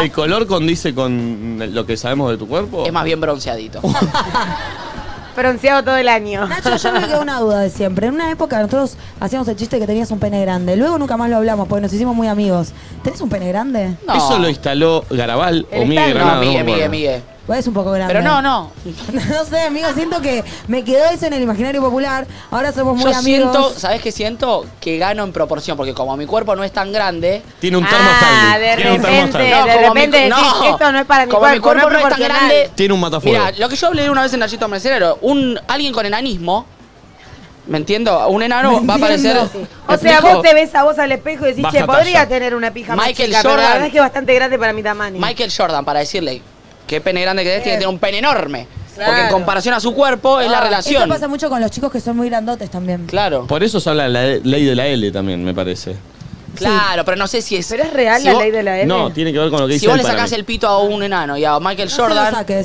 Speaker 1: ¿El color condice con lo que sabemos de tu cuerpo?
Speaker 4: Es más bien bronceadito.
Speaker 2: bronceado todo el año.
Speaker 3: Nacho, yo me quedó una duda de siempre. En una época nosotros hacíamos el chiste que tenías un pene grande. Luego nunca más lo hablamos porque nos hicimos muy amigos. ¿Tenés un pene grande?
Speaker 1: Eso lo instaló Garabal o
Speaker 3: El
Speaker 1: Miguel
Speaker 3: stand-
Speaker 1: Granada.
Speaker 3: No,
Speaker 1: me
Speaker 3: Miguel,
Speaker 1: acuerdo.
Speaker 3: Miguel, Miguel. Vos es un poco grande.
Speaker 4: Pero no, no.
Speaker 3: no sé, amigo, siento que me quedó eso en el imaginario popular. Ahora somos muy
Speaker 4: Yo
Speaker 3: amigos.
Speaker 4: siento, ¿sabés qué siento? Que gano en proporción, porque como mi cuerpo no es tan grande.
Speaker 1: Tiene un termo
Speaker 2: Ah, de
Speaker 4: Tiene un termo
Speaker 2: repente,
Speaker 4: Stanley. No,
Speaker 2: de
Speaker 4: como mi
Speaker 2: repente
Speaker 4: cu-
Speaker 2: decís,
Speaker 4: no.
Speaker 2: esto no es para mi
Speaker 4: Como
Speaker 2: cuerpo,
Speaker 4: mi cuerpo
Speaker 2: no
Speaker 4: no
Speaker 2: es
Speaker 4: es tan
Speaker 2: proporcional.
Speaker 4: grande.
Speaker 1: Tiene un matafuego.
Speaker 4: Mira, lo que yo hablé una vez en Nachito Mercenero, un alguien con enanismo, ¿me entiendo? Un enano
Speaker 2: Me
Speaker 4: va a parecer.
Speaker 2: entiendo. O
Speaker 4: ¿me
Speaker 2: sea,
Speaker 4: explico?
Speaker 2: vos te ves a vos al espejo y decís,
Speaker 4: Baja
Speaker 2: che, podría
Speaker 4: talla.
Speaker 2: tener una pija más
Speaker 4: Michael
Speaker 2: chica, pero la
Speaker 4: Jordan.
Speaker 2: verdad es que es bastante grande para mi tamaño.
Speaker 4: Michael Jordan, para decirle qué pene grande que es, tiene que tener un pene enorme. Porque en
Speaker 3: Claro.
Speaker 4: comparación a su cuerpo es la
Speaker 3: Ah, Eso
Speaker 4: relación.
Speaker 3: pasa mucho con los chicos que son muy grandotes también.
Speaker 4: Claro.
Speaker 1: Por eso se habla de la E, ley de la L también, me parece.
Speaker 4: Claro, pero no sé si es. Pero es
Speaker 2: real
Speaker 1: Si vos-
Speaker 2: E?
Speaker 1: No, tiene que ver con lo que
Speaker 4: Si
Speaker 1: dice
Speaker 4: vos
Speaker 1: él
Speaker 4: le
Speaker 1: para
Speaker 4: sacás
Speaker 1: mí.
Speaker 4: el pito a un enano y a Michael Jordan.
Speaker 1: No, no, ¿Qué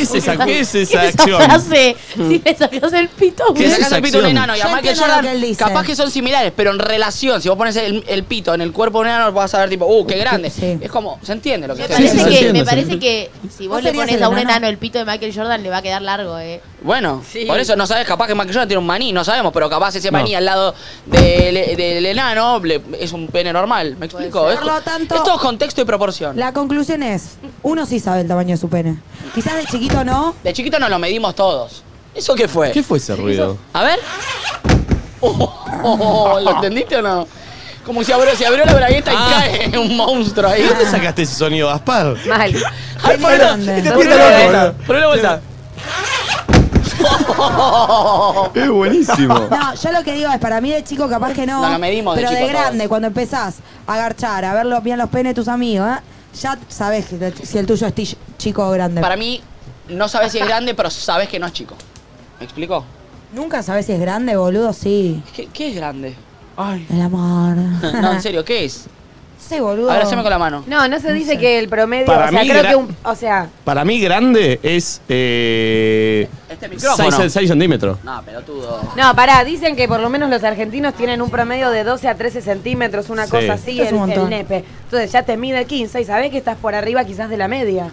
Speaker 1: es esa, qué es esa acción?
Speaker 5: Si le sacas el pito,
Speaker 4: Si le sacás el pito a un enano y a
Speaker 5: Yo
Speaker 4: Michael
Speaker 5: entiendo lo
Speaker 4: Jordan,
Speaker 5: que él dice.
Speaker 4: capaz que son similares, pero en relación, si vos pones el, el pito en el cuerpo de un enano, vas a ver tipo, uh, qué grande. Es como, ¿se entiende lo que
Speaker 5: Me
Speaker 4: estoy
Speaker 5: parece,
Speaker 4: diciendo?
Speaker 5: que, me parece que si vos
Speaker 3: ¿Vos
Speaker 5: le
Speaker 3: serías
Speaker 5: pones
Speaker 3: el
Speaker 5: a un
Speaker 3: enano?
Speaker 5: enano el pito de Michael Jordan, le va a quedar largo, eh.
Speaker 4: Bueno,
Speaker 5: Sí.
Speaker 4: por eso no sabes, capaz que Michael Jordan tiene un maní, no sabemos, pero capaz ese
Speaker 5: No.
Speaker 4: maní al lado del, del enano le- es un pene normal. ¿Me explico?
Speaker 3: ser.
Speaker 4: Es,
Speaker 3: Por lo tanto-
Speaker 4: es todo contexto y proporción.
Speaker 3: La conclusión es, uno sí sabe el tamaño de su pene. Quizás de chiquito no.
Speaker 4: De chiquito nos lo medimos todos. ¿Eso qué fue?
Speaker 1: ¿Qué fue ese ruido?
Speaker 4: A ver. Oh, ¿Lo entendiste o no? Como si abrió, se abrió la bragueta Ah. y cae un monstruo ahí.
Speaker 1: ¿De
Speaker 3: Ah.
Speaker 1: dónde sacaste ese sonido, Gaspar?
Speaker 4: Mal.
Speaker 1: Ay,
Speaker 4: Ay, ponelo,
Speaker 1: grande.
Speaker 4: este
Speaker 1: Ponelo
Speaker 4: ponelo
Speaker 1: de
Speaker 4: de
Speaker 1: vuelta.
Speaker 4: vuelta. Ponelo de vuelta.
Speaker 1: Es buenísimo.
Speaker 3: No, yo lo que digo es, para mí de chico capaz que no.
Speaker 4: No, lo medimos de
Speaker 3: Pero de
Speaker 4: chico
Speaker 3: grande, cuando empezás a agarchar, a ver los- bien los penes de tus amigos, ¿eh? ya sabés que te- si el tuyo es ti- chico o grande.
Speaker 4: Para mí, no sabes si es grande, pero sabes que no es chico. ¿Me explico?
Speaker 3: Nunca sabés si es grande, boludo, sí.
Speaker 4: ¿Qué, qué es grande?
Speaker 3: El amor.
Speaker 4: No, en serio, ¿qué es?
Speaker 3: Sí, boludo.
Speaker 4: A ver, haceme con la mano.
Speaker 2: No, no se dice que el promedio,
Speaker 1: Para
Speaker 2: o sea,
Speaker 1: mí
Speaker 2: creo
Speaker 1: era-
Speaker 2: que un, o sea,
Speaker 1: Para mí, grande es. Eh,
Speaker 4: Este micrófono.
Speaker 1: 6, centímetros.
Speaker 4: No, pelotudo.
Speaker 2: no, pará, dicen que por lo menos los argentinos tienen un promedio de 12 a 13 centímetros, una
Speaker 1: Sí.
Speaker 2: cosa así,
Speaker 3: Esto es
Speaker 2: el,
Speaker 3: un
Speaker 2: el
Speaker 3: montón.
Speaker 2: nepe. Entonces ya te mide 15 y sabés que estás por arriba quizás de la media.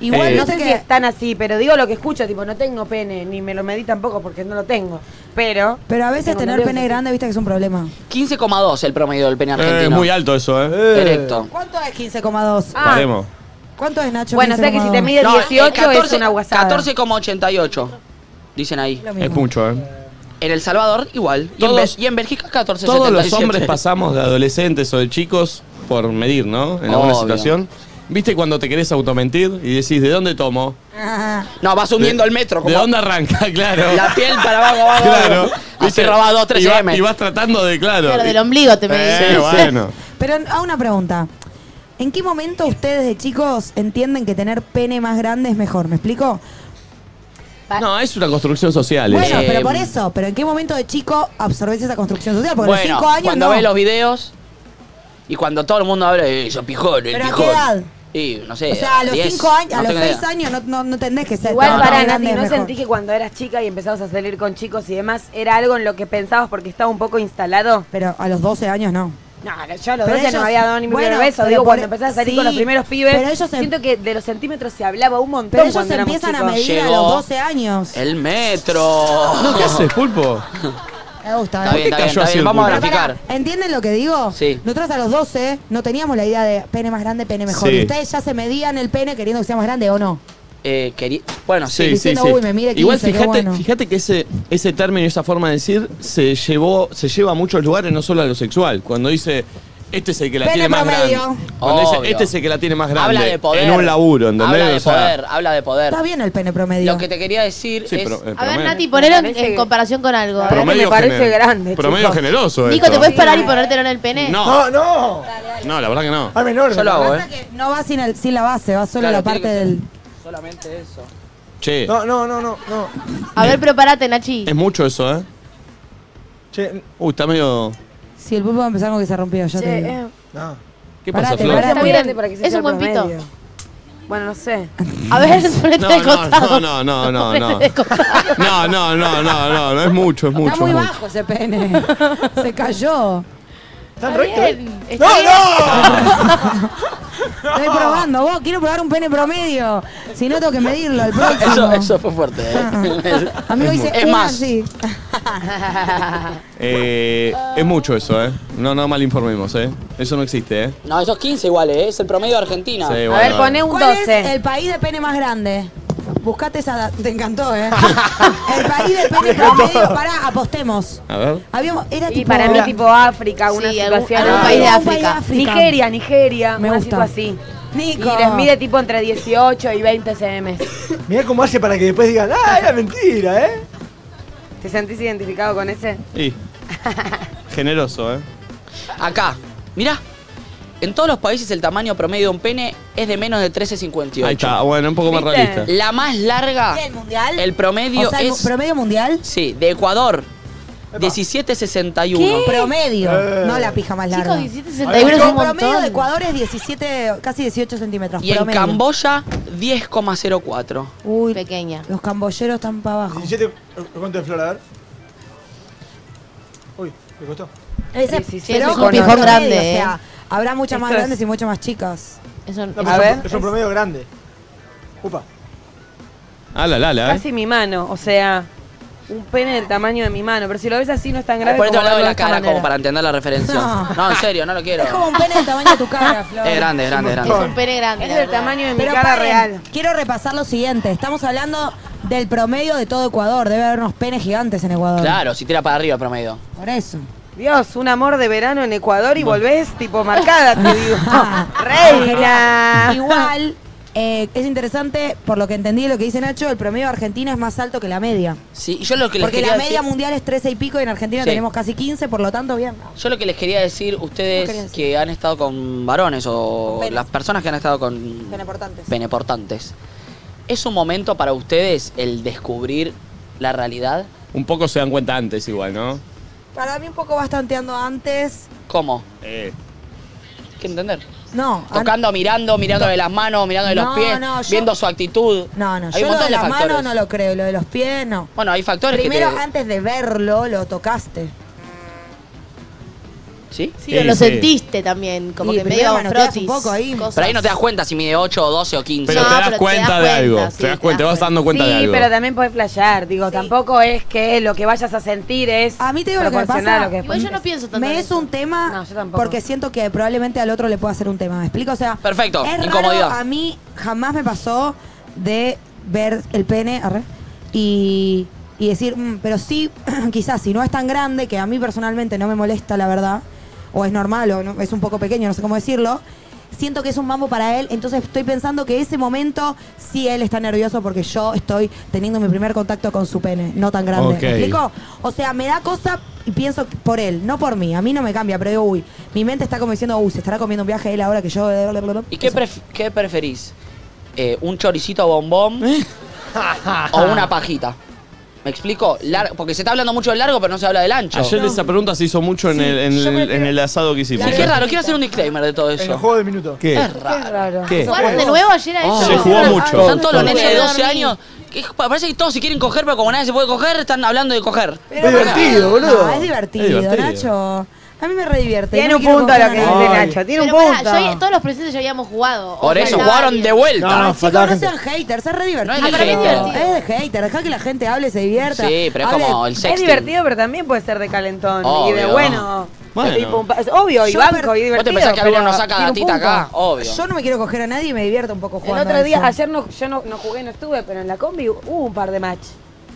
Speaker 2: Igual
Speaker 3: Eh,
Speaker 2: no sé
Speaker 3: que-
Speaker 2: si están así, pero digo lo que escucho, tipo, no tengo pene, ni me lo medí tampoco porque no lo tengo. Pero.
Speaker 3: Pero a veces
Speaker 2: Tengo
Speaker 3: tener
Speaker 2: nervios
Speaker 3: pene
Speaker 2: así.
Speaker 3: grande, viste que es un problema.
Speaker 4: 15,2 el promedio del pene
Speaker 1: Eh,
Speaker 4: argentino.
Speaker 1: es muy alto eso, ¿eh?
Speaker 4: Directo.
Speaker 3: ¿Cuánto es 15,2?
Speaker 1: Paremos.
Speaker 3: ¿Cuánto es Nacho?
Speaker 2: Bueno, o sea que si te
Speaker 3: 15,2?
Speaker 2: mide
Speaker 4: No,
Speaker 2: 18 es
Speaker 4: 14,
Speaker 2: una guasada.
Speaker 4: 14,88. Dicen ahí.
Speaker 1: Es mucho, ¿eh?
Speaker 4: En El Salvador, igual. Y en
Speaker 1: Todos-
Speaker 4: Bel- y en Bélgica, 14,77.
Speaker 1: Todos los hombres pasamos de adolescentes o de chicos por medir, ¿no? En alguna
Speaker 4: Obvio.
Speaker 1: situación. ¿Viste cuando te querés automentir y decís, ¿de dónde tomo?
Speaker 4: No, vas hundiendo el metro.
Speaker 1: ¿De
Speaker 4: como-
Speaker 1: dónde arranca? Claro.
Speaker 4: La piel para abajo, abajo.
Speaker 1: Claro.
Speaker 4: abajo. Así robás dos, tres
Speaker 1: y, va-
Speaker 4: M.
Speaker 1: y vas tratando de, claro.
Speaker 3: Claro,
Speaker 1: y-
Speaker 3: del ombligo te
Speaker 1: eh,
Speaker 3: medís.
Speaker 1: bueno.
Speaker 3: Pero a una pregunta. ¿En qué momento ustedes de chicos entienden que tener pene más grande es mejor? ¿Me explico?
Speaker 1: No, es una construcción social.
Speaker 3: Bueno,
Speaker 1: esa.
Speaker 4: Eh,
Speaker 3: pero por eso, pero ¿en qué momento de chico absorbés esa construcción social? Porque a
Speaker 4: Bueno,
Speaker 3: los cinco años
Speaker 4: cuando
Speaker 3: no.
Speaker 4: ves los videos y cuando todo el mundo habla de eso, pijón, el
Speaker 3: ¿Pero a qué
Speaker 4: pijón.
Speaker 3: edad?
Speaker 4: Y no sé.
Speaker 3: o sea, a los
Speaker 4: 10,
Speaker 3: cinco años,
Speaker 4: no
Speaker 3: a los
Speaker 4: tengo
Speaker 3: seis
Speaker 4: idea.
Speaker 3: años no, no, no tendés que ser.
Speaker 2: Igual
Speaker 3: tan
Speaker 2: para
Speaker 3: grande
Speaker 2: Nati,
Speaker 3: es
Speaker 2: ¿no
Speaker 3: mejor.
Speaker 2: sentís que cuando eras chica y empezabas a salir con chicos y demás, era algo en lo que pensabas porque estaba un poco instalado?
Speaker 3: Pero a los 12 años no.
Speaker 2: No, yo a los
Speaker 3: Pero
Speaker 2: 12 no
Speaker 3: ellos-
Speaker 2: me había dado ni mi
Speaker 3: bueno,
Speaker 2: primer beso.
Speaker 3: pero
Speaker 2: Digo,
Speaker 3: por-
Speaker 2: cuando empezás a salir con los
Speaker 3: sí,
Speaker 2: primeros pibes,
Speaker 3: pero ellos se-
Speaker 2: siento que de los centímetros se hablaba un montón
Speaker 3: Pero ellos
Speaker 2: cuando
Speaker 3: se
Speaker 2: éramos
Speaker 3: empiezan a
Speaker 2: chicos.
Speaker 3: medir a
Speaker 4: Llegó.
Speaker 3: los 12 años.
Speaker 4: El metro.
Speaker 1: No, ¿qué haces, pulpo?
Speaker 3: Me gusta.
Speaker 4: Está
Speaker 3: ¿eh?
Speaker 4: bien, está bien,
Speaker 1: cayó
Speaker 4: está
Speaker 1: así
Speaker 4: bien.
Speaker 1: el
Speaker 4: Vamos a
Speaker 1: culo?
Speaker 4: graficar.
Speaker 3: ¿Entienden lo que digo?
Speaker 4: Sí.
Speaker 3: Nosotros a los 12 no teníamos la idea de pene más grande, pene mejor.
Speaker 4: Sí.
Speaker 3: Y Ustedes ya se medían el pene queriendo que sea más grande o no.
Speaker 4: Eh, querí- Bueno,
Speaker 1: Sí,
Speaker 4: sí.
Speaker 1: sí,
Speaker 3: diciendo,
Speaker 1: sí.
Speaker 3: "Uy, me mide 15,
Speaker 1: Igual
Speaker 3: qué
Speaker 1: fíjate,
Speaker 3: bueno".
Speaker 1: fíjate que ese, ese término y esa forma de decir se llevó, se lleva a muchos lugares, no solo a lo sexual. Cuando dice este es el que la
Speaker 4: Pene
Speaker 1: tiene más
Speaker 4: promedio.
Speaker 1: grande. Cuando dice
Speaker 4: Obvio.
Speaker 1: este es el que la tiene más grande.
Speaker 4: Habla de poder.
Speaker 1: En un laburo, ¿entendés?
Speaker 4: Habla de
Speaker 1: O sea,
Speaker 4: poder, habla de poder.
Speaker 3: Está bien el pene promedio.
Speaker 4: Lo que te quería decir
Speaker 1: Sí,
Speaker 4: es.
Speaker 1: pero, eh,
Speaker 5: A ver,
Speaker 1: promedio.
Speaker 5: Nati, ponelo en,
Speaker 4: parece
Speaker 5: en comparación con algo. a ver.
Speaker 1: Promedio gener- Promedio
Speaker 5: chicos.
Speaker 1: generoso.
Speaker 5: Nico,
Speaker 1: esto.
Speaker 5: ¿te puedes parar y ponértelo en el pene?
Speaker 1: No.
Speaker 9: no. Ah,
Speaker 1: No, la verdad que no.
Speaker 9: Al menor.
Speaker 1: Yo lo hago, ¿eh?
Speaker 3: No va sin, el, sin la base, va solo
Speaker 1: Claro,
Speaker 3: la parte del.
Speaker 4: Solamente eso.
Speaker 1: Che,
Speaker 9: No, no, no, no. no.
Speaker 5: A ver, prepárate, Nachi.
Speaker 1: es mucho eso, ¿eh?
Speaker 9: Che.
Speaker 1: Uy, está medio.
Speaker 3: Si el pulpo va a empezar con que se rompió, yo te digo.
Speaker 9: No.
Speaker 1: ¿Qué
Speaker 3: Pará,
Speaker 1: pasa,
Speaker 3: te
Speaker 1: Flor?
Speaker 3: parece
Speaker 2: Está
Speaker 3: muy
Speaker 2: grande
Speaker 3: grande.
Speaker 2: para que se
Speaker 3: Es
Speaker 2: sea
Speaker 3: un buen
Speaker 2: el
Speaker 3: pito.
Speaker 2: promedio. Bueno, no sé.
Speaker 5: A ver, ponete
Speaker 1: No,
Speaker 5: de
Speaker 1: no,
Speaker 5: costado.
Speaker 1: no, no, no, no.
Speaker 5: Ponete de costado.
Speaker 1: No, no, no, no, no, no, es mucho, es mucho.
Speaker 3: Está muy
Speaker 1: es mucho.
Speaker 3: bajo ese pene. se cayó.
Speaker 9: ¿Están
Speaker 5: Está
Speaker 9: rectos?
Speaker 5: bien,
Speaker 9: ¡No,
Speaker 5: está
Speaker 9: no!
Speaker 3: Estoy probando, vos, quiero probar un pene promedio. Si no, tengo que medirlo al próximo.
Speaker 4: Eso, eso fue fuerte. ¿eh?
Speaker 3: Amigo
Speaker 4: es,
Speaker 3: dice,
Speaker 4: es
Speaker 3: "Una
Speaker 4: más.
Speaker 3: sí".
Speaker 1: Eh, es mucho eso, ¿eh? No, no mal informemos, ¿eh? Eso no existe, ¿eh?
Speaker 4: No, esos 15 igual, ¿eh? es el promedio de Argentina.
Speaker 1: Sí, A bueno, ver,
Speaker 4: poné
Speaker 3: ¿Cuál es el país de pene más grande? Buscate esa... da- Te encantó, ¿eh? el país de pene promedio... Pará, apostemos.
Speaker 1: A ver.
Speaker 3: Habíamos... Era
Speaker 2: Y
Speaker 3: tipo...
Speaker 2: para mí tipo África, una
Speaker 5: Sí, algún-
Speaker 2: situación
Speaker 5: algún
Speaker 2: así.
Speaker 5: país de
Speaker 2: Algún
Speaker 5: África.
Speaker 2: Nigeria, Nigeria,
Speaker 3: Me
Speaker 2: una
Speaker 3: gusta.
Speaker 2: situación así.
Speaker 3: Nico.
Speaker 2: Y les mide tipo entre 18 y 20 cm.
Speaker 9: Mirá cómo hace para que después digan, ¡ah, era mentira, eh!
Speaker 2: ¿Te sentís identificado con ese?
Speaker 1: Y. Generoso, ¿eh?
Speaker 4: Acá, mirá. En todos los países el tamaño promedio de un pene es de menos de
Speaker 1: Ahí
Speaker 4: 13,58.
Speaker 1: está, bueno, un poco más
Speaker 4: ¿Viste?
Speaker 1: realista.
Speaker 4: La más larga,
Speaker 3: ¿Qué, el mundial?
Speaker 4: el promedio
Speaker 3: O sea, el
Speaker 4: es...
Speaker 3: promedio mundial.
Speaker 4: Sí, de Ecuador. 17,61.
Speaker 3: Promedio,
Speaker 4: Eh.
Speaker 3: no la pija más larga.
Speaker 5: Chicos, 17,61 es un
Speaker 3: El promedio
Speaker 5: montón.
Speaker 3: de Ecuador es 17, casi 18 centímetros.
Speaker 4: Y en
Speaker 3: promedio.
Speaker 4: Camboya, 10,04.
Speaker 3: Uy,
Speaker 5: pequeña.
Speaker 3: Los cambolleros están para abajo.
Speaker 9: 17, ¿cuánto de flor? A ver. Uy, me costó.
Speaker 3: Ese,
Speaker 2: Sí, sí, sí,
Speaker 3: pero
Speaker 2: es un
Speaker 3: con
Speaker 2: pijón
Speaker 3: promedio,
Speaker 2: grande,
Speaker 3: O sea,
Speaker 2: eh.
Speaker 3: habrá muchas más
Speaker 2: Esto es-
Speaker 3: grandes y muchas más chicas.
Speaker 5: Eso,
Speaker 9: No, pero es, un- es un promedio grande. Upa.
Speaker 1: Ah, la la, la, ¿eh?
Speaker 2: Casi mi mano, o sea, un pene del tamaño de mi mano. Pero si lo ves así no es tan grave
Speaker 4: Ponete
Speaker 2: como
Speaker 4: al lado de
Speaker 2: verlo
Speaker 4: la
Speaker 2: esta
Speaker 4: cara
Speaker 2: manera.
Speaker 4: como para entender la referencia.
Speaker 2: No.
Speaker 4: No. en serio, no lo quiero.
Speaker 3: Es como un pene del tamaño de tu cara, Flor.
Speaker 4: Es grande, es grande, es grande.
Speaker 5: Es un pene grande.
Speaker 2: Es
Speaker 5: la
Speaker 2: del
Speaker 5: verdad.
Speaker 2: tamaño de mi
Speaker 3: Pero
Speaker 2: cara
Speaker 3: paren,
Speaker 2: real.
Speaker 3: quiero repasar lo siguiente. Estamos hablando del promedio de todo Ecuador. Debe haber unos penes gigantes en Ecuador.
Speaker 4: Claro, si tira para arriba promedio.
Speaker 3: Por eso.
Speaker 2: Dios, un amor de verano en Ecuador y volvés tipo marcada, te digo. Reina.
Speaker 3: Igual, eh, es interesante, por lo que entendí de lo que dice Nacho, el promedio de Argentina es más alto que la media.
Speaker 4: Sí, y yo lo que les
Speaker 3: Porque
Speaker 4: quería
Speaker 3: la media
Speaker 4: decir-
Speaker 3: mundial es 13 y pico y en Argentina
Speaker 4: Sí.
Speaker 3: tenemos casi 15, por lo tanto, bien.
Speaker 4: Yo lo que les quería decir,
Speaker 3: ¿Qué querías decir?
Speaker 4: ustedes que han estado con varones o las personas que han estado con
Speaker 3: Peneportantes.
Speaker 4: peneportantes, ¿es un momento para ustedes el descubrir la realidad?
Speaker 1: Un poco se dan cuenta antes igual, ¿no?
Speaker 3: Para mí un poco bastanteando antes.
Speaker 4: ¿Cómo?
Speaker 1: Eh.
Speaker 4: ¿Qué entender?
Speaker 3: Ah, No. an-
Speaker 4: Tocando, mirando, mirándole las manos, mirándole
Speaker 3: No,
Speaker 4: los pies,
Speaker 3: no, yo-
Speaker 4: viendo su actitud.
Speaker 3: No, no,
Speaker 4: Hay
Speaker 3: yo
Speaker 4: un
Speaker 3: lo
Speaker 4: montón
Speaker 3: de
Speaker 4: de
Speaker 3: las
Speaker 4: factores.
Speaker 3: manos no lo creo, lo de los pies no.
Speaker 4: Bueno, hay factores
Speaker 3: Primero,
Speaker 4: que te...
Speaker 3: antes de verlo, lo tocaste.
Speaker 4: ¿Sí?
Speaker 5: Sí, o lo sentiste también, como
Speaker 3: Y
Speaker 5: que
Speaker 3: primero
Speaker 5: medio
Speaker 3: manoteas
Speaker 5: frotis.
Speaker 3: un poco ahí.
Speaker 5: cosas.
Speaker 4: Pero ahí no te das cuenta si mide 8 o 12 o 15.
Speaker 1: Pero te das cuenta de algo.
Speaker 5: sí,
Speaker 1: te das cuenta, te vas dando cuenta
Speaker 2: sí,
Speaker 1: de algo.
Speaker 2: pero también podés flashear, digo, tampoco es que lo que vayas a sentir es
Speaker 3: A mí te digo lo que me
Speaker 2: proporcional
Speaker 3: pasa.
Speaker 2: a lo que
Speaker 5: Igual yo no pienso tanto en
Speaker 3: Me es
Speaker 5: eso.
Speaker 3: un tema
Speaker 2: No, yo tampoco.
Speaker 3: porque siento que probablemente al otro le pueda hacer un tema. ¿Me explico? O sea,
Speaker 4: Perfecto,
Speaker 3: es raro,
Speaker 4: incomodidad.
Speaker 3: a mí jamás me pasó de ver el pene arre, y, y decir, "Mm, pero sí, quizás si no es tan grande, que a mí personalmente no me molesta, la verdad, o es normal, o no- es un poco pequeño, no sé cómo decirlo. Siento que es un mambo para él, entonces estoy pensando que ese momento sí él está nervioso porque yo estoy teniendo mi primer contacto con su pene, no tan grande.
Speaker 8: Ok.
Speaker 3: ¿Me explico? O sea, me da cosa y pienso por él, no por mí. A mí no me cambia, pero digo, uy, mi mente está como diciendo, uy, se estará comiendo un viaje él ahora que yo.
Speaker 4: ¿Y qué, pref- qué preferís? Eh, ¿Un choricito bombón o una pajita? ¿Me explico? Lar- porque se está hablando mucho del largo, pero no se habla del ancho.
Speaker 1: Ayer esa pregunta se hizo mucho en, el, en, el, en el asado que hicimos.
Speaker 4: Sí, qué raro, quiero hacer un disclaimer de todo
Speaker 9: En el
Speaker 4: eso.
Speaker 9: juego de minuto.
Speaker 1: ¿Qué?
Speaker 4: Es raro.
Speaker 2: raro.
Speaker 1: ¿Qué?
Speaker 5: ¿Jugaron de nuevo ayer a
Speaker 4: Oh,
Speaker 5: eso?
Speaker 1: Se jugó mucho.
Speaker 4: Están todos los nenes de
Speaker 5: Dormí.
Speaker 4: 12 años. que es- parece que todos si quieren coger, pero como nadie se puede coger, están hablando de coger.
Speaker 9: Es divertido, boludo.
Speaker 3: No, es divertido,
Speaker 1: Es divertido.
Speaker 3: Nacho. A mí me re divierte.
Speaker 2: Tiene
Speaker 3: No
Speaker 2: un
Speaker 3: quiero
Speaker 2: punto lo
Speaker 3: confiar
Speaker 2: que
Speaker 3: en
Speaker 2: dice
Speaker 3: nadie.
Speaker 2: Nacho, tiene un
Speaker 5: Pero pará,
Speaker 2: punto.
Speaker 5: yo ya- todos los presentes ya habíamos jugado.
Speaker 4: Por
Speaker 5: O sea,
Speaker 4: eso
Speaker 5: estaba
Speaker 4: jugaron
Speaker 5: bien.
Speaker 4: de vuelta.
Speaker 9: No, no,
Speaker 3: Chicos,
Speaker 9: faltaba
Speaker 3: no
Speaker 9: gente.
Speaker 3: sean haters, es re divertido.
Speaker 4: No es Ah, para mí es divertido.
Speaker 5: divertido.
Speaker 3: Es de hater, deja que la gente hable, se divierta.
Speaker 4: Sí, pero es
Speaker 3: Hable-
Speaker 4: como el sexting.
Speaker 2: Es divertido, pero también puede ser de calentón y de
Speaker 4: Obvio.
Speaker 2: bueno.
Speaker 1: Bueno.
Speaker 2: tipo, es obvio, y
Speaker 3: Yo
Speaker 2: banco,
Speaker 3: per-
Speaker 2: y divertido.
Speaker 4: ¿Vos te pensás que
Speaker 2: pero
Speaker 4: alguno nos saca
Speaker 2: tiene un
Speaker 4: datita
Speaker 2: punto.
Speaker 4: acá? Obvio.
Speaker 3: Yo no me quiero coger a nadie y me divierto un poco
Speaker 2: El
Speaker 3: jugando.
Speaker 2: otro
Speaker 3: a
Speaker 2: día,
Speaker 3: eso.
Speaker 2: ayer no, yo no, no jugué, no estuve, pero en la combi hubo un par de match.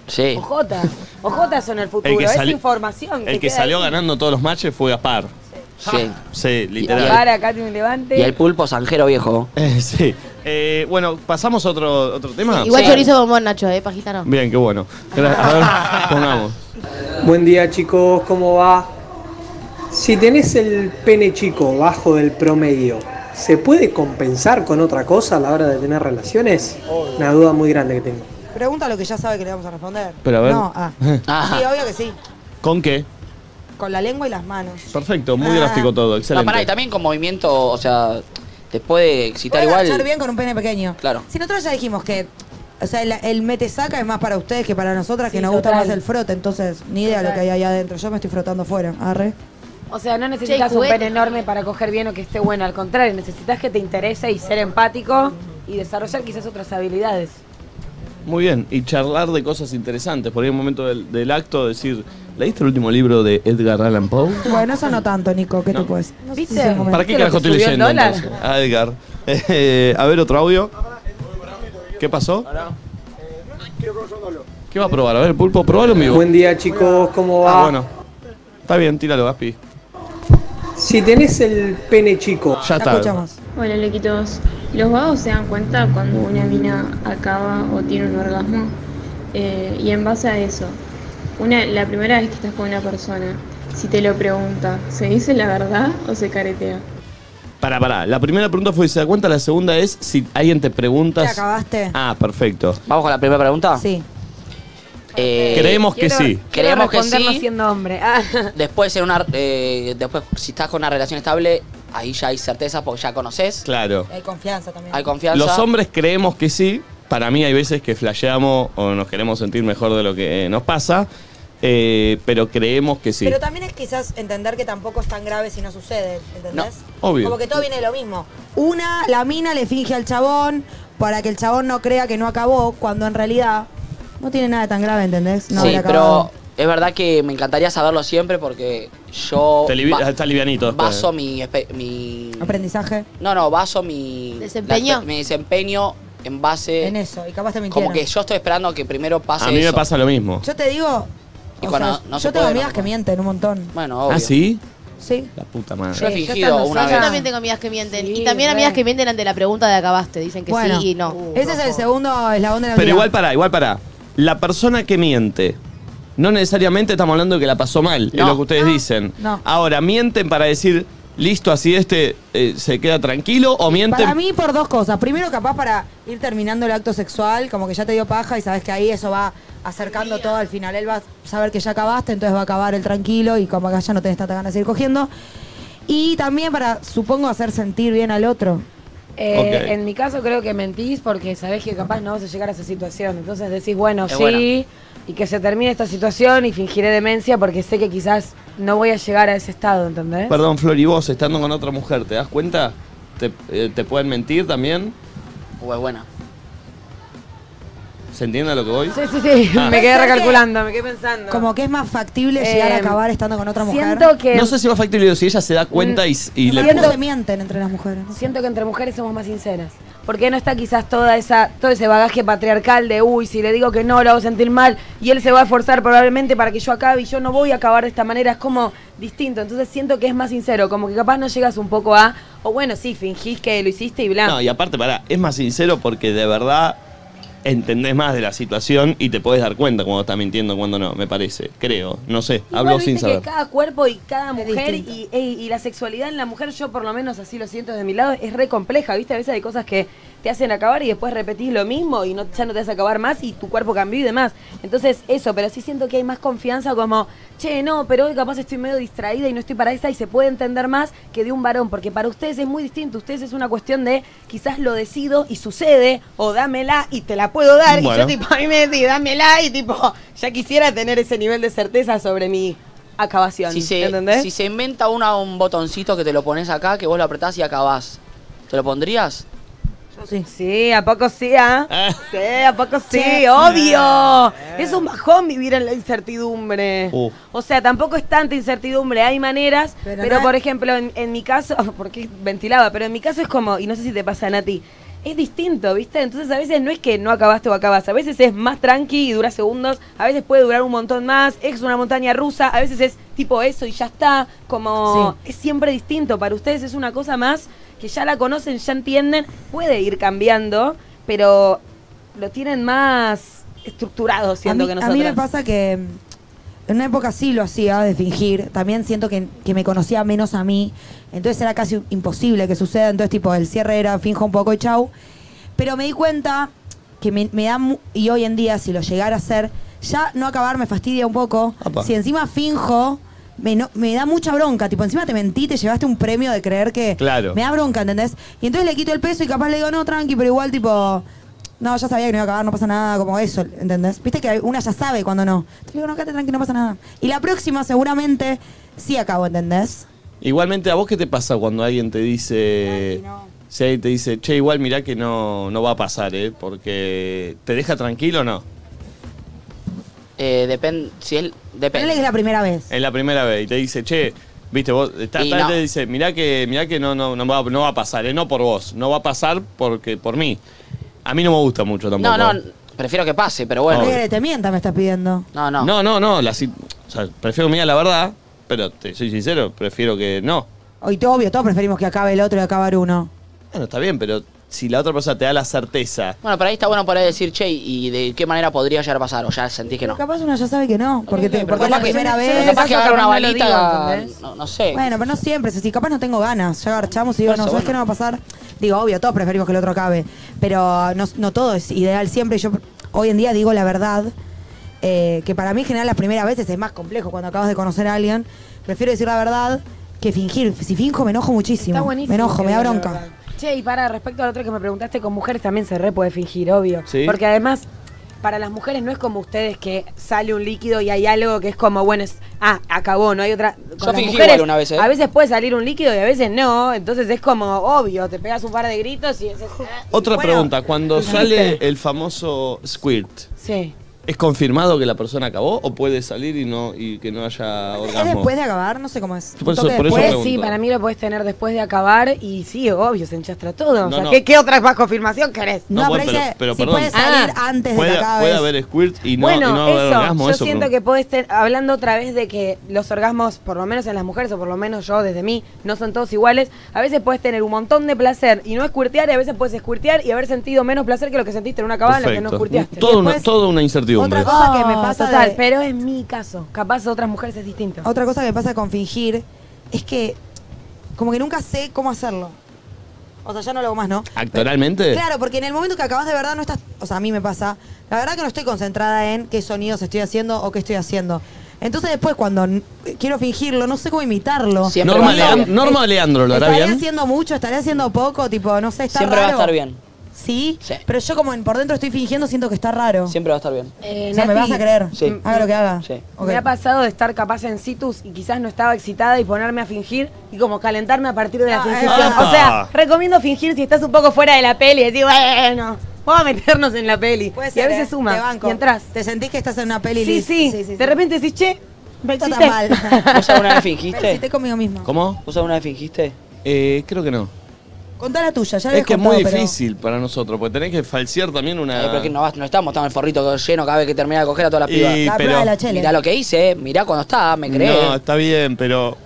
Speaker 1: Sí.
Speaker 2: Ojotas. Ojotas son el futuro. es
Speaker 1: salió-
Speaker 2: información.
Speaker 1: El que
Speaker 2: queda
Speaker 1: salió
Speaker 2: ahí.
Speaker 1: ganando todos los matches fue Gaspar.
Speaker 4: Sí.
Speaker 3: Ah.
Speaker 1: Sí,
Speaker 2: Y
Speaker 1: literal.
Speaker 2: Para acá tiene un levante.
Speaker 4: Y el pulpo sanjero viejo.
Speaker 1: Eh, sí. Eh, bueno, ¿pasamos a otro, otro tema?
Speaker 5: Igual
Speaker 4: Sí.
Speaker 5: chorizo bombón, Nacho, eh, pajita no.
Speaker 1: Bien, qué bueno. Gra- A ver, pongamos.
Speaker 18: Buen día chicos, ¿cómo va? Si tenés el pene chico bajo del promedio, ¿se puede compensar con otra cosa a la hora de tener relaciones? Una duda muy grande que tengo.
Speaker 3: Pregunta lo que ya sabe que le vamos a responder.
Speaker 1: Pero a ver.
Speaker 3: No, ah.
Speaker 4: Ajá.
Speaker 3: Sí, obvio que sí.
Speaker 1: ¿Con qué?
Speaker 3: Con la lengua y las manos.
Speaker 1: Perfecto, muy gráfico todo,
Speaker 4: No, Ah. pará, y
Speaker 1: excelente.
Speaker 4: también con movimiento, o sea, te puede excitar
Speaker 3: Puede garchar
Speaker 4: igual.
Speaker 3: bien con un pene pequeño.
Speaker 4: Claro.
Speaker 3: Si nosotros ya dijimos que. O sea, el, el mete-saca es más para ustedes que para nosotras, que
Speaker 2: Sí,
Speaker 3: nos gusta
Speaker 2: total.
Speaker 3: más el frote. Entonces, ni idea lo que hay ahí adentro. Yo me estoy frotando fuera. Arre.
Speaker 2: O sea, no necesitas
Speaker 5: Che,
Speaker 2: un
Speaker 5: juguete.
Speaker 2: pene enorme para coger bien o que esté bueno. Al contrario, necesitas que te interese y ser empático y desarrollar quizás otras habilidades.
Speaker 1: Muy bien, y charlar de cosas interesantes. Por ahí en un momento del, del acto decir, ¿leíste el último libro de Edgar Allan Poe?
Speaker 3: Bueno, eso no tanto, Nico, ¿qué te puedes?
Speaker 2: ¿Viste?
Speaker 1: ¿Para qué carajo estoy leyendo entonces? Ah, Edgar. Eh, a ver, otro audio. ¿Qué pasó? ¿Qué va a probar? A ver, Pulpo, probalo en vivo.
Speaker 9: Buen día, chicos, ¿cómo va?
Speaker 1: Ah, bueno. Está bien, tíralo, Gaspi.
Speaker 9: Si tenés el pene chico.
Speaker 1: Ya está. escuchamos.
Speaker 6: Hola loquitos, los vagos se dan cuenta cuando una mina acaba o tiene un orgasmo Eh, y en base a eso, una, la primera vez que estás con una persona, si te lo pregunta, ¿se dice la verdad o se caretea?
Speaker 1: Pará, pará. La primera pregunta fue si se da cuenta, la segunda es si alguien te pregunta.
Speaker 3: ¿Te acabaste?
Speaker 1: Ah, perfecto.
Speaker 4: ¿Vamos con la primera pregunta? Eh,
Speaker 3: Sí.
Speaker 1: Creemos que sí.
Speaker 4: Creemos que
Speaker 2: responderlo
Speaker 4: sí.
Speaker 2: siendo hombre. Ah.
Speaker 4: Después, en una, eh, después, si estás con una relación estable, ahí ya hay certezas porque ya conoces.
Speaker 1: Claro.
Speaker 19: Hay confianza también.
Speaker 4: Hay confianza.
Speaker 1: Los hombres creemos que sí. Para mí hay veces que flasheamos o nos queremos sentir mejor de lo que eh, nos pasa. eh, pero creemos que sí.
Speaker 20: Pero también es quizás entender que tampoco es tan grave si no sucede, ¿entendés?
Speaker 1: No, obvio.
Speaker 20: Como que todo viene de lo mismo.
Speaker 3: Una, la mina le finge al chabón para que el chabón no crea que no acabó, cuando en realidad no tiene nada tan grave, ¿entendés? No
Speaker 4: sí,
Speaker 3: habrá acabado.
Speaker 4: pero es verdad que me encantaría saberlo siempre porque yo.
Speaker 1: Te livi-
Speaker 4: ba-
Speaker 1: está livianito después.
Speaker 4: Baso mi, espe- mi.
Speaker 3: Aprendizaje.
Speaker 4: No, no, baso mi.
Speaker 3: Desempeño.
Speaker 4: la- mi desempeño en base.
Speaker 20: En eso, y capaz te mintieron.
Speaker 4: Eh, Como que yo estoy esperando que primero pase
Speaker 1: A mí me
Speaker 4: eso.
Speaker 1: pasa lo mismo.
Speaker 3: Yo te digo,
Speaker 4: Y
Speaker 3: o
Speaker 4: cuando
Speaker 3: sea,
Speaker 4: no se
Speaker 3: yo tengo
Speaker 4: puede,
Speaker 3: amigas
Speaker 4: no.
Speaker 3: que mienten un montón.
Speaker 4: Bueno, obvio.
Speaker 1: ¿Ah, sí?
Speaker 3: Sí.
Speaker 1: La puta madre.
Speaker 4: Yo he
Speaker 5: Sí,
Speaker 4: fingido
Speaker 5: estando
Speaker 4: una
Speaker 5: sola.
Speaker 4: vez.
Speaker 5: Yo también tengo amigas que mienten.
Speaker 3: Sí,
Speaker 5: y también
Speaker 3: re.
Speaker 5: amigas que mienten ante la pregunta de acabaste. Dicen que
Speaker 3: Bueno.
Speaker 5: sí y no.
Speaker 3: Ese es el segundo eslabón de la
Speaker 1: Pero
Speaker 3: unidad.
Speaker 1: igual para, igual para. La persona que miente. No necesariamente estamos hablando de que la pasó mal, es
Speaker 3: No. Ah,
Speaker 1: lo que ustedes dicen.
Speaker 3: no.
Speaker 1: Ahora, mienten para decir, listo, así este eh, se queda tranquilo, o mienten.
Speaker 3: Para mí por dos cosas. Primero, capaz para ir terminando el acto sexual, como que ya te dio paja y sabes que ahí eso va acercando todo al final. Él va a saber que ya acabaste, entonces va a acabar el tranquilo y como acá ya no tenés tanta ganas de seguir cogiendo. Y también para, supongo, hacer sentir bien al otro.
Speaker 2: Eh,
Speaker 3: Ok.
Speaker 2: En mi caso creo que mentís porque sabés que capaz no vas a llegar a esa situación. Entonces decís, bueno,
Speaker 3: Es
Speaker 2: sí,
Speaker 3: buena.
Speaker 2: y que se termine esta situación y fingiré demencia porque sé que quizás no voy a llegar a ese estado,
Speaker 3: ¿eh?
Speaker 2: ¿entendés?
Speaker 1: Perdón, Flor, y vos estando con otra mujer, ¿te das cuenta? ¿Te, eh, te pueden mentir también?
Speaker 4: O es buena.
Speaker 1: ¿Se entiende a lo que voy?
Speaker 2: Sí, sí, sí.
Speaker 1: Ah.
Speaker 2: me quedé recalculando, me quedé pensando.
Speaker 3: Como que es más factible llegar a
Speaker 2: Eh,
Speaker 3: acabar estando con otra mujer.
Speaker 2: Siento que.
Speaker 1: No sé si va factible o si ella se da cuenta y, y le.
Speaker 3: Siento que mienten entre las mujeres.
Speaker 2: Siento que entre mujeres somos más sinceras. Porque no está quizás toda esa, todo ese bagaje patriarcal de uy, si le digo que no, lo hago sentir mal, y él se va a esforzar probablemente para que yo acabe y yo no voy a acabar de esta manera, es como distinto. Entonces siento que es más sincero, como que capaz no llegas un poco a, o bueno, sí, fingís que lo hiciste y
Speaker 4: Ah.
Speaker 2: bla.
Speaker 1: No, y aparte, pará, es más sincero porque de verdad entendés más de la situación y te podés dar cuenta cuando está mintiendo, cuando no, me parece. Creo, no sé,
Speaker 2: Igual
Speaker 1: hablo
Speaker 2: viste
Speaker 1: sin saber.
Speaker 2: que cada cuerpo y cada mujer
Speaker 3: distinto.
Speaker 2: y, ey, y la sexualidad en la mujer, yo por lo menos así lo siento de mi lado, es re compleja, ¿viste? A veces hay cosas que te hacen acabar y después repetís lo mismo y no, ya no te vas a acabar más y tu cuerpo cambió y demás. Entonces, eso, pero sí siento que hay más confianza como, che, no, pero hoy capaz estoy medio distraída y no estoy para esa y se puede entender más que de un varón, porque para ustedes es muy distinto, ustedes es una cuestión de quizás lo decido y sucede, o dámela y te la puedo dar, y
Speaker 21: Bueno.
Speaker 2: yo tipo, a mí me decís, dámela y tipo, ya quisiera tener ese nivel de certeza sobre mi acabación.
Speaker 4: Si se,
Speaker 2: ¿Entendés?
Speaker 4: si se inventa una, un botoncito que te lo pones acá, que vos lo apretás y acabás, ¿te lo pondrías?
Speaker 2: sí. ¿a poco sí, ah? Sí, ¿a poco sí?
Speaker 4: Sí.
Speaker 2: Obvio. Es un bajón vivir en la incertidumbre.
Speaker 4: Uh.
Speaker 2: O sea, tampoco es tanta incertidumbre, hay maneras, pero,
Speaker 21: no es-
Speaker 2: por ejemplo, en, en mi caso, porque ventilaba, pero en mi caso es como, y no sé si te pasa Nati, es distinto, ¿viste? Entonces a veces no es que no acabaste o acabas, a veces es más tranqui y dura segundos, a veces puede durar un montón más, es una montaña rusa, a veces es tipo eso y ya está, como es siempre distinto, para ustedes es una cosa más que ya la conocen, ya entienden, puede ir cambiando, pero lo tienen más estructurado, siendo
Speaker 3: a mí,
Speaker 2: que
Speaker 3: a
Speaker 2: nosotros.
Speaker 3: mí me pasa que mm, en una época sí lo hacía de fingir. También siento que, que me conocía menos a mí. Entonces era casi imposible que suceda. Entonces, tipo, el cierre era finjo un poco y chau. Pero me di cuenta que me, me da. mu- Y hoy en día, si lo llegara a hacer, ya no acabar me fastidia un poco.
Speaker 1: Apa.
Speaker 3: Si encima finjo. Me, no- me da mucha bronca, tipo, encima te mentí, te llevaste un premio de creer que...
Speaker 1: Claro.
Speaker 3: Me da bronca, ¿entendés? Y entonces le quito el peso y capaz le digo, no, tranqui, pero igual, tipo, no, ya sabía que no iba a acabar, no pasa nada, como eso, ¿entendés? Viste que hay- una ya sabe cuando no. Te digo, no, quédate tranquilo, no pasa nada. Y la próxima seguramente sí acabo, ¿entendés?
Speaker 1: Igualmente, ¿a vos qué te pasa cuando alguien te dice... Si alguien te dice, che, igual mirá que no, no va a pasar, ¿eh? Porque te deja tranquilo o no.
Speaker 4: Eh, depende. Si él.
Speaker 3: Pero es
Speaker 4: Depende.
Speaker 3: la primera vez.
Speaker 1: Es la primera vez y te dice, che, viste, vos, está,
Speaker 4: Y
Speaker 1: está-
Speaker 4: no.
Speaker 1: te dice, mirá que, mirá que no, no, no, va, no va a pasar, ¿eh? no por vos, no va a pasar porque por mí. A mí no me gusta mucho tampoco.
Speaker 4: No, no. Prefiero que pase, pero bueno.
Speaker 3: Negre, te mienta, me estás pidiendo.
Speaker 4: No, no.
Speaker 1: No, no, no, la si- o sea, prefiero mirar la verdad, pero te soy sincero, prefiero que no.
Speaker 3: Hoy todo obvio, todos preferimos que acabe el otro y acabar uno.
Speaker 1: Bueno, está bien, pero si la otra persona te da la certeza.
Speaker 4: Bueno, por ahí está bueno por ahí decir, che, ¿y de qué manera podría llegar a pasar? O ya sentís que no.
Speaker 3: Pero capaz uno ya sabe que no, porque, te-
Speaker 4: Pero
Speaker 3: porque es la
Speaker 4: capaz
Speaker 2: pues,
Speaker 4: que-
Speaker 3: primera
Speaker 4: pero
Speaker 3: vez.
Speaker 4: Capaz que agarra una balita.
Speaker 3: ¿entendés?
Speaker 4: No, no sé.
Speaker 3: Bueno, pero no siempre, si capaz no tengo ganas, ya garchamos y digo, no, ¿sabes qué no va a pasar? Digo, obvio, todos preferimos que el otro acabe, pero no, no todo es ideal siempre. Yo hoy en día digo la verdad, eh, que para mí en general las primeras veces es más complejo cuando acabas de conocer a alguien. Prefiero decir la verdad que fingir. Si finjo me enojo muchísimo.
Speaker 2: Está buenísimo
Speaker 3: Me enojo,
Speaker 2: que
Speaker 3: me da
Speaker 2: diga la
Speaker 3: bronca.
Speaker 2: verdad. Che, y para respecto al otro que me preguntaste, con mujeres también se re puede fingir, obvio.
Speaker 3: Sí.
Speaker 2: Porque además, para las mujeres no es como ustedes que sale un líquido y hay algo que es como, bueno, es, ah, acabó, no hay otra. Con
Speaker 4: Yo
Speaker 2: las
Speaker 4: fingí
Speaker 2: mujeres,
Speaker 4: igual una vez, ¿eh?
Speaker 2: A veces puede salir un líquido y a veces no, entonces es como obvio, te pegas un par de gritos y es. es-
Speaker 1: Otra
Speaker 2: Bueno,
Speaker 1: pregunta, cuando sale el famoso squirt,
Speaker 2: Sí.
Speaker 1: ¿es confirmado que la persona acabó o puede salir y no y que no haya orgasmo?
Speaker 3: ¿Es después de acabar? No sé cómo es.
Speaker 1: Por eso-
Speaker 3: Un toque
Speaker 1: por eso
Speaker 3: después.
Speaker 1: pregunto.
Speaker 2: Pues Sí, para mí lo puedes tener después de acabar y sí, obvio, se enchastra todo. o
Speaker 1: No,
Speaker 2: sea,
Speaker 1: no.
Speaker 2: ¿qué, qué otra más confirmación querés?
Speaker 1: No, No, bueno, pero- pero perdón.
Speaker 2: Ah.
Speaker 1: puede, puede haber squirt y no, y no haber orgasmo.
Speaker 2: yo
Speaker 1: eso
Speaker 2: siento
Speaker 1: pregunto.
Speaker 2: que puedes estar hablando otra vez de que los orgasmos, por lo menos en las mujeres o por lo menos yo desde mí, no son todos iguales. A veces puedes tener un montón de placer y no escurtear y a veces puedes escurtear y haber sentido menos placer que lo que sentiste en una cabana en la que no
Speaker 1: Perfecto.
Speaker 2: escurteaste.
Speaker 1: Todo una- toda una incertidumbre.
Speaker 3: otra cosa que me pasa
Speaker 2: total,
Speaker 3: de-
Speaker 2: pero es mi caso. Capaz otras mujeres es distinto.
Speaker 3: Otra cosa que pasa con fingir es que como que nunca sé cómo hacerlo. O sea, ya no lo hago más, ¿no?
Speaker 1: ¿Actoralmente?
Speaker 3: Claro, porque en el momento que acabas de verdad no estás, o sea, a mí me pasa, la verdad que no estoy concentrada en qué sonidos estoy haciendo o qué estoy haciendo. Entonces después cuando n- quiero fingirlo, no sé cómo imitarlo. Digo,
Speaker 1: Norma, Lean- Norma Leandro, ¿lo hará
Speaker 3: ¿Estaré
Speaker 1: bien?
Speaker 3: haciendo mucho? ¿Estaré haciendo poco? Tipo, no sé, está
Speaker 4: Siempre va a
Speaker 3: raro.
Speaker 4: estar bien.
Speaker 3: ¿Sí? Pero yo como en- por dentro estoy fingiendo, siento que está raro.
Speaker 4: Siempre va a estar bien.
Speaker 2: Eh,
Speaker 3: o sea, ¿me vas a creer?
Speaker 4: Sí.
Speaker 3: Haga lo que haga.
Speaker 4: Sí.
Speaker 2: Me ha pasado de estar capaz en situs y quizás no estaba excitada y ponerme a fingir y como calentarme a partir de la sensación.
Speaker 4: verdad.
Speaker 2: O sea, recomiendo fingir si estás un poco fuera de la peli y decir, bueno, vamos a meternos en la peli. y a
Speaker 3: ser,
Speaker 2: veces
Speaker 3: ¿eh?
Speaker 2: suma.
Speaker 3: Te banco.
Speaker 2: Y entras.
Speaker 3: Te sentís que estás en una peli.
Speaker 2: Sí,
Speaker 3: lis-
Speaker 2: sí. De repente decís, che, me
Speaker 3: Esto
Speaker 2: excité.
Speaker 3: está mal.
Speaker 4: ¿Vos alguna vez
Speaker 3: Me
Speaker 4: fingiste?
Speaker 3: excité conmigo misma.
Speaker 1: ¿Cómo?
Speaker 4: ¿Vos alguna vez fingiste?
Speaker 1: Eh, creo que no.
Speaker 3: Contá la tuya, ya la
Speaker 1: Es
Speaker 3: habías
Speaker 1: que es muy
Speaker 3: contado, pero-
Speaker 1: difícil para nosotros, porque tenés que falsear también
Speaker 4: Eh,
Speaker 1: una.
Speaker 4: pero que no, vas- no estamos tan el forrito lleno cada vez que termina de coger a todas las
Speaker 1: Ah. Y,
Speaker 4: pibas.
Speaker 1: La pero- prueba de la chele.
Speaker 4: Mirá lo que hice, eh. mirá cuando está, me crees.
Speaker 1: No, está bien, pero.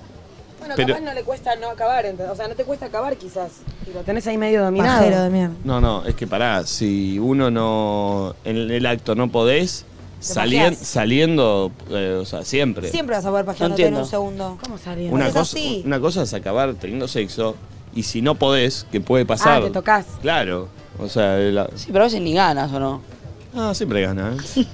Speaker 2: Bueno,
Speaker 1: Pero-
Speaker 2: capaz no le cuesta no acabar. ent- O sea, no te cuesta acabar quizás. Y lo tenés ahí medio dominado.
Speaker 3: Pajero de mierda.
Speaker 1: No, no, es que pará, si uno no. En el acto no podés, salien-
Speaker 3: pajeás.
Speaker 1: saliendo, eh, o sea, siempre.
Speaker 3: Siempre vas a poder
Speaker 1: No
Speaker 3: pajeándote en
Speaker 1: entiendo.
Speaker 3: un segundo.
Speaker 2: ¿Cómo saliendo?
Speaker 1: Una cosa, una cosa es acabar teniendo sexo y si no podés, que puede pasar.
Speaker 4: Ah, te tocas.
Speaker 1: Claro. O sea, la-
Speaker 4: Sí, pero a veces ni ganas, ¿o no?
Speaker 1: ah, siempre gana. ¿eh?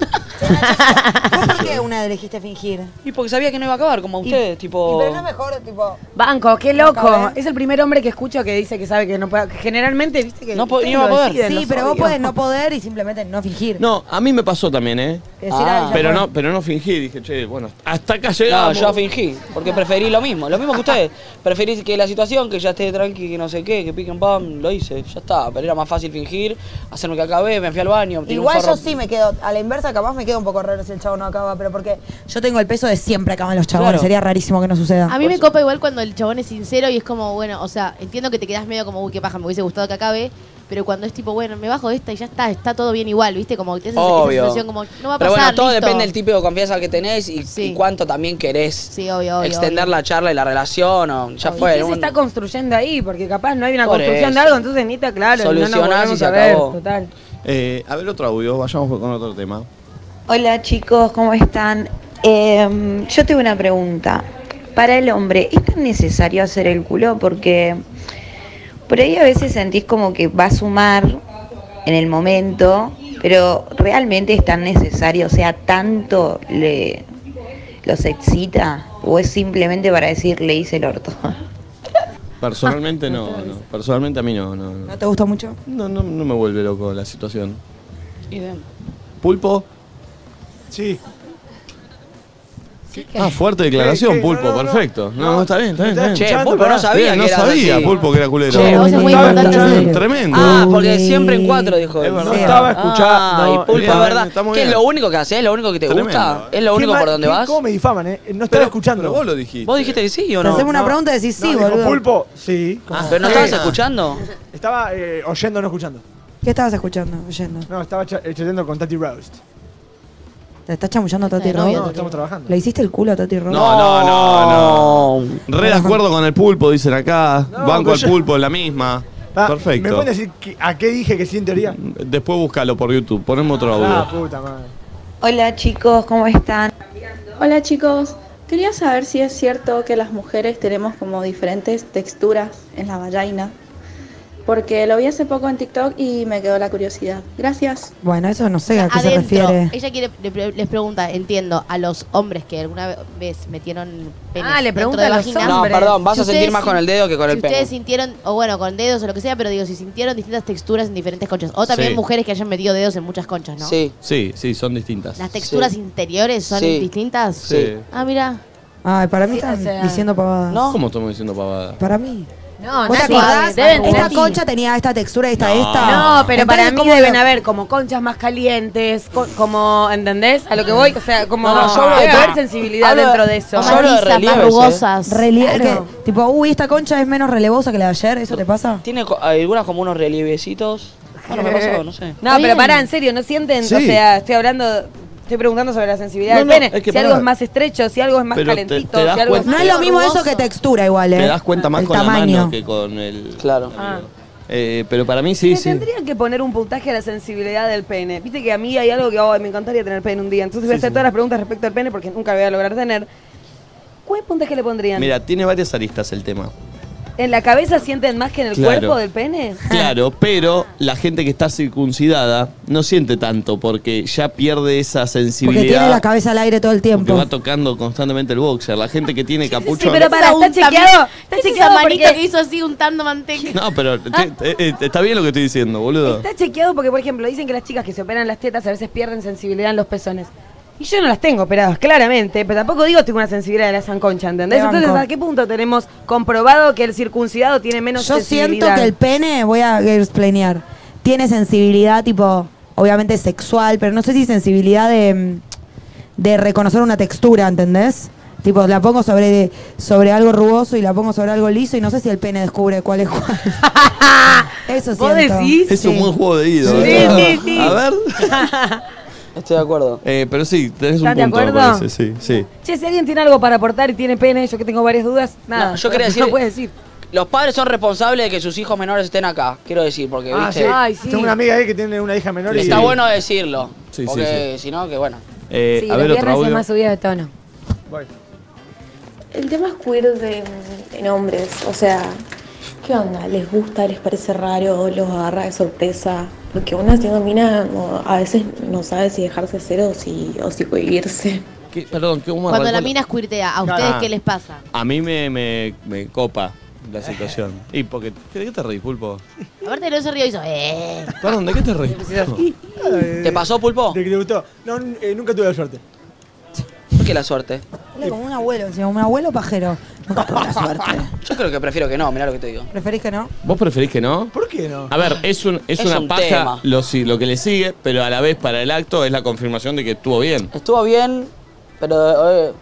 Speaker 3: ¿Por qué una elegiste fingir?
Speaker 4: Y porque sabía que no iba a acabar, como ustedes,
Speaker 1: Oh.
Speaker 4: tipo...
Speaker 3: Pero no es mejor, tipo...
Speaker 2: Banco, eh. qué loco.
Speaker 3: Acabé.
Speaker 2: Es el primer hombre que escucho que dice que sabe que no puede. que Generalmente, viste que.
Speaker 4: No po-
Speaker 2: ustedes
Speaker 4: ni va a
Speaker 2: lo
Speaker 4: poder.
Speaker 2: deciden,
Speaker 3: Sí,
Speaker 2: los
Speaker 3: pero vos
Speaker 2: odio.
Speaker 3: podés no poder y simplemente no fingir.
Speaker 1: No, a mí me pasó también, ¿eh?
Speaker 3: Decir, Ah. "Ay, ya
Speaker 1: pero
Speaker 3: fue".
Speaker 1: no, pero no fingí, dije, che, bueno, hasta acá
Speaker 4: No,
Speaker 1: llegamos.
Speaker 4: yo fingí, porque preferí lo mismo, lo mismo que ustedes. Preferí que la situación, que ya esté tranqui, que no sé qué, que piquen pam, lo hice, ya está. Pero era más fácil fingir, hacerme que acabé, me fui al baño. tiré un
Speaker 3: Igual
Speaker 4: forro.
Speaker 3: yo sí me quedo, a la inversa capaz me quedo un poco raro si el chavo no acaba, pero porque yo tengo el peso de siempre acaban los chabones,
Speaker 5: Claro.
Speaker 3: sería rarísimo que no
Speaker 4: Ah,
Speaker 3: suceda.
Speaker 5: A mí me copa igual cuando el chabón es sincero y es como, bueno, o sea, entiendo que te quedas medio como, uy, qué paja, me hubiese gustado que acabe, pero cuando es tipo, bueno, me bajo de esta y ya está, está todo bien igual, ¿viste? Como que te hace esa- esa
Speaker 4: Obvio.
Speaker 5: sensación como, no va a
Speaker 4: Pero
Speaker 5: pasar,
Speaker 4: bueno, todo
Speaker 5: listo.
Speaker 4: depende del tipo de confianza que tenés y, y cuánto también querés
Speaker 5: obvio,
Speaker 4: extender
Speaker 5: obvio.
Speaker 4: la charla y la relación. O ya
Speaker 2: ¿Y
Speaker 4: fue.
Speaker 2: qué se
Speaker 4: un-
Speaker 2: está construyendo ahí? Porque capaz no hay una
Speaker 4: Por
Speaker 2: construcción
Speaker 4: eso.
Speaker 2: de algo, entonces ni está claro. no nos
Speaker 4: Solucionás
Speaker 2: volvemos
Speaker 4: y se
Speaker 2: a ver,
Speaker 4: acabó.
Speaker 2: Total.
Speaker 1: Eh, a ver otro audio, vayamos con otro tema.
Speaker 22: Hola chicos, ¿cómo están? Eh, yo tengo una pregunta. Para el hombre, ¿es tan necesario hacer el culo? Porque por ahí a veces sentís como que va a sumar en el momento, pero ¿realmente es tan necesario? O sea, ¿tanto le, los excita? ¿O es simplemente para decir le hice el orto?
Speaker 4: Ah,
Speaker 1: Personalmente no, no. Personalmente a mí no, no, no.
Speaker 3: ¿No te gusta mucho?
Speaker 1: No, no, no me vuelve loco la situación. ¿Pulpo?
Speaker 9: Sí.
Speaker 1: Ah, fuerte declaración,
Speaker 9: Sí, sí,
Speaker 1: Pulpo,
Speaker 9: no, no, no.
Speaker 1: perfecto. No,
Speaker 9: No,
Speaker 1: está bien, está
Speaker 9: me
Speaker 1: bien.
Speaker 9: estás
Speaker 1: está bien.
Speaker 9: escuchando, Pulpo, no
Speaker 1: pará.
Speaker 4: sabía
Speaker 1: Bien,
Speaker 4: que
Speaker 1: No
Speaker 4: era
Speaker 1: sabía,
Speaker 4: así.
Speaker 1: Pulpo, que era culero.
Speaker 4: Che, vos es muy importante.
Speaker 1: Tremendo.
Speaker 4: Ah, porque siempre en cuatro dijo.
Speaker 1: Es verdad.
Speaker 9: No estaba escuchando.
Speaker 4: Ah, y Pulpo,
Speaker 9: Bien,
Speaker 4: es verdad.
Speaker 9: está muy
Speaker 4: ¿Qué es
Speaker 9: bien.
Speaker 4: lo úniúnico que haces? ¿Es lo único que te gusta? ¿Es lo
Speaker 9: Qué
Speaker 4: único
Speaker 9: mal-
Speaker 4: por donde
Speaker 9: qué-
Speaker 4: vas?
Speaker 9: ¿Cómo me difaman, eh? No estaba escuchando.
Speaker 1: Vos lo dijiste.
Speaker 4: ¿Vos dijiste que sí o
Speaker 9: Te
Speaker 4: no?
Speaker 9: hacemos una
Speaker 4: No.
Speaker 9: pregunta y decís sí, boludo. Pulpo, sí.
Speaker 4: Ah, ¿Pero no
Speaker 9: Sí.
Speaker 4: estabas escuchando?
Speaker 9: Estaba eh, oyendo, no escuchando.
Speaker 3: ¿Qué estabas escuchando? Oyendo.
Speaker 9: No, estaba cha- eh, chateando con Tati Roast.
Speaker 3: ¿Te estás chamullando a Tati
Speaker 9: de novia,
Speaker 3: Ross?
Speaker 9: No, estamos trabajando.
Speaker 3: ¿Le hiciste el culo a Tati Ross?
Speaker 1: No, no, no, no. Re de acuerdo con el pulpo, dicen acá.
Speaker 9: No,
Speaker 1: Banco
Speaker 9: pero
Speaker 1: al
Speaker 9: yo-
Speaker 1: pulpo, la misma.
Speaker 9: Ah, ¿Me
Speaker 1: Perfecto.
Speaker 9: pueden decir que- a qué dije que sí en teoría?
Speaker 1: Después búscalo por YouTube, ponemos otro
Speaker 9: Ah,
Speaker 1: audio.
Speaker 9: puta madre.
Speaker 23: Hola chicos, ¿cómo están?
Speaker 24: Hola chicos, quería saber si es cierto que las mujeres tenemos como diferentes texturas en la vallaina, porque lo vi hace poco en TikTok y me quedó la curiosidad. Gracias.
Speaker 3: Bueno, eso no sé a qué se
Speaker 5: Adentro.
Speaker 3: refiere.
Speaker 5: Ella quiere, le pre- les pregunta, entiendo, a los hombres que alguna vez metieron penes
Speaker 2: Ah, le
Speaker 5: dentro
Speaker 2: pregunta
Speaker 5: de
Speaker 2: a los
Speaker 5: vagina.
Speaker 2: hombres.
Speaker 4: No, perdón, vas a
Speaker 5: ustedes
Speaker 4: sentir más
Speaker 5: sin-
Speaker 4: con el dedo que con
Speaker 5: si
Speaker 4: el pene.
Speaker 5: ustedes sintieron, o bueno, con dedos o lo que sea, pero digo, si sintieron distintas texturas en diferentes conchas. O también
Speaker 1: Sí.
Speaker 5: mujeres que hayan metido dedos en muchas conchas, ¿no?
Speaker 4: Sí.
Speaker 1: Sí, sí, son distintas.
Speaker 5: ¿Las texturas
Speaker 1: Sí.
Speaker 5: interiores son
Speaker 1: Sí.
Speaker 5: distintas?
Speaker 1: Sí.
Speaker 5: Ah, mira.
Speaker 3: Ay, para mí
Speaker 5: Sí,
Speaker 3: están
Speaker 5: o sea-
Speaker 3: diciendo pavadas.
Speaker 1: ¿Cómo estamos diciendo pavada?
Speaker 3: Para mí.
Speaker 2: No,
Speaker 3: ¿Vos te
Speaker 2: Nati,
Speaker 3: acordás?
Speaker 2: deben-
Speaker 3: esta
Speaker 2: Nati.
Speaker 3: concha tenía esta textura, esta,
Speaker 1: No.
Speaker 3: esta.
Speaker 2: No, pero para
Speaker 3: Entonces,
Speaker 2: mí
Speaker 3: ¿cómo
Speaker 2: deben
Speaker 3: lo-
Speaker 2: haber como conchas más calientes, co- como, ¿entendés? A lo que voy, o sea, como
Speaker 4: No, no, yo hablo
Speaker 2: debe
Speaker 4: de-
Speaker 2: haber sensibilidad
Speaker 4: hablo de-
Speaker 2: dentro de eso.
Speaker 4: yo hablo de relieves, eh.
Speaker 3: Relie-
Speaker 2: Claro.
Speaker 3: que, tipo, uy, esta concha es menos relevosa que la de ayer, ¿eso te pasa?
Speaker 4: Tiene co- algunas como unos relievecitos. Ah, no me ha pasado, no sé.
Speaker 2: No, pero pará, en serio, no sienten, o
Speaker 4: Sí.
Speaker 2: sea, estoy hablando, estoy preguntando sobre la sensibilidad
Speaker 4: No,
Speaker 2: del
Speaker 4: no,
Speaker 2: pene.
Speaker 4: es que
Speaker 2: si algo
Speaker 4: pará.
Speaker 2: es más estrecho, si algo es más
Speaker 1: Pero te-
Speaker 2: calentito,
Speaker 1: te das
Speaker 2: si algo es
Speaker 1: cuenta-
Speaker 3: No
Speaker 2: más
Speaker 3: es lo mismo eso que textura igual, ¿eh?
Speaker 1: Te das cuenta más
Speaker 3: El
Speaker 1: con
Speaker 3: tamaño.
Speaker 1: la mano que con el. Claro.
Speaker 2: Ah.
Speaker 1: pero para mí sí,
Speaker 2: Le
Speaker 1: sí.
Speaker 2: tendrían que poner un puntaje a la sensibilidad del pene. Viste que a mí hay algo que oh, me encantaría tener pene un día. Entonces voy a hacer todas las preguntas respecto al pene porque nunca voy a lograr tener. ¿Cuál puntaje le pondrían?
Speaker 1: Mira, tiene varias aristas el tema.
Speaker 2: ¿En la cabeza sienten más que en el
Speaker 1: Claro.
Speaker 2: cuerpo del pene?
Speaker 1: Claro, pero la gente que está circuncidada no siente tanto porque ya pierde esa sensibilidad.
Speaker 3: Porque tiene la cabeza al aire todo el
Speaker 1: que
Speaker 3: tiempo.
Speaker 1: va tocando constantemente el boxer. La gente que tiene capucho.
Speaker 2: sí, pero para, está
Speaker 5: Esa unta-
Speaker 2: chequeado. Está
Speaker 5: ¿Qué es
Speaker 2: chequeado
Speaker 5: esa manita
Speaker 2: porque-
Speaker 5: que hizo así untando manteca.
Speaker 1: No, pero te- eh, eh, está bien lo que estoy diciendo, boludo.
Speaker 2: Ah. Está chequeado porque, por ejemplo, dicen que las chicas que se operan las tetas a veces pierden sensibilidad en los pezones. Y yo no las tengo operadas, claramente, pero tampoco digo tengo una sensibilidad de la sanconcha, ¿entendés?
Speaker 3: Te banco.
Speaker 2: Entonces, ¿a qué punto tenemos comprobado que el circuncidado tiene menos
Speaker 3: Yo
Speaker 2: sensibilidad?
Speaker 3: siento que el pene, voy a explanear, tiene sensibilidad tipo, obviamente sexual, pero no sé si sensibilidad de, mm, de reconocer una textura, ¿entendés? Tipo, la pongo sobre, sobre algo rugoso y la pongo sobre algo liso y no sé si el pene descubre cuál es cuál. Eso
Speaker 2: ¿Vos
Speaker 3: siento.
Speaker 2: decís?
Speaker 1: Es un buen juego de ido.
Speaker 2: Sí,
Speaker 1: ¿verdad?
Speaker 2: sí, sí.
Speaker 1: A ver.
Speaker 4: Estoy de acuerdo.
Speaker 1: Eh, pero sí, tenés un
Speaker 2: ¿Estás de
Speaker 1: punto, me
Speaker 2: acuerdo?
Speaker 1: parece, sí, sí.
Speaker 2: Che, si alguien tiene algo para aportar y tiene pene, yo que tengo varias dudas, nada.
Speaker 4: No, yo quería decir-
Speaker 2: No puedes decir.
Speaker 4: Los padres son responsables de que sus hijos menores estén acá, quiero decir, porque,
Speaker 9: Ah, sí.
Speaker 4: viste,
Speaker 9: Tengo una amiga ahí que tiene una hija menor y.
Speaker 4: está bueno decirlo.
Speaker 1: Sí, sí,
Speaker 4: porque si no, que bueno.
Speaker 1: Eh, a ver otro audio.
Speaker 2: subida de tono.
Speaker 6: El tema es queer de, en hombres, o sea, ¿qué onda? ¿Les gusta? ¿Les parece raro? ¿Los agarra de sorpresa? Porque una siendo mina no- a veces no sabe si dejarse ser o si, o si cohibirse.
Speaker 1: ¿Qué? Perdón, ¿qué humo
Speaker 5: Cuando la
Speaker 1: arrancó?
Speaker 5: mina escuirtea, ¿a ustedes
Speaker 1: Ah.
Speaker 5: qué les pasa?
Speaker 1: A mí me, me, me copa la situación. Y porque. ¿De qué te reís, pulpo?
Speaker 5: Aparte no se río y hizo, eh.
Speaker 1: Perdón, ¿de qué te reís?
Speaker 9: Eh,
Speaker 4: ¿Te pasó, Pulpo?
Speaker 9: ¿Te, te gustó? No, n- eh, nunca tuve la suerte.
Speaker 4: ¿Por qué la suerte?
Speaker 3: Habla como un abuelo, encima, un abuelo pajero. Nunca tuve la suerte.
Speaker 4: Yo creo que prefiero que no, mirá lo que te digo.
Speaker 3: ¿Preferís que no?
Speaker 1: ¿Vos preferís que no?
Speaker 9: ¿Por qué no?
Speaker 1: A ver, es, un, es,
Speaker 4: Es
Speaker 1: una
Speaker 4: un
Speaker 1: paja
Speaker 4: tema.
Speaker 1: lo, si- lo que le sigue, pero a la vez para el acto es la confirmación de que estuvo bien.
Speaker 4: Estuvo bien, pero eh,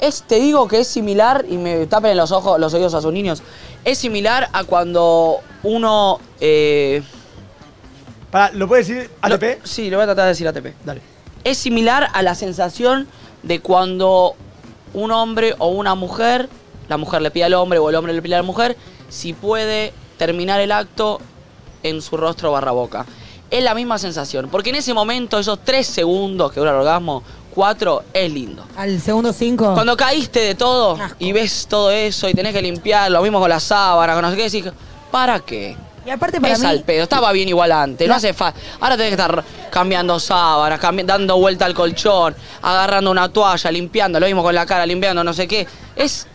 Speaker 4: es, te digo que es similar, y me tapen los ojos, los oídos a sus niños, es similar a cuando uno... eh,
Speaker 9: Pará, ¿lo puedes decir ATP?
Speaker 4: sí, lo voy a tratar de decir ATP.
Speaker 9: Dale.
Speaker 4: Es similar a la sensación de cuando un hombre o una mujer, la mujer le pide al hombre o el hombre le pide a la mujer, si puede terminar el acto en su rostro barra boca. Es la misma sensación, porque en ese momento, esos tres segundos que dura el orgasmo, cuatro, es lindo.
Speaker 3: Al segundo cinco.
Speaker 4: Cuando caíste de todo y ves todo eso y tenés que limpiar, lo mismo con la sábana, con no sé qué, decís, ¿para qué?
Speaker 3: Y aparte para
Speaker 4: es
Speaker 3: mí-
Speaker 4: al pedo, estaba bien igual antes, no, hace falta. Ahora tenés que estar cambiando sábanas, cambi- dando vuelta al colchón, agarrando una toalla, limpiando, lo mismo con la cara, limpiando, no sé qué. Es.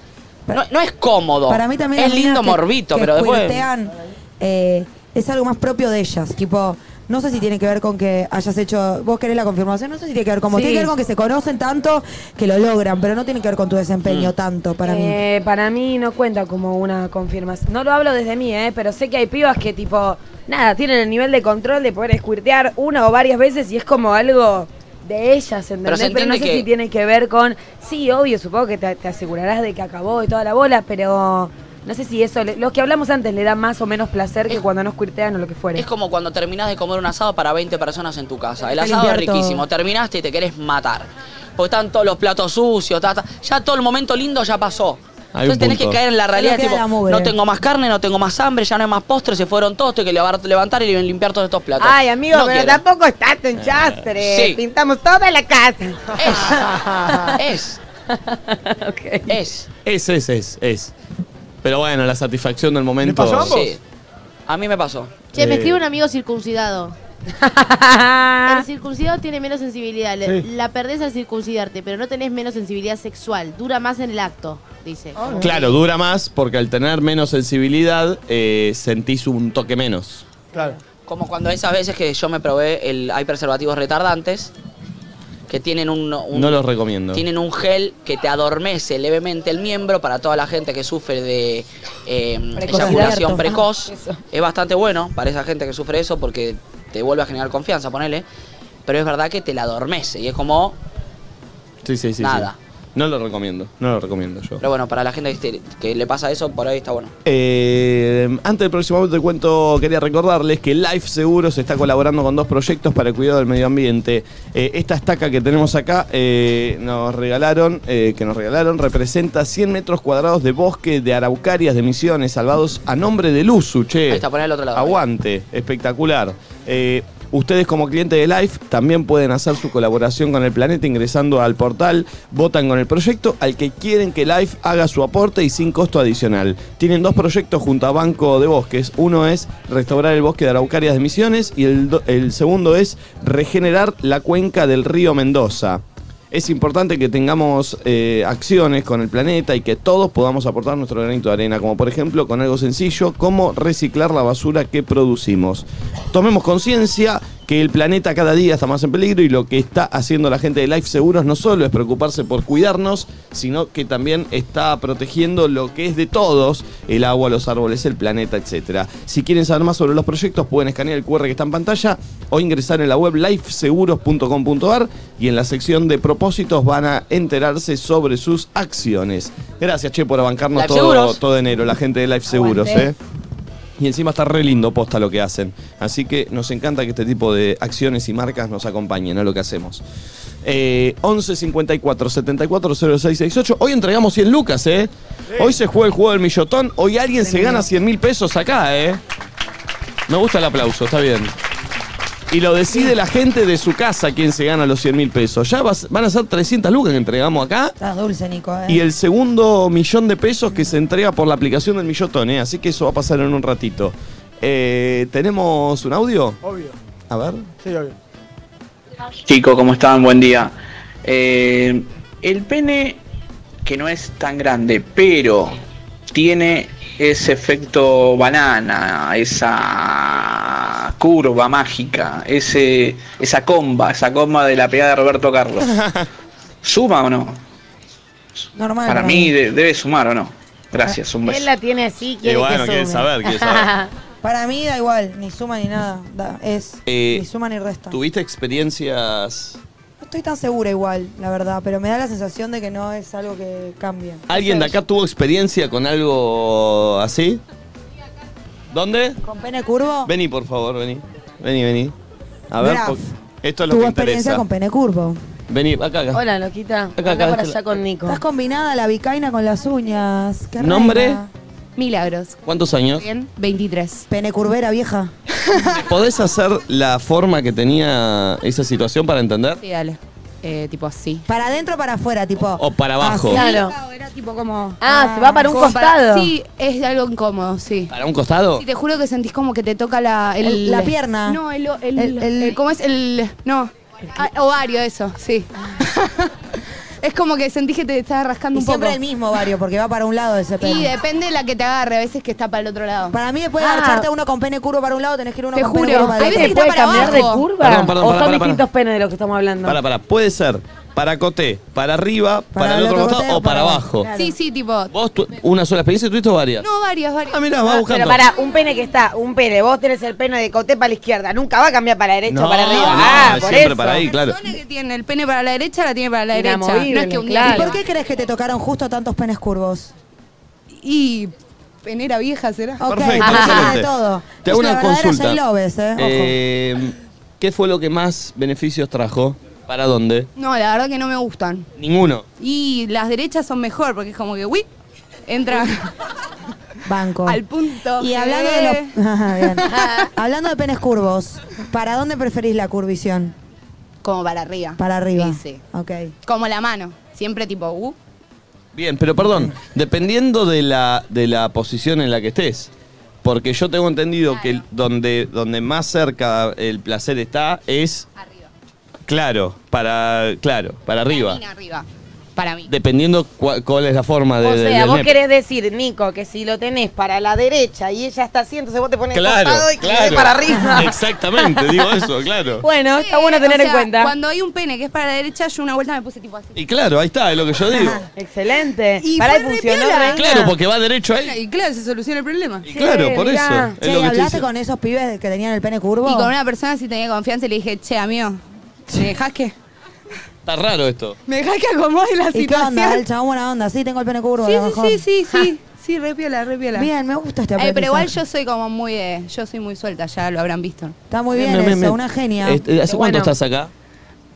Speaker 4: No, no es cómodo.
Speaker 3: Para mí también
Speaker 4: es
Speaker 3: las minas
Speaker 4: lindo
Speaker 3: que-
Speaker 4: morbito,
Speaker 3: que
Speaker 4: pero después.
Speaker 3: cuentean, eh, es algo más propio de ellas. Tipo,
Speaker 25: No sé si tiene que ver con que hayas hecho. ¿Vos querés la confirmación? No sé si tiene que ver con. vos.
Speaker 2: Sí.
Speaker 25: Tiene que ver con que se conocen tanto que lo logran, pero no tiene que ver con tu
Speaker 4: Mm.
Speaker 25: desempeño tanto para mí.
Speaker 2: Eh, para mí no cuenta como una confirmación. No lo hablo desde mí, eh, pero sé que hay pibas que tipo, nada, tienen el nivel de control de poder escuirtear una o varias veces y es como algo de ellas, ¿entendés?
Speaker 4: se
Speaker 2: Pero, no
Speaker 4: entiende
Speaker 2: sé
Speaker 4: que-
Speaker 2: si tiene que ver con, sí, obvio, supongo que te, te asegurarás de que acabó y toda la bola, pero no sé si eso, le- lo que hablamos antes le da más o menos placer que cuando no escuirtean o lo que fuere.
Speaker 4: Es como cuando terminás de comer un asado para 20 personas en tu casa. El
Speaker 2: que
Speaker 4: asado es
Speaker 2: limpiar todo.
Speaker 4: riquísimo. Terminaste y te querés matar. Porque están todos los platos sucios. ta, ta. Ya todo el momento lindo ya pasó.
Speaker 8: Hay un
Speaker 4: Entonces tenés que
Speaker 8: punto.
Speaker 4: caer en la
Speaker 8: Solo
Speaker 4: realidad.
Speaker 8: queda
Speaker 4: Tipo,
Speaker 8: la mugre.
Speaker 4: no tengo más carne, no tengo más hambre, ya no hay más postres, se fueron todos. Tengo que levar- levantar y levantar todos estos platos.
Speaker 2: Ay, amigo,
Speaker 4: No
Speaker 2: pero
Speaker 4: quiero.
Speaker 2: tampoco está en chastre.
Speaker 4: sí.
Speaker 2: Pintamos toda la casa.
Speaker 4: Es. Es.
Speaker 1: Es, es, es, es. Pero bueno, la satisfacción del momento.
Speaker 4: pasó a ambos? Sí. A mí me pasó.
Speaker 5: Che, me
Speaker 1: Eh,
Speaker 5: escribe un amigo circuncidado.
Speaker 2: Ah.
Speaker 5: El circuncidado tiene menos sensibilidad. Le-
Speaker 1: Sí.
Speaker 5: La perdés al circuncidarte, pero no tenés menos sensibilidad sexual. Dura más en el acto, dice.
Speaker 1: Claro, dura más porque al tener menos sensibilidad eh, sentís un toque menos.
Speaker 9: Claro.
Speaker 4: Como cuando esas veces que yo me probé el. Hay preservativos retardantes que tienen un. un-
Speaker 1: No los recomiendo.
Speaker 4: Tienen un gel que te adormece levemente el miembro para toda la gente que sufre de eh,
Speaker 2: Precocidad.
Speaker 4: eyaculación
Speaker 2: Ah,
Speaker 4: precoz.
Speaker 2: eso.
Speaker 4: es bastante bueno para esa gente que sufre eso porque te vuelve a generar confianza, ponele. Pero es verdad que te la adormece y es como.
Speaker 1: Sí, sí, sí, sí.
Speaker 4: Nada.
Speaker 1: No lo recomiendo, no lo recomiendo yo.
Speaker 4: Pero bueno, para la gente que, te- que le pasa eso, por ahí está bueno.
Speaker 1: Eh, antes del próximo auto te cuento, quería recordarles que Life Seguros está colaborando con dos proyectos para el cuidado del medio ambiente. Eh, esta estaca que tenemos acá eh, nos regalaron, eh, que nos regalaron, representa 100 metros cuadrados de bosque de araucarias de misiones salvados a nombre de Luzu, che.
Speaker 4: Ahí está, poné al otro lado.
Speaker 1: Aguante, espectacular. Eh, Ustedes como cliente de Life también pueden hacer su colaboración con el planeta ingresando al portal, votan con el proyecto al que quieren que Life haga su aporte y sin costo adicional. Tienen dos proyectos junto a Banco de Bosques. Uno es restaurar el bosque de Araucarias de Misiones y el, do- el segundo es regenerar la cuenca del río Mendoza. Es importante que tengamos eh, acciones con el planeta y que todos podamos aportar nuestro granito de arena, como por ejemplo con algo sencillo como reciclar la basura que producimos. Tomemos conciencia que el planeta cada día está más en peligro y lo que está haciendo la gente de Life Seguros no solo es preocuparse por cuidarnos, sino que también está protegiendo lo que es de todos, el agua, los árboles, el planeta, etc. Si quieren saber más sobre los proyectos, pueden escanear el QR que está en pantalla o ingresar en la web lifeseguros.com.ar y en la sección de propósitos van a enterarse sobre sus acciones. Gracias, Che, por bancarnos
Speaker 8: Life
Speaker 1: todo,
Speaker 8: Seguros.
Speaker 1: todo enero, la gente de Life Seguros,
Speaker 8: Aguante.
Speaker 1: ¿eh? Y encima está re lindo posta lo que hacen. Así que nos encanta que este tipo de acciones y marcas nos acompañen a lo que hacemos. Eh, 11 54 74 06 68. Hoy entregamos 100 lucas, ¿eh? Hoy se juega el juego del millotón. Hoy alguien se gana 100 mil pesos acá, ¿eh? Me gusta el aplauso, está bien. Y lo decide la gente de su casa quién se gana los 100 mil pesos. Ya vas- van a ser 300 lucas que entregamos acá.
Speaker 25: Estás dulce, Nico. ¿eh?
Speaker 1: Y el segundo millón de pesos que se entrega por la aplicación del millotón, ¿eh? Así que eso va a pasar en un ratito. Eh, ¿Tenemos un audio?
Speaker 9: Obvio.
Speaker 1: A ver.
Speaker 9: Sí, obvio.
Speaker 26: Chicos, ¿cómo están? Buen día. Eh, el pene, que no es tan grande, pero tiene ese efecto banana, esa curva mágica, ese, esa comba, esa comba de la pegada de Roberto Carlos. ¿Suma o no?
Speaker 25: Normal.
Speaker 26: Para mí de- debe sumar o no. Gracias, un
Speaker 2: Él
Speaker 26: beso.
Speaker 2: la tiene así, quiere
Speaker 26: bueno,
Speaker 2: que
Speaker 26: quiere
Speaker 2: sume.
Speaker 26: saber, quiere
Speaker 25: Para mí da igual, ni suma ni nada. Da- es
Speaker 1: Eh,
Speaker 25: ni suma ni resta.
Speaker 1: ¿Tuviste experiencias?
Speaker 25: No estoy tan segura igual, la verdad, pero me da la sensación de que no es algo que cambie.
Speaker 1: ¿Alguien de acá tuvo experiencia con algo así? ¿Dónde?
Speaker 25: ¿Con pene curvo?
Speaker 1: Vení, por favor, vení. Vení, vení. A ver,
Speaker 25: Graf.
Speaker 1: po- esto es lo
Speaker 25: Tuvo
Speaker 1: que
Speaker 25: experiencia
Speaker 1: interesa.
Speaker 25: con pene curvo.
Speaker 1: Vení, acá, acá.
Speaker 2: Hola, loquita.
Speaker 1: Acá, acá,
Speaker 2: para
Speaker 1: este-
Speaker 2: allá con Nico.
Speaker 25: Estás combinada la bicaina con las uñas. Qué
Speaker 1: ¿Nombre?
Speaker 25: reina.
Speaker 6: Milagros.
Speaker 1: ¿Cuántos años?
Speaker 6: Bien, 23.
Speaker 25: Pene curvera vieja.
Speaker 1: ¿Podés hacer la forma que tenía esa situación para entender?
Speaker 6: Sí, dale. Eh, tipo así.
Speaker 25: Para adentro o para afuera, tipo.
Speaker 1: O para abajo.
Speaker 6: Era tipo como.
Speaker 2: Ah, se va para un
Speaker 6: como
Speaker 2: costado.
Speaker 6: sí, es algo incómodo, sí.
Speaker 1: ¿Para un costado?
Speaker 6: Sí, te juro que sentís como que te toca la. el-
Speaker 25: La pierna.
Speaker 6: No, el. el,
Speaker 25: El- el-
Speaker 6: eh, ¿Cómo es? El. No. Ah, ovario, eso, sí. Es como que sentís que te estás rascando
Speaker 3: Y
Speaker 6: un poco.
Speaker 3: siempre el mismo vario, porque va para un lado ese pene.
Speaker 6: Y depende de la que te agarre, a veces que está para el otro lado.
Speaker 3: Para mí después de agacharte uno con pene curvo para un lado, tenés que ir uno
Speaker 6: Te
Speaker 3: con
Speaker 6: juro,
Speaker 3: pene curvo para
Speaker 6: hay
Speaker 3: el
Speaker 6: veces
Speaker 3: otro.
Speaker 6: que está para
Speaker 2: ¿Cambiar de
Speaker 6: abajo.
Speaker 2: curva?
Speaker 1: Perdón, perdón,
Speaker 2: ¿O
Speaker 1: pará,
Speaker 2: son
Speaker 1: pará,
Speaker 2: distintos penes de los que estamos hablando?
Speaker 1: Para, para, puede ser para coté, para arriba, para, el otro costado o para abajo.
Speaker 6: Sí, sí, tipo.
Speaker 1: ¿Vos tu- una sola experiencia tuviste o varias?
Speaker 6: No, varias, varias.
Speaker 1: Ah, mirá, va buscando.
Speaker 2: Pero para un pene que está, un pene, vos tenés el pene de coté para la izquierda, nunca va a cambiar para la derecha o para arriba. ah, por
Speaker 1: siempre
Speaker 2: eso.
Speaker 1: para ahí, claro.
Speaker 6: que tiene el pene para la derecha, la tiene para la derecha. No
Speaker 2: Inamovible,
Speaker 6: es que un
Speaker 3: ¿Y
Speaker 6: día.
Speaker 3: por qué crees que te tocaron justo tantos penes curvos?
Speaker 6: Y penera vieja será.
Speaker 1: Perfecto,
Speaker 3: ah,
Speaker 1: excelente. Te hago una consulta.
Speaker 2: ¿eh?
Speaker 1: Eh, ¿Qué fue lo que más beneficios trajo? ¿Para dónde?
Speaker 6: No, la verdad que no me gustan.
Speaker 1: Ninguno.
Speaker 6: Y las derechas son mejor, porque es como que, uy, entra
Speaker 3: Banco.
Speaker 6: al punto.
Speaker 3: Y hablando de, los- Ajá, bien. hablando de penes curvos, ¿para dónde preferís la curvisión?
Speaker 6: Como para arriba.
Speaker 3: Para arriba.
Speaker 6: Sí, sí.
Speaker 3: Ok.
Speaker 6: Como la mano. Siempre tipo, uh.
Speaker 1: Bien, pero perdón, dependiendo de la, de la posición en la que estés. Porque yo tengo entendido que el- donde, donde más cerca el placer está es. Arriba. Claro, para, claro, para arriba.
Speaker 6: arriba. Para mí.
Speaker 1: Dependiendo cua- cuál es la forma de,
Speaker 2: O
Speaker 1: de-
Speaker 2: sea,
Speaker 1: del
Speaker 2: vos
Speaker 1: nepe.
Speaker 2: querés decir, Nico, que si lo tenés para la derecha y ella está así, entonces vos te pones
Speaker 1: Claro,
Speaker 2: costado y que
Speaker 1: claro.
Speaker 2: quede para arriba.
Speaker 1: Exactamente, digo eso, claro.
Speaker 2: Bueno, está bueno
Speaker 6: Eh, O
Speaker 2: tener en
Speaker 6: sea,
Speaker 2: cuenta.
Speaker 6: Cuando hay un pene que es para la derecha, yo una vuelta me puse tipo así.
Speaker 1: Y claro, ahí está, es lo que yo digo.
Speaker 2: Excelente.
Speaker 6: Y
Speaker 2: Pará,
Speaker 6: fue
Speaker 2: y
Speaker 6: re
Speaker 2: funcionó.
Speaker 6: piola.
Speaker 2: reina.
Speaker 1: Claro, porque va derecho ahí.
Speaker 6: Y claro, se soluciona el problema.
Speaker 1: Y claro, por eso. Es
Speaker 3: Che,
Speaker 1: lo
Speaker 3: ¿y
Speaker 1: que estoy
Speaker 3: hablaste
Speaker 1: diciendo.
Speaker 3: con esos pibes que tenían el pene curvo?
Speaker 6: Y con una persona si tenía confianza y le dije, che, amigo, ¿me dejás que?
Speaker 1: Está raro esto.
Speaker 6: ¿Me dejás que acomode la
Speaker 3: ¿Y qué onda? El
Speaker 6: situación?
Speaker 3: chabón buena onda. Sí, tengo el pene curvo. a
Speaker 6: Sí,
Speaker 3: lo
Speaker 6: sí,
Speaker 3: mejor. Ah.
Speaker 6: sí, sí, sí. Sí, re piola, re piola.
Speaker 3: Bien, me gusta este
Speaker 6: Eh, pero igual yo
Speaker 3: aprendizaje.
Speaker 6: soy como muy de, yo soy muy suelta, ya lo habrán visto.
Speaker 3: Está muy bien
Speaker 1: Me- me-
Speaker 3: eso,
Speaker 1: me-
Speaker 3: una genia.
Speaker 1: Este, ¿Hace cuánto estás acá?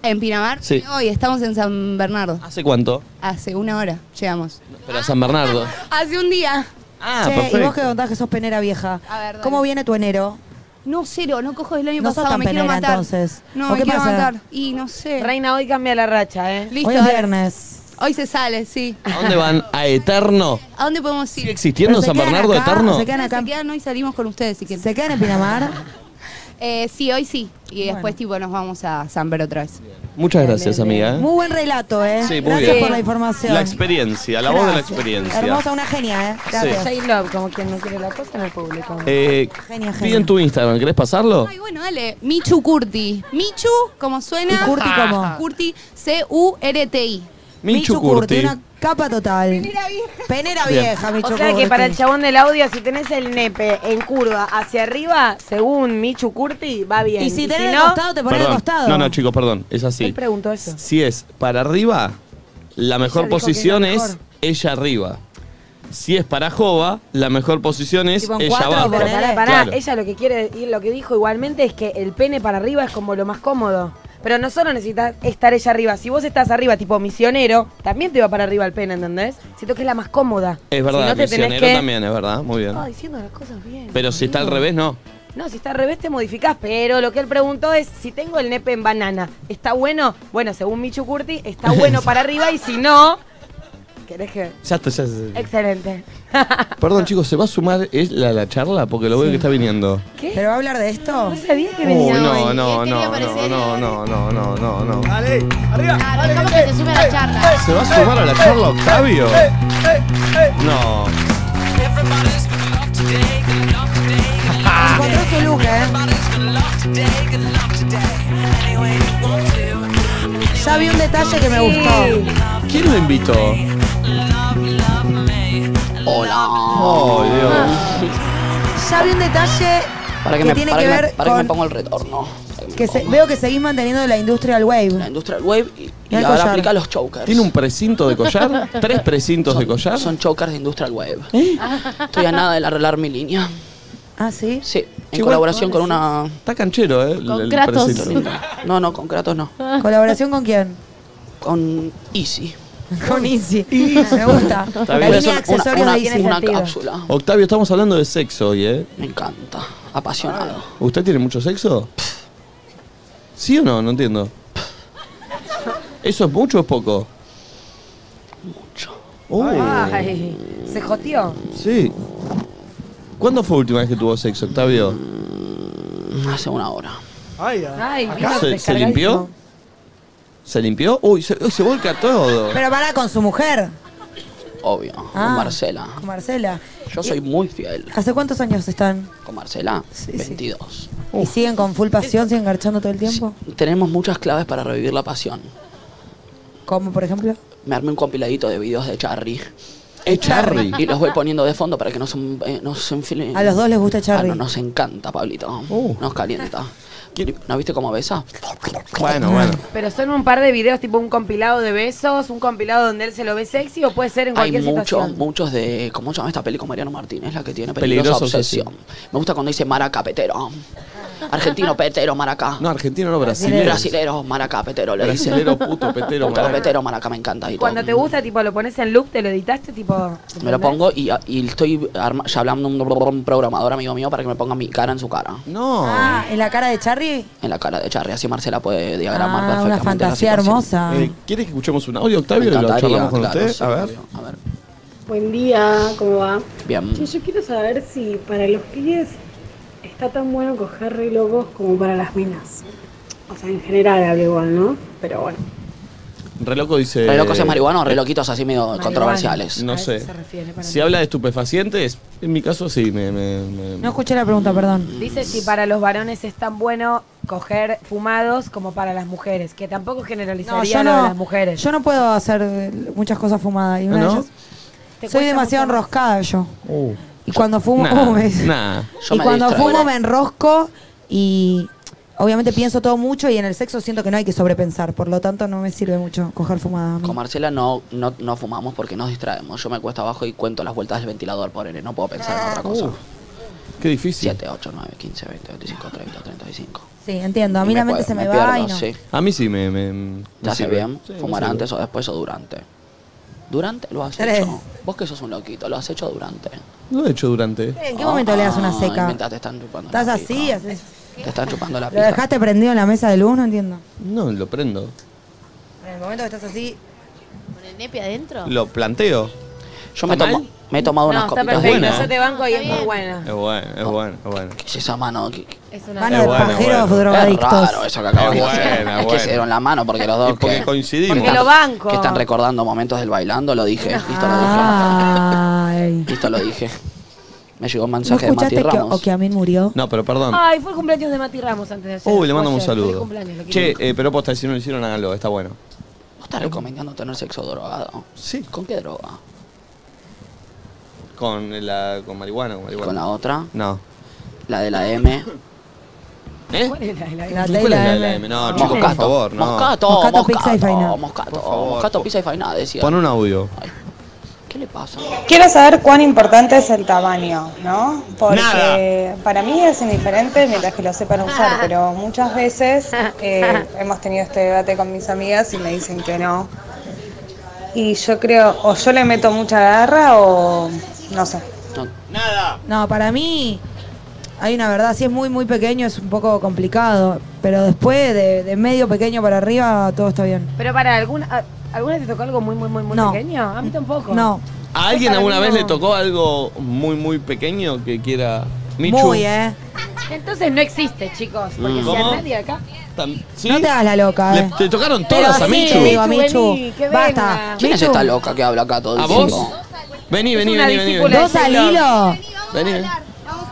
Speaker 6: En Pinamar,
Speaker 1: Sí.
Speaker 6: hoy estamos en San Bernardo.
Speaker 1: ¿Hace cuánto?
Speaker 6: Hace una hora llegamos.
Speaker 1: Pero a San Bernardo.
Speaker 6: Hace un día.
Speaker 1: Ah,
Speaker 3: che, y
Speaker 1: perfecto.
Speaker 3: vos que contás que sos penera vieja.
Speaker 6: A ver, dale.
Speaker 3: ¿Cómo viene tu enero?
Speaker 6: No, cero, no cojo del año
Speaker 3: No sos
Speaker 6: pasado,
Speaker 3: tan
Speaker 6: me quiero
Speaker 3: penera,
Speaker 6: matar.
Speaker 3: entonces. ¿O
Speaker 6: No, me
Speaker 3: qué
Speaker 6: quiero
Speaker 3: pasa?
Speaker 6: matar. Y no sé.
Speaker 2: Reina, hoy cambia la racha, ¿eh?
Speaker 6: Listo,
Speaker 3: Hoy es
Speaker 6: dale.
Speaker 3: viernes.
Speaker 6: Hoy se sale, sí.
Speaker 1: ¿A dónde van? ¿A Eterno?
Speaker 6: ¿A dónde podemos ir?
Speaker 1: ¿Sigue existiendo Pero se San quedan Bernardo acá, Eterno? se
Speaker 6: Se
Speaker 1: quedan
Speaker 6: quedan
Speaker 1: acá.
Speaker 6: hoy salimos con ustedes. Si quieren.
Speaker 3: ¿Se quedan en Pinamar?
Speaker 6: Eh, sí, hoy sí. Y después tipo nos vamos a San Bernardo otra vez.
Speaker 1: Muchas gracias, amiga.
Speaker 3: Muy buen relato, ¿eh?
Speaker 1: Sí, muy
Speaker 3: Gracias
Speaker 1: bien.
Speaker 3: por la información.
Speaker 1: La experiencia, la voz de la
Speaker 3: Gracias.
Speaker 1: experiencia.
Speaker 3: Hermosa, una genia, ¿eh? Gracias.
Speaker 1: Sí.
Speaker 2: J Love, como quien no quiere la cosa en el público.
Speaker 1: Eh,
Speaker 3: Genia, genia.
Speaker 1: piden tu Instagram, ¿querés pasarlo?
Speaker 6: Ay, bueno, dale. Michu Curti. Michu, como suena.
Speaker 3: ¿Y Curti cómo?
Speaker 6: Curti, C-U-R-T-I.
Speaker 1: Michu Curti.
Speaker 3: Una capa total.
Speaker 6: Penera vieja.
Speaker 3: Penera
Speaker 1: Bien.
Speaker 3: vieja, Michu
Speaker 2: O sea que
Speaker 3: Curti.
Speaker 2: para el chabón del audio, si tenés el nepe en curva hacia arriba, según Michu Curti, va bien.
Speaker 3: Y si tenés el
Speaker 2: no,
Speaker 3: costado, te pones al
Speaker 1: Perdón.
Speaker 3: costado.
Speaker 1: No, no, chicos, perdón. Es
Speaker 2: Él
Speaker 1: así.
Speaker 2: preguntó eso.
Speaker 1: Si es para arriba, la mejor
Speaker 2: dijo que
Speaker 1: posición
Speaker 2: era
Speaker 1: es ella arriba. Si es para Jova, la mejor posición es
Speaker 2: Tipo en
Speaker 1: ella
Speaker 2: cuatro,
Speaker 1: abajo.
Speaker 2: pero pará, pará.
Speaker 1: Claro.
Speaker 2: Ella lo que quiere y lo que dijo igualmente es que el pene para arriba es como lo más cómodo. Pero no solo necesitas estar ella arriba. Si vos estás arriba, tipo misionero, también te va para arriba el pene, ¿entendés? Siento que es la más cómoda.
Speaker 1: Es
Speaker 2: Si
Speaker 1: verdad,
Speaker 2: no te tenés
Speaker 1: misionero
Speaker 2: que-
Speaker 1: también, es verdad, muy bien.
Speaker 2: Ay, diciendo las cosas bien.
Speaker 1: Pero si está al revés, no.
Speaker 2: No, si está al revés te modificás, pero lo que él preguntó es si tengo el nepe en banana, ¿está bueno? Bueno, según Michu Curti, está bueno para arriba y si no, ¿querés que...?
Speaker 1: Ya está, ya está.
Speaker 2: Excelente.
Speaker 1: Perdón, chicos, ¿se va a sumar es la, la charla? Porque lo veo que está viniendo.
Speaker 3: ¿Pero va a hablar de esto? No
Speaker 2: sabía
Speaker 1: Uy, no, no, no, no, no, no, no, no, no, no.
Speaker 9: Dale, arriba.
Speaker 5: Arrancamos que se sube Ah, a la charla.
Speaker 1: ¿Se va a sumar a la charla Octavio? No.
Speaker 3: Encontró su look, ¿eh? Ya vi un detalle que me gustó.
Speaker 1: ¿Quién lo invitó? Hola. Oh, Dios.
Speaker 3: Ya vi un detalle
Speaker 4: Para que,
Speaker 3: que
Speaker 4: me,
Speaker 3: tiene
Speaker 4: para
Speaker 3: que
Speaker 4: que me-
Speaker 3: ver
Speaker 4: para que me
Speaker 3: con...
Speaker 4: pongo el retorno.
Speaker 3: Que se- veo que seguís manteniendo la industrial wave. La
Speaker 4: industrial wave y, Y
Speaker 3: el
Speaker 4: ahora
Speaker 3: collar.
Speaker 4: aplica los chokers.
Speaker 1: ¿Tiene un precinto de collar? ¿Tres precintos de collar?
Speaker 4: Son chokers de Industrial Web. Estoy a nada de arreglar mi línea.
Speaker 3: ¿Ah, sí?
Speaker 4: Sí, en
Speaker 1: Qué
Speaker 4: colaboración con
Speaker 1: bueno.
Speaker 4: una...
Speaker 1: Está canchero, ¿eh? el- el precinto.
Speaker 4: No, no, con Kratos no.
Speaker 2: Ah.
Speaker 3: ¿Colaboración con quién?
Speaker 4: Con Easy.
Speaker 3: Con Easy. Me gusta.
Speaker 1: Está
Speaker 3: La línea
Speaker 1: bien.
Speaker 3: de
Speaker 4: Una-
Speaker 3: accesorios
Speaker 4: una-
Speaker 3: de Easy.
Speaker 4: una cápsula.
Speaker 1: Octavio, estamos hablando de sexo hoy, ¿eh?
Speaker 4: Me encanta. Apasionado.
Speaker 1: ¿Usted tiene mucho sexo? ¿Sí o no? No entiendo. ¿Eso es mucho o es poco? Uh. Mucho.
Speaker 2: Ay, se joteó.
Speaker 1: Sí. ¿Cuándo fue la última vez que tuvo sexo, Octavio?
Speaker 4: Hace una hora.
Speaker 2: Ay,
Speaker 1: ¿Se, se limpió? ¿Se limpió? Uy, se, uy, se volca todo.
Speaker 3: Pero para con su mujer,
Speaker 4: Obvio,
Speaker 3: Ah.
Speaker 4: con Marcela.
Speaker 3: con Marcela.
Speaker 4: Yo soy muy fiel
Speaker 3: ¿Hace cuántos años están?
Speaker 4: con Marcela. 22.
Speaker 3: ¿Y siguen con full pasión, siguen garchando todo el tiempo?
Speaker 4: Tenemos muchas claves para revivir la pasión.
Speaker 3: ¿Como por ejemplo?
Speaker 4: Me armé un compiladito de videos de Charry.
Speaker 3: ¿De Charry?
Speaker 4: Y los voy poniendo de fondo para que no se, eh, no se enfilen.
Speaker 3: A los dos les gusta Charry.
Speaker 4: Ah, no, nos encanta, Pablito.
Speaker 1: Uh.
Speaker 4: Nos calienta. ¿No viste cómo besa?
Speaker 1: Bueno, bueno.
Speaker 2: Pero son un par de videos, tipo un compilado de besos, un compilado donde él se lo ve sexy o puede ser en
Speaker 4: Hay
Speaker 2: cualquier
Speaker 4: muchos,
Speaker 2: situación.
Speaker 4: muchos de. ¿Cómo se llama esta peli con Mariano Martínez? La que tiene peligrosa,
Speaker 1: Peligrosa
Speaker 4: obsesión. Me gusta cuando dice maraca petero. Argentino petero, maracá.
Speaker 1: No, argentino no,
Speaker 4: Brasilero.
Speaker 1: brasilero.
Speaker 4: Brasilero, maracá petero, le dice.
Speaker 1: Brasilero, puto, petero,
Speaker 4: Puto,
Speaker 1: maraca.
Speaker 4: petero, maraca, me encanta. Y todo.
Speaker 2: Cuando te gusta, tipo, lo pones en loop, te lo editaste, tipo.
Speaker 4: Me lo pongo y, y estoy arma- ya hablando a un programador amigo mío para que me ponga mi cara en su cara.
Speaker 1: No.
Speaker 3: Ah, ¿en la cara de Charlie?
Speaker 4: En la cara de Charlie, así Marcela puede diagramar
Speaker 3: Ah, una
Speaker 4: perfectamente. la
Speaker 3: fantasía
Speaker 4: situación.
Speaker 3: hermosa.
Speaker 1: Eh, ¿Quieres que escuchemos un audio, Octavio?
Speaker 4: Me
Speaker 1: y lo
Speaker 4: encantaría,
Speaker 1: charlamos con
Speaker 4: claro,
Speaker 1: usted.
Speaker 4: sí,
Speaker 1: a ver.
Speaker 4: obvio.
Speaker 27: Buen día, ¿cómo va?
Speaker 4: Bien.
Speaker 27: Che, yo quiero saber si para los pies está tan bueno coger re locos como para las minas. O sea, en general hablo igual, ¿no? Pero bueno.
Speaker 1: Re loco dice.
Speaker 4: Re locos es marihuana
Speaker 1: eh,
Speaker 4: o re loquitos así medio controversiales.
Speaker 1: No sé. Si habla de estupefacientes, en mi caso sí, me. me- me-
Speaker 3: escuché la pregunta, perdón.
Speaker 2: Dice si para los varones es tan bueno coger fumados como para las mujeres, que tampoco
Speaker 3: No, yo
Speaker 2: generalizaría lo de
Speaker 3: no,
Speaker 2: las mujeres.
Speaker 3: yo no puedo hacer eh, muchas cosas fumadas. Y una
Speaker 2: ¿No?
Speaker 3: de ellas-
Speaker 2: Te
Speaker 3: soy
Speaker 2: cuesta
Speaker 3: demasiado
Speaker 2: mucho más.
Speaker 3: enroscada yo.
Speaker 1: Uh.
Speaker 3: Y cuando fumo,
Speaker 1: Nah,
Speaker 3: uh, me-
Speaker 1: nah.
Speaker 3: y cuando fumo me enrosco y obviamente pienso todo mucho y en el sexo siento que no hay que sobrepensar. Por lo tanto, no me sirve mucho coger fumada. a mí.
Speaker 4: Con Marcela no, no, no fumamos porque nos distraemos. Yo me cuesta abajo y cuento las vueltas del ventilador, pobre, no puedo pensar en otra
Speaker 3: Uh,
Speaker 4: cosa.
Speaker 1: Qué difícil.
Speaker 4: 7, 8, 9, 15, 20, 25, 30, 35.
Speaker 3: Sí, entiendo. A mí
Speaker 4: Me
Speaker 3: la mente
Speaker 4: puedo-
Speaker 3: se me,
Speaker 4: me
Speaker 3: va
Speaker 4: pierdo,
Speaker 3: y no.
Speaker 4: sí.
Speaker 1: A mí sí me. me, me
Speaker 4: ¿Te hace
Speaker 1: sirve.
Speaker 4: bien
Speaker 1: Sí, me
Speaker 4: fumar
Speaker 1: sirve.
Speaker 4: antes o después o durante? ¿Durante? ¿Lo has
Speaker 3: Tres.
Speaker 4: hecho? Vos que sos un loquito, ¿lo has hecho durante?
Speaker 1: Lo he hecho durante.
Speaker 3: ¿En qué momento le das una
Speaker 4: Ah,
Speaker 3: seca?
Speaker 4: inventá, te están chupando
Speaker 3: Estás
Speaker 4: la
Speaker 3: así,
Speaker 4: pija.
Speaker 3: haces-
Speaker 4: Te están chupando la
Speaker 3: ¿Lo
Speaker 4: pija.
Speaker 3: dejaste prendido en la mesa de luz? No entiendo.
Speaker 1: No, lo prendo.
Speaker 3: En el momento que estás así.
Speaker 5: ¿Con el nepe adentro?
Speaker 1: Lo planteo.
Speaker 4: Yo me, tomo- me he tomado unas
Speaker 2: está
Speaker 4: copitas
Speaker 2: perfecto,
Speaker 1: ¿eh?
Speaker 4: buenas.
Speaker 2: yo te banco y es muy buena.
Speaker 1: Es bueno, es bueno, es bueno.
Speaker 4: ¿Qué es esa mano? ¿Qué- qué-
Speaker 2: Es
Speaker 3: Mano de
Speaker 1: bueno,
Speaker 3: pajeros
Speaker 1: bueno.
Speaker 3: drogadictos.
Speaker 4: Es raro eso que acabas
Speaker 1: Es
Speaker 4: de hacer.
Speaker 1: buena,
Speaker 4: es que
Speaker 1: buena.
Speaker 4: se dieron la mano porque los dos.
Speaker 1: Y porque
Speaker 4: que-
Speaker 1: coincidimos.
Speaker 4: que
Speaker 2: Porque lo
Speaker 4: están-
Speaker 2: banco.
Speaker 4: Que están recordando momentos del bailando, lo dije. Listo, lo dije.
Speaker 3: Ay.
Speaker 4: Listo, lo dije. Me llegó un
Speaker 3: ¿No
Speaker 4: mensaje de Mati
Speaker 3: escuchaste que
Speaker 4: Ramos.
Speaker 3: Okiamin murió?
Speaker 1: No, pero perdón.
Speaker 2: Ay, fue el cumpleaños de Mati Ramos antes de ayer.
Speaker 1: Uy, le mando un
Speaker 2: Ah, Fue ayer, feliz
Speaker 1: saludo.
Speaker 2: cumpleaños, lo
Speaker 1: Che,
Speaker 2: quiero.
Speaker 1: eh, pero posta, si no lo hicieron, háganlo, está bueno.
Speaker 4: ¿Vos estás recomendando tener sexo drogado?
Speaker 1: Sí.
Speaker 4: ¿Con qué droga?
Speaker 1: Con la con marihuana, con marihuana.
Speaker 4: ¿Con la otra?
Speaker 1: No.
Speaker 4: La de la M. ¿Eh?
Speaker 2: ¿Cuál es la de la
Speaker 3: La
Speaker 1: ¿Cuál es la de la M? No, chicos, por
Speaker 4: Moscato.
Speaker 1: favor, no.
Speaker 4: Moscato,
Speaker 3: Moscato,
Speaker 4: moscato,
Speaker 3: pizza y fainá.
Speaker 4: Moscato,
Speaker 1: Por favor,
Speaker 4: moscato,
Speaker 1: po-
Speaker 4: pizza y fainá, decía.
Speaker 1: Pon un audio.
Speaker 4: ¿Qué le pasa?
Speaker 28: Quiero saber cuán importante es el tamaño, ¿no? Porque para mí es indiferente mientras que lo sepan usar, pero muchas veces eh, hemos tenido este debate con mis amigas y me dicen que no. Y yo creo, o yo le meto mucha garra o no sé.
Speaker 3: No, para mí hay una verdad, si es muy, muy pequeño es un poco complicado, pero después de, de medio pequeño para arriba todo está bien.
Speaker 2: Pero para alguna, a- ¿alguna te tocó algo muy, muy, muy, muy
Speaker 3: No.
Speaker 2: pequeño? A mí tampoco.
Speaker 3: No,
Speaker 1: ¿A alguien
Speaker 2: Para mí
Speaker 1: alguna vez
Speaker 2: no.
Speaker 1: le tocó algo muy, muy pequeño que quiera. Michu.
Speaker 3: muy, ¿eh?
Speaker 2: Entonces no existe, chicos. Porque
Speaker 1: Mm.
Speaker 2: si a
Speaker 1: ¿Cómo?
Speaker 2: nadie acá.
Speaker 1: Tam- ¿Sí?
Speaker 3: No te hagas la loca,
Speaker 1: Le-
Speaker 3: ¿eh?
Speaker 1: ¿Te tocaron
Speaker 3: Pero
Speaker 1: todas a
Speaker 3: sí,
Speaker 1: Michu?
Speaker 3: digo, a Michu.
Speaker 2: vení, que
Speaker 3: Basta.
Speaker 4: ¿Quién es
Speaker 3: Michu,
Speaker 4: esta loca que habla acá todo el
Speaker 1: ¿A vos?
Speaker 4: tiempo?
Speaker 1: Vení, vení,
Speaker 3: una
Speaker 1: vení, vení.
Speaker 3: discípula de Dos al Sheldon. hilo.
Speaker 1: Vení, vení.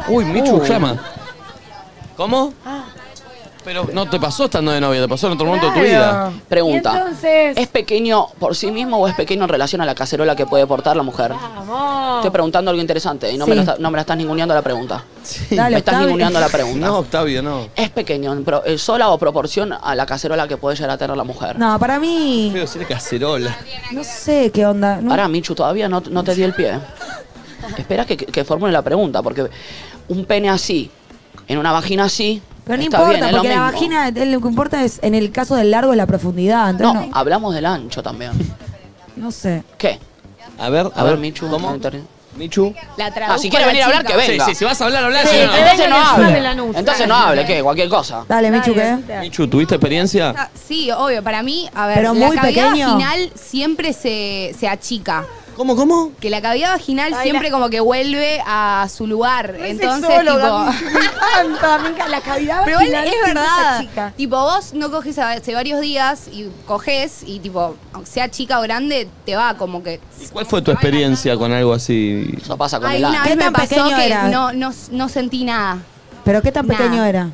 Speaker 1: Uy, Michu
Speaker 4: Uy.
Speaker 1: llama. ¿Cómo? Pero no te pasó estando de novia, te pasó en otro momento de tu
Speaker 4: Claro.
Speaker 1: vida.
Speaker 4: Pregunta. ¿Es pequeño por sí mismo o es pequeño en relación a la cacerola que puede portar la mujer? Estoy preguntando algo interesante y no, me,
Speaker 3: Sí.
Speaker 4: lo está- no me la estás ninguneando la pregunta.
Speaker 3: Dale,
Speaker 4: me estás
Speaker 3: Octavio.
Speaker 4: ninguneando la pregunta.
Speaker 1: No, Octavio, no.
Speaker 4: ¿Es pequeño en pro- eh, sola o proporción a la cacerola que puede llegar a tener la mujer?
Speaker 3: No, para mí,
Speaker 1: Quiero decir cacerola.
Speaker 3: no sé qué onda. no-
Speaker 4: Pará, Michu, todavía no, no te di el pie. Espera que, que- que formule la pregunta, porque un pene así, en una vagina así.
Speaker 3: pero no
Speaker 4: está
Speaker 3: importa,
Speaker 4: bien, es lo
Speaker 3: porque la
Speaker 4: mismo.
Speaker 3: vagina, eh, lo que importa es, en el caso del largo, la profundidad.
Speaker 4: No,
Speaker 3: Entonces no,
Speaker 4: hablamos del ancho también.
Speaker 3: no sé.
Speaker 4: ¿Qué?
Speaker 1: A ver,
Speaker 4: A ver, Michu, ¿cómo?
Speaker 1: Michu.
Speaker 6: La
Speaker 4: Ah, si quiere venir a hablar, que venga.
Speaker 1: Sí, sí, si vas a hablar, hablá.
Speaker 4: Sí,
Speaker 1: si no, no.
Speaker 4: entonces no
Speaker 6: que
Speaker 4: hable.
Speaker 6: suene la nuca.
Speaker 4: Entonces no hable, ¿qué? Cualquier cosa.
Speaker 3: Dale, Michu, ¿qué?
Speaker 1: Michu, ¿tuviste experiencia?
Speaker 6: Sí, Ah, obvio, para mí, a ver,
Speaker 3: Pero
Speaker 6: la
Speaker 3: muy
Speaker 6: cavidad
Speaker 3: pequeño.
Speaker 6: vaginal siempre se, se achica.
Speaker 12: ¿Cómo, cómo?
Speaker 6: Que la cavidad vaginal
Speaker 12: Ay,
Speaker 6: siempre
Speaker 12: la-
Speaker 6: como que vuelve a su lugar. Entonces,
Speaker 12: sexóloga,
Speaker 6: tipo.
Speaker 12: me encanta, me encanta, la cavidad
Speaker 6: Pero igual
Speaker 12: vaginal
Speaker 6: es
Speaker 12: tiene esa
Speaker 6: verdad.
Speaker 12: chica.
Speaker 6: Tipo, vos no coges hace varios días y coges y, tipo, aunque sea chica o grande, te va como que.
Speaker 1: ¿Cuál fue tu experiencia con algo así?
Speaker 4: Eso pasa
Speaker 6: Ay, una vez
Speaker 3: ¿Qué
Speaker 6: me
Speaker 3: tan
Speaker 6: pasó
Speaker 3: pequeño
Speaker 6: que
Speaker 3: era?
Speaker 6: no, no, no sentí nada.
Speaker 3: ¿Pero qué tan pequeño
Speaker 6: Nah.
Speaker 3: era?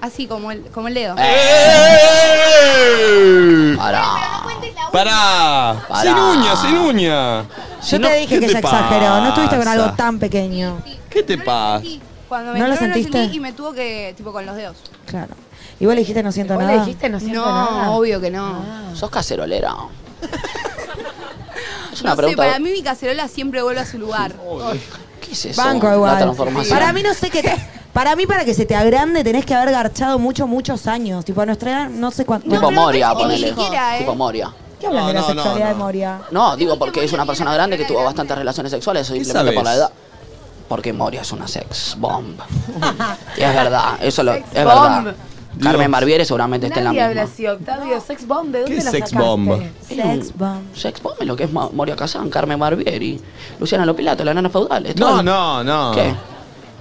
Speaker 6: Así como el, como el dedo.
Speaker 1: Eh, Pará. Pará.
Speaker 6: Pará.
Speaker 1: Sin uña, sin uña.
Speaker 3: Yo te dije que se exageró, no estuviste con algo tan pequeño.
Speaker 1: ¿Qué te pasa?
Speaker 6: Cuando me
Speaker 3: ¿No lo
Speaker 6: entró,
Speaker 3: sentiste?
Speaker 6: sentí y me tuvo que, tipo, con los dedos.
Speaker 3: Claro. Igual le dijiste no siento Ah. nada.
Speaker 6: no obvio que no.
Speaker 4: Sos cacerolera. es una
Speaker 6: No sé,
Speaker 4: pregunta.
Speaker 6: para mí mi cacerola siempre vuelve a su lugar.
Speaker 4: ¿Qué es eso?
Speaker 3: Banco
Speaker 4: La
Speaker 3: igual.
Speaker 4: transformación.
Speaker 3: Para mí no sé qué. te- Para mí, para que se te agrande, tenés que haber garchado muchos, muchos años. Tipo, a nuestra edad, no sé cuánto.
Speaker 4: Tipo Moria, ponele.
Speaker 3: ¿Qué
Speaker 4: Tipo Moria.
Speaker 3: hablan de la
Speaker 4: No, no, no,
Speaker 3: sexualidad de
Speaker 4: no.
Speaker 3: Moria?
Speaker 4: No, digo porque es una persona grande que tuvo bastantes relaciones sexuales, simplemente
Speaker 1: sabes?
Speaker 4: por la edad. Porque Moria es una sex bomb. y es verdad, eso lo, es
Speaker 1: Sex
Speaker 4: verdad.
Speaker 1: bomb.
Speaker 4: Carmen Barbieri seguramente está en la
Speaker 13: Nadie
Speaker 4: misma.
Speaker 13: habla así, Octavio. Sex bomb, ¿de dónde
Speaker 4: es
Speaker 13: la
Speaker 4: sex
Speaker 13: sacaste?
Speaker 4: bomb?
Speaker 13: Sex
Speaker 3: bomb.
Speaker 4: Mm. Sex bomb es lo que es Ma- Moria Kazán, Carmen Barbieri, Luciana Lopilato, la nana feudal. es todo
Speaker 1: No,
Speaker 4: el-
Speaker 1: no, no.
Speaker 4: ¿Qué?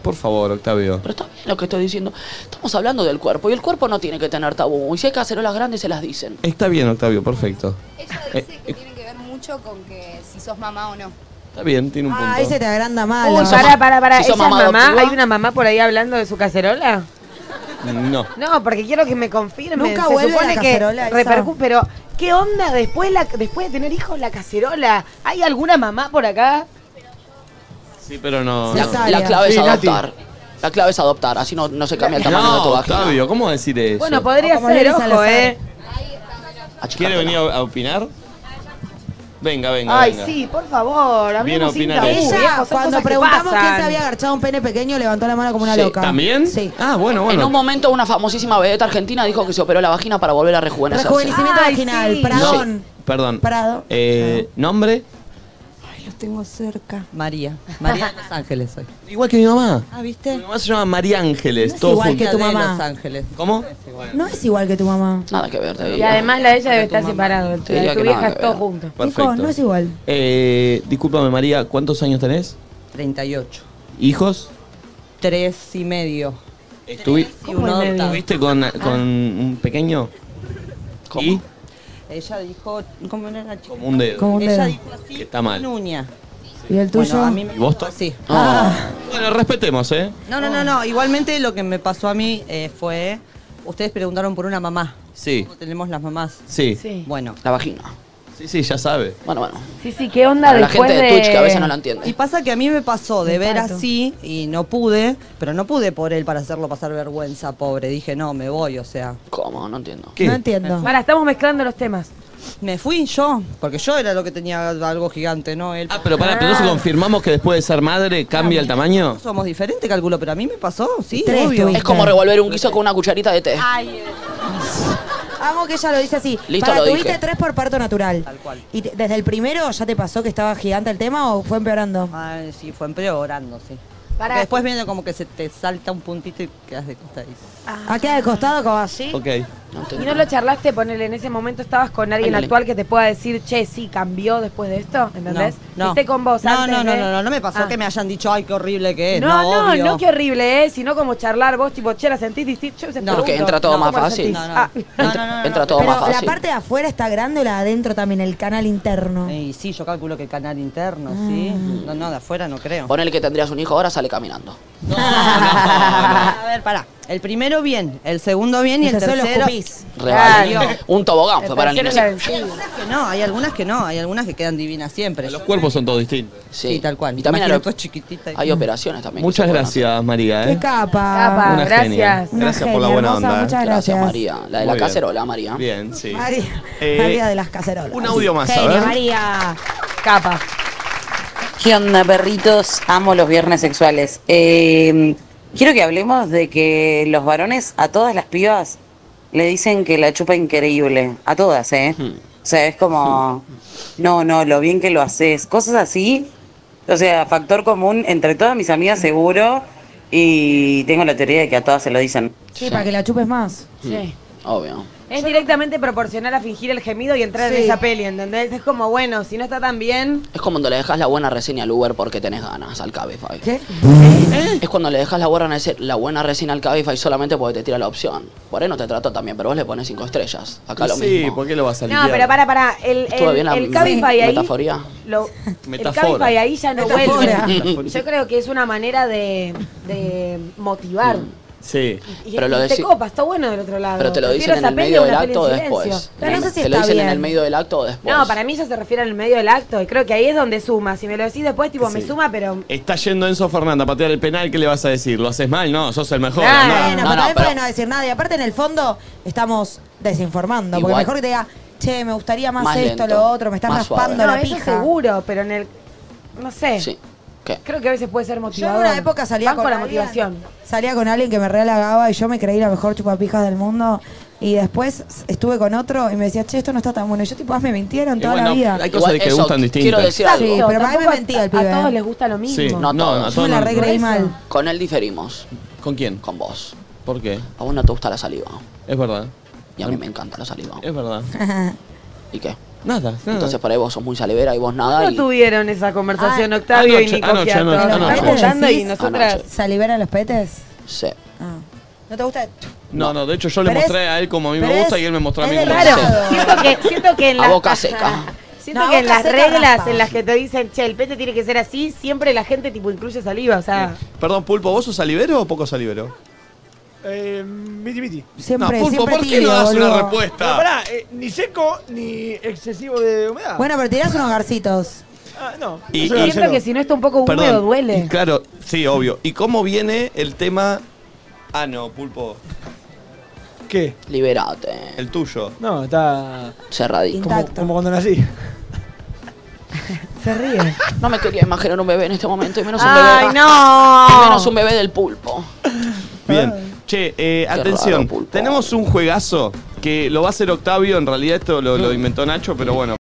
Speaker 1: Por favor, Octavio.
Speaker 4: Lo que estoy diciendo. Estamos hablando del cuerpo y el cuerpo no tiene que tener tabú. Y si hay cacerolas grandes, se las dicen.
Speaker 1: Está bien, Octavio, perfecto. Eh,
Speaker 6: Que tiene que ver mucho con que si sos mamá o no.
Speaker 1: está bien, tiene un punto.
Speaker 3: Ah, ese te agranda mal.
Speaker 2: Uy,
Speaker 3: ¿no?
Speaker 2: para, para, para.
Speaker 3: Si
Speaker 2: ¿Ella
Speaker 3: sos
Speaker 2: es
Speaker 3: mamá
Speaker 2: mamá?
Speaker 3: adoptiva.
Speaker 2: ¿Hay una mamá por ahí hablando de su cacerola?
Speaker 1: No.
Speaker 2: No, porque quiero que me confirmen.
Speaker 3: Nunca
Speaker 2: Se
Speaker 3: vuelve
Speaker 2: supone
Speaker 3: la
Speaker 2: que
Speaker 3: cacerola, esa.
Speaker 2: repercu- pero ¿qué onda después la después de tener hijos la cacerola? ¿Hay alguna mamá por acá?
Speaker 1: Sí, pero no.
Speaker 4: La,
Speaker 1: no.
Speaker 4: la clave es
Speaker 1: Sí, Nati.
Speaker 4: adoptar. La clave es adoptar, así no, no se cambia el tamaño de tu
Speaker 1: No,
Speaker 4: vagina.
Speaker 1: Octavio, ¿cómo decir eso?
Speaker 2: Bueno, podría ser, ojo, eh.
Speaker 1: ¿Quiere venir a a opinar? Venga, venga,
Speaker 2: Ay,
Speaker 1: venga.
Speaker 2: sí, por favor,
Speaker 1: Viene a
Speaker 2: hablemos sin
Speaker 1: opinar
Speaker 2: tabú,
Speaker 1: ella.
Speaker 2: viejo, son
Speaker 3: Cuando
Speaker 2: cosas que
Speaker 3: preguntamos quién se
Speaker 2: pasan.
Speaker 3: había agarchado un pene pequeño, levantó la mano como una
Speaker 4: Sí,
Speaker 3: loca.
Speaker 1: ¿También? Sí. Ah, bueno,
Speaker 4: En
Speaker 1: bueno.
Speaker 4: un momento una famosísima vedeta argentina dijo que se operó la vagina para volver a rejuvenecerse.
Speaker 3: Rejuvenecimiento vaginal, perdón.
Speaker 1: Perdón.
Speaker 3: Parado.
Speaker 1: Eh, ¿Nombre?
Speaker 16: Los tengo cerca. María. María de Los Ángeles soy.
Speaker 1: Igual que mi mamá.
Speaker 16: Ah, ¿viste?
Speaker 1: Mi mamá se llama María Ángeles.
Speaker 16: Es
Speaker 1: todo
Speaker 16: igual
Speaker 1: junto.
Speaker 16: que tu mamá.
Speaker 1: Los
Speaker 16: Ángeles.
Speaker 1: ¿Cómo?
Speaker 3: No es igual que tu mamá.
Speaker 4: Nada que ver, te
Speaker 2: Y
Speaker 4: digo.
Speaker 2: además la de ella debe estar separada.
Speaker 1: Te
Speaker 2: La
Speaker 1: diría
Speaker 2: de tu
Speaker 1: que
Speaker 2: vieja
Speaker 1: nada
Speaker 2: es
Speaker 1: que
Speaker 2: todo
Speaker 4: eh.
Speaker 1: ver.
Speaker 2: junto.
Speaker 1: Perfecto.
Speaker 3: no es igual.
Speaker 1: Eh, discúlpame, María, ¿cuántos años tenés?
Speaker 16: 38.
Speaker 1: ¿Hijos?
Speaker 16: Tres y medio.
Speaker 1: Estuvi-
Speaker 16: y uno adoptado.
Speaker 1: ¿Estuviste con, con un pequeño? ¿Y?
Speaker 16: Ella dijo, ¿cómo era la chica?
Speaker 1: Como un dedo. Como un
Speaker 16: Ella
Speaker 1: dedo.
Speaker 16: dijo así,
Speaker 1: Que está mal.
Speaker 16: sin uña.
Speaker 3: ¿Y el
Speaker 16: Bueno,
Speaker 3: tuyo?
Speaker 16: a mí me
Speaker 1: ¿Y vos
Speaker 16: dijo
Speaker 1: Ah.
Speaker 16: así.
Speaker 1: Bueno, respetemos, ¿eh?
Speaker 16: No, no, no, no. Igualmente lo que me pasó a mí eh, fue, ustedes preguntaron por una mamá.
Speaker 1: Sí,
Speaker 16: ¿Cómo tenemos las mamás?
Speaker 1: sí.
Speaker 16: Bueno.
Speaker 4: La vagina.
Speaker 1: Sí, sí, ya sabe.
Speaker 4: Bueno, bueno.
Speaker 16: Sí, sí, ¿qué
Speaker 4: onda Para la después gente de Twitch, que a veces no la entiende.
Speaker 16: Y pasa que a mí me pasó de ver Exacto. así y no pude, pero no pude por él para hacerlo pasar vergüenza, pobre. Dije, no, me voy, o sea.
Speaker 4: ¿Cómo? No entiendo.
Speaker 16: ¿Qué? No entiendo.
Speaker 2: Para, estamos mezclando los temas.
Speaker 16: Me fui yo, porque yo era lo que tenía algo gigante, ¿no? Él.
Speaker 1: Ah, pero pará, pero eso confirmamos que después de ser madre cambia el tamaño.
Speaker 16: Somos diferentes, calculo, pero a mí me pasó, sí, obvio.
Speaker 4: Es como revolver un guiso con una cucharita de té.
Speaker 3: Amo que ella lo dice así.
Speaker 4: Listo,
Speaker 3: Para,
Speaker 4: lo dije.
Speaker 3: tuviste tres por parto natural. Tal cual. ¿Y te- desde el primero ya te pasó que estaba gigante el tema o fue empeorando?
Speaker 16: Ay, sí, fue empeorando, sí.
Speaker 3: Pará.
Speaker 16: Porque después viene como que se te salta un puntito y quedas de costadito.
Speaker 3: ¿A queda de costado como así?
Speaker 1: Ok.
Speaker 2: ¿Y no lo charlaste, ponele, en ese momento estabas con alguien
Speaker 16: Ponele.
Speaker 2: actual que te pueda decir, che, sí, cambió después de esto? ¿Entendés? Esté con vos
Speaker 16: no,
Speaker 2: antes
Speaker 16: no, no,
Speaker 2: de-
Speaker 16: no, no, no me pasó
Speaker 2: Ah.
Speaker 16: que me hayan dicho, ay, qué horrible que es.
Speaker 2: No, no,
Speaker 16: obvio.
Speaker 2: no, qué horrible, ¿eh? Sino como charlar vos, tipo, che, la sentís distinta. Yo se
Speaker 16: No,
Speaker 2: pregunto,
Speaker 16: que entra todo
Speaker 2: ¿cómo
Speaker 16: más
Speaker 2: la
Speaker 16: fácil.
Speaker 2: sentís?
Speaker 16: No, no.
Speaker 2: Ah,
Speaker 4: Entra todo
Speaker 3: Pero
Speaker 16: más fácil.
Speaker 3: la parte de afuera está grande o la de adentro también, el canal interno.
Speaker 16: Y sí, yo calculo que el canal interno, sí. No, no, de afuera no creo.
Speaker 4: Ponele que tendrías un hijo ahora, sale caminando.
Speaker 16: A ver, pará. El primero bien, el segundo bien y el
Speaker 3: Entonces,
Speaker 16: tercero.
Speaker 3: los cupís.
Speaker 4: Real.
Speaker 16: Claro.
Speaker 4: Un tobogán fue para el niño.
Speaker 16: Hay algunas que no, hay algunas que no, hay algunas que quedan divinas siempre. Los
Speaker 1: Cuerpos son todos distintos.
Speaker 4: Sí, tal cual. Y
Speaker 16: también
Speaker 4: también
Speaker 16: Imagino
Speaker 4: hay,
Speaker 16: todo chiquitita.
Speaker 4: hay operaciones también. que
Speaker 1: Muchas
Speaker 4: se pueden
Speaker 1: gracias, María, ¿eh?
Speaker 3: capa.
Speaker 1: Capa, Una gracias. genia.
Speaker 3: Una
Speaker 1: Gracias por
Speaker 3: genia,
Speaker 1: la buena
Speaker 3: hermosa,
Speaker 1: onda, ¿eh?
Speaker 3: Muchas
Speaker 4: Gracias,
Speaker 3: gracias.
Speaker 4: María. La de la
Speaker 1: Muy bien.
Speaker 4: cacerola, María.
Speaker 1: Bien, sí.
Speaker 3: María,
Speaker 1: Eh,
Speaker 3: María de las cacerolas.
Speaker 1: un audio más, a
Speaker 3: Genia,
Speaker 1: ver.
Speaker 3: María.
Speaker 2: Capa.
Speaker 29: ¿Qué onda, perritos? Amo los viernes sexuales. Eh, quiero que hablemos de que los varones a todas las pibas le dicen que la chupa increíble. A todas, ¿eh? O sea, es como, no, no, lo bien que lo haces. Cosas así. O sea, factor común entre todas mis amigas, seguro. Y tengo la teoría de que a todas se lo dicen.
Speaker 3: Sí, para que la chupes más.
Speaker 4: Sí. Obvio.
Speaker 2: Es directamente proporcional a fingir el gemido y entrar en
Speaker 4: Sí.
Speaker 2: esa peli, ¿entendés? Es como, bueno, si no está tan bien,
Speaker 4: Es como cuando le dejas la buena reseña al Uber porque tenés ganas al Cabify. ¿Qué? Es cuando le dejas la buena, rese- la buena reseña al Cabify solamente porque te tira la opción. Por ahí no te trató también, pero vos le pones cinco estrellas. Acá lo
Speaker 30: sí,
Speaker 4: mismo.
Speaker 30: ¿por qué lo vas a
Speaker 2: No,
Speaker 30: limpiar?
Speaker 2: pero para, para. El,
Speaker 4: Estuvo
Speaker 2: el-
Speaker 4: bien la
Speaker 2: el Cabify ahí.
Speaker 4: metaforía.
Speaker 2: lo- el
Speaker 4: Metáfora.
Speaker 2: Cabify ahí ya no
Speaker 4: Metáfora.
Speaker 2: vuelve. Yo creo que es una manera de, de motivar.
Speaker 30: Sí.
Speaker 2: Y,
Speaker 4: Mm. Pero
Speaker 2: y
Speaker 4: lo
Speaker 2: te
Speaker 4: deci-
Speaker 2: copa, está bueno del otro lado.
Speaker 4: Pero te lo
Speaker 2: Prefiero
Speaker 4: dicen en
Speaker 2: esa
Speaker 4: el
Speaker 2: peli
Speaker 4: medio
Speaker 2: a
Speaker 4: del
Speaker 2: una peli
Speaker 4: acto o
Speaker 2: en silencio.
Speaker 4: después. te lo dicen en el medio del acto o después.
Speaker 2: No, para mí ya se refiere al medio del acto. Y creo que ahí es donde suma. Si me lo decís después, tipo, me
Speaker 30: Sí.
Speaker 2: suma, pero.
Speaker 1: Está yendo Enzo Fernández a patear el penal, ¿qué le vas a decir? ¿Lo haces mal? No, sos el mejor.
Speaker 3: Claro,
Speaker 1: andá.
Speaker 3: bueno, pero también puede no decir nada. Y aparte, en el fondo, estamos desinformando. Porque
Speaker 1: Igual.
Speaker 3: mejor que te diga, che, me gustaría más,
Speaker 2: Más
Speaker 3: esto,
Speaker 2: lento,
Speaker 3: lo otro, me estás
Speaker 2: más
Speaker 3: raspando
Speaker 2: suave.
Speaker 3: la
Speaker 2: No, eso
Speaker 3: pija.
Speaker 2: seguro, pero en el. No sé.
Speaker 4: Sí.
Speaker 2: Creo que a veces puede ser
Speaker 3: Yo en
Speaker 2: motivador.
Speaker 3: una época salía
Speaker 2: Banco
Speaker 3: con
Speaker 2: la
Speaker 3: alguien-
Speaker 2: motivación.
Speaker 3: Salía con alguien que me realagaba y yo me creí la mejor chupapijas del mundo. Y después estuve con otro y me decía, che, esto no está tan bueno. Y yo, tipo, ah, me mintieron toda la
Speaker 1: bueno,
Speaker 3: vida.
Speaker 1: hay cosas
Speaker 4: Igual
Speaker 1: que
Speaker 4: eso,
Speaker 1: gustan distintas.
Speaker 4: quiero decir
Speaker 3: Sí, pero
Speaker 4: algo.
Speaker 3: para mí me
Speaker 2: Tampoco a-
Speaker 3: mentía el
Speaker 2: a
Speaker 3: pibe. ¿eh?
Speaker 2: todos les gusta lo mismo.
Speaker 1: Sí, no,
Speaker 4: No
Speaker 1: a
Speaker 4: todos.
Speaker 1: todos no.
Speaker 3: recreí mal.
Speaker 4: Con él diferimos.
Speaker 1: ¿Con quién?
Speaker 4: Con vos.
Speaker 1: ¿Por qué?
Speaker 4: A vos no te gusta la saliva.
Speaker 1: Es verdad.
Speaker 4: Y a mí me encanta la saliva.
Speaker 1: Es verdad.
Speaker 4: ¿Y qué?
Speaker 1: Nada, nada.
Speaker 4: Entonces por ahí vos sos muy salivera y vos nada.
Speaker 2: No
Speaker 4: Y...
Speaker 2: tuvieron esa conversación
Speaker 4: Ah,
Speaker 2: Octavio y
Speaker 4: anoche,
Speaker 2: Nico
Speaker 4: anoche,
Speaker 2: Fiatto?
Speaker 4: anoche,
Speaker 2: Nos
Speaker 4: anoche.
Speaker 2: están escuchando y
Speaker 4: Anoche.
Speaker 2: nosotras
Speaker 3: ¿Saliveran los petes?
Speaker 4: Sí.
Speaker 3: Ah. ¿No te gusta?
Speaker 1: No, no, de hecho yo le
Speaker 3: Pero
Speaker 1: mostré a él como a mí me
Speaker 3: pero
Speaker 1: gusta
Speaker 3: es-
Speaker 1: y él me mostró a
Speaker 3: es
Speaker 1: mí como
Speaker 2: Claro, siento que, siento que en
Speaker 4: A
Speaker 2: las-
Speaker 4: boca seca.
Speaker 2: Siento
Speaker 3: No,
Speaker 2: que en
Speaker 3: boca
Speaker 2: las
Speaker 3: seca,
Speaker 2: reglas
Speaker 3: raspa.
Speaker 2: en las que te dicen, che, el pete tiene que ser así, siempre la gente tipo incluye saliva, o sea.
Speaker 1: Perdón, Pulpo, ¿vos sos salivero o poco salivero?
Speaker 9: Eh, miti miti.
Speaker 3: Siempre,
Speaker 1: no, Pulpo,
Speaker 3: siempre
Speaker 1: ¿por qué
Speaker 3: tibio,
Speaker 1: no das
Speaker 3: boludo.
Speaker 1: una respuesta?
Speaker 9: Pero pará, eh, ni seco ni excesivo de humedad.
Speaker 3: Bueno, pero tirás unos garcitos.
Speaker 9: Ah, no.
Speaker 1: Y-
Speaker 9: Yo
Speaker 1: y-
Speaker 9: soy
Speaker 2: Siento
Speaker 9: Marcelo.
Speaker 2: que si no está un poco húmedo
Speaker 1: Perdón.
Speaker 2: duele.
Speaker 1: Claro, sí, obvio. ¿Y cómo viene el tema Ah, no, Pulpo?
Speaker 9: ¿Qué?
Speaker 4: Liberate.
Speaker 1: El tuyo.
Speaker 9: No, está.
Speaker 4: Cerradito.
Speaker 9: Como, como cuando nací.
Speaker 3: Se ríe.
Speaker 4: No me quería imaginar un bebé en este momento. Y menos un bebé.
Speaker 2: Ay, no.
Speaker 4: Y menos un bebé del pulpo.
Speaker 1: Bien. Che, eh, atención.
Speaker 4: raro, Pulpo. Mm.
Speaker 1: tenemos un juegazo que lo va a hacer Octavio. En realidad esto lo, lo inventó Nacho, pero bueno.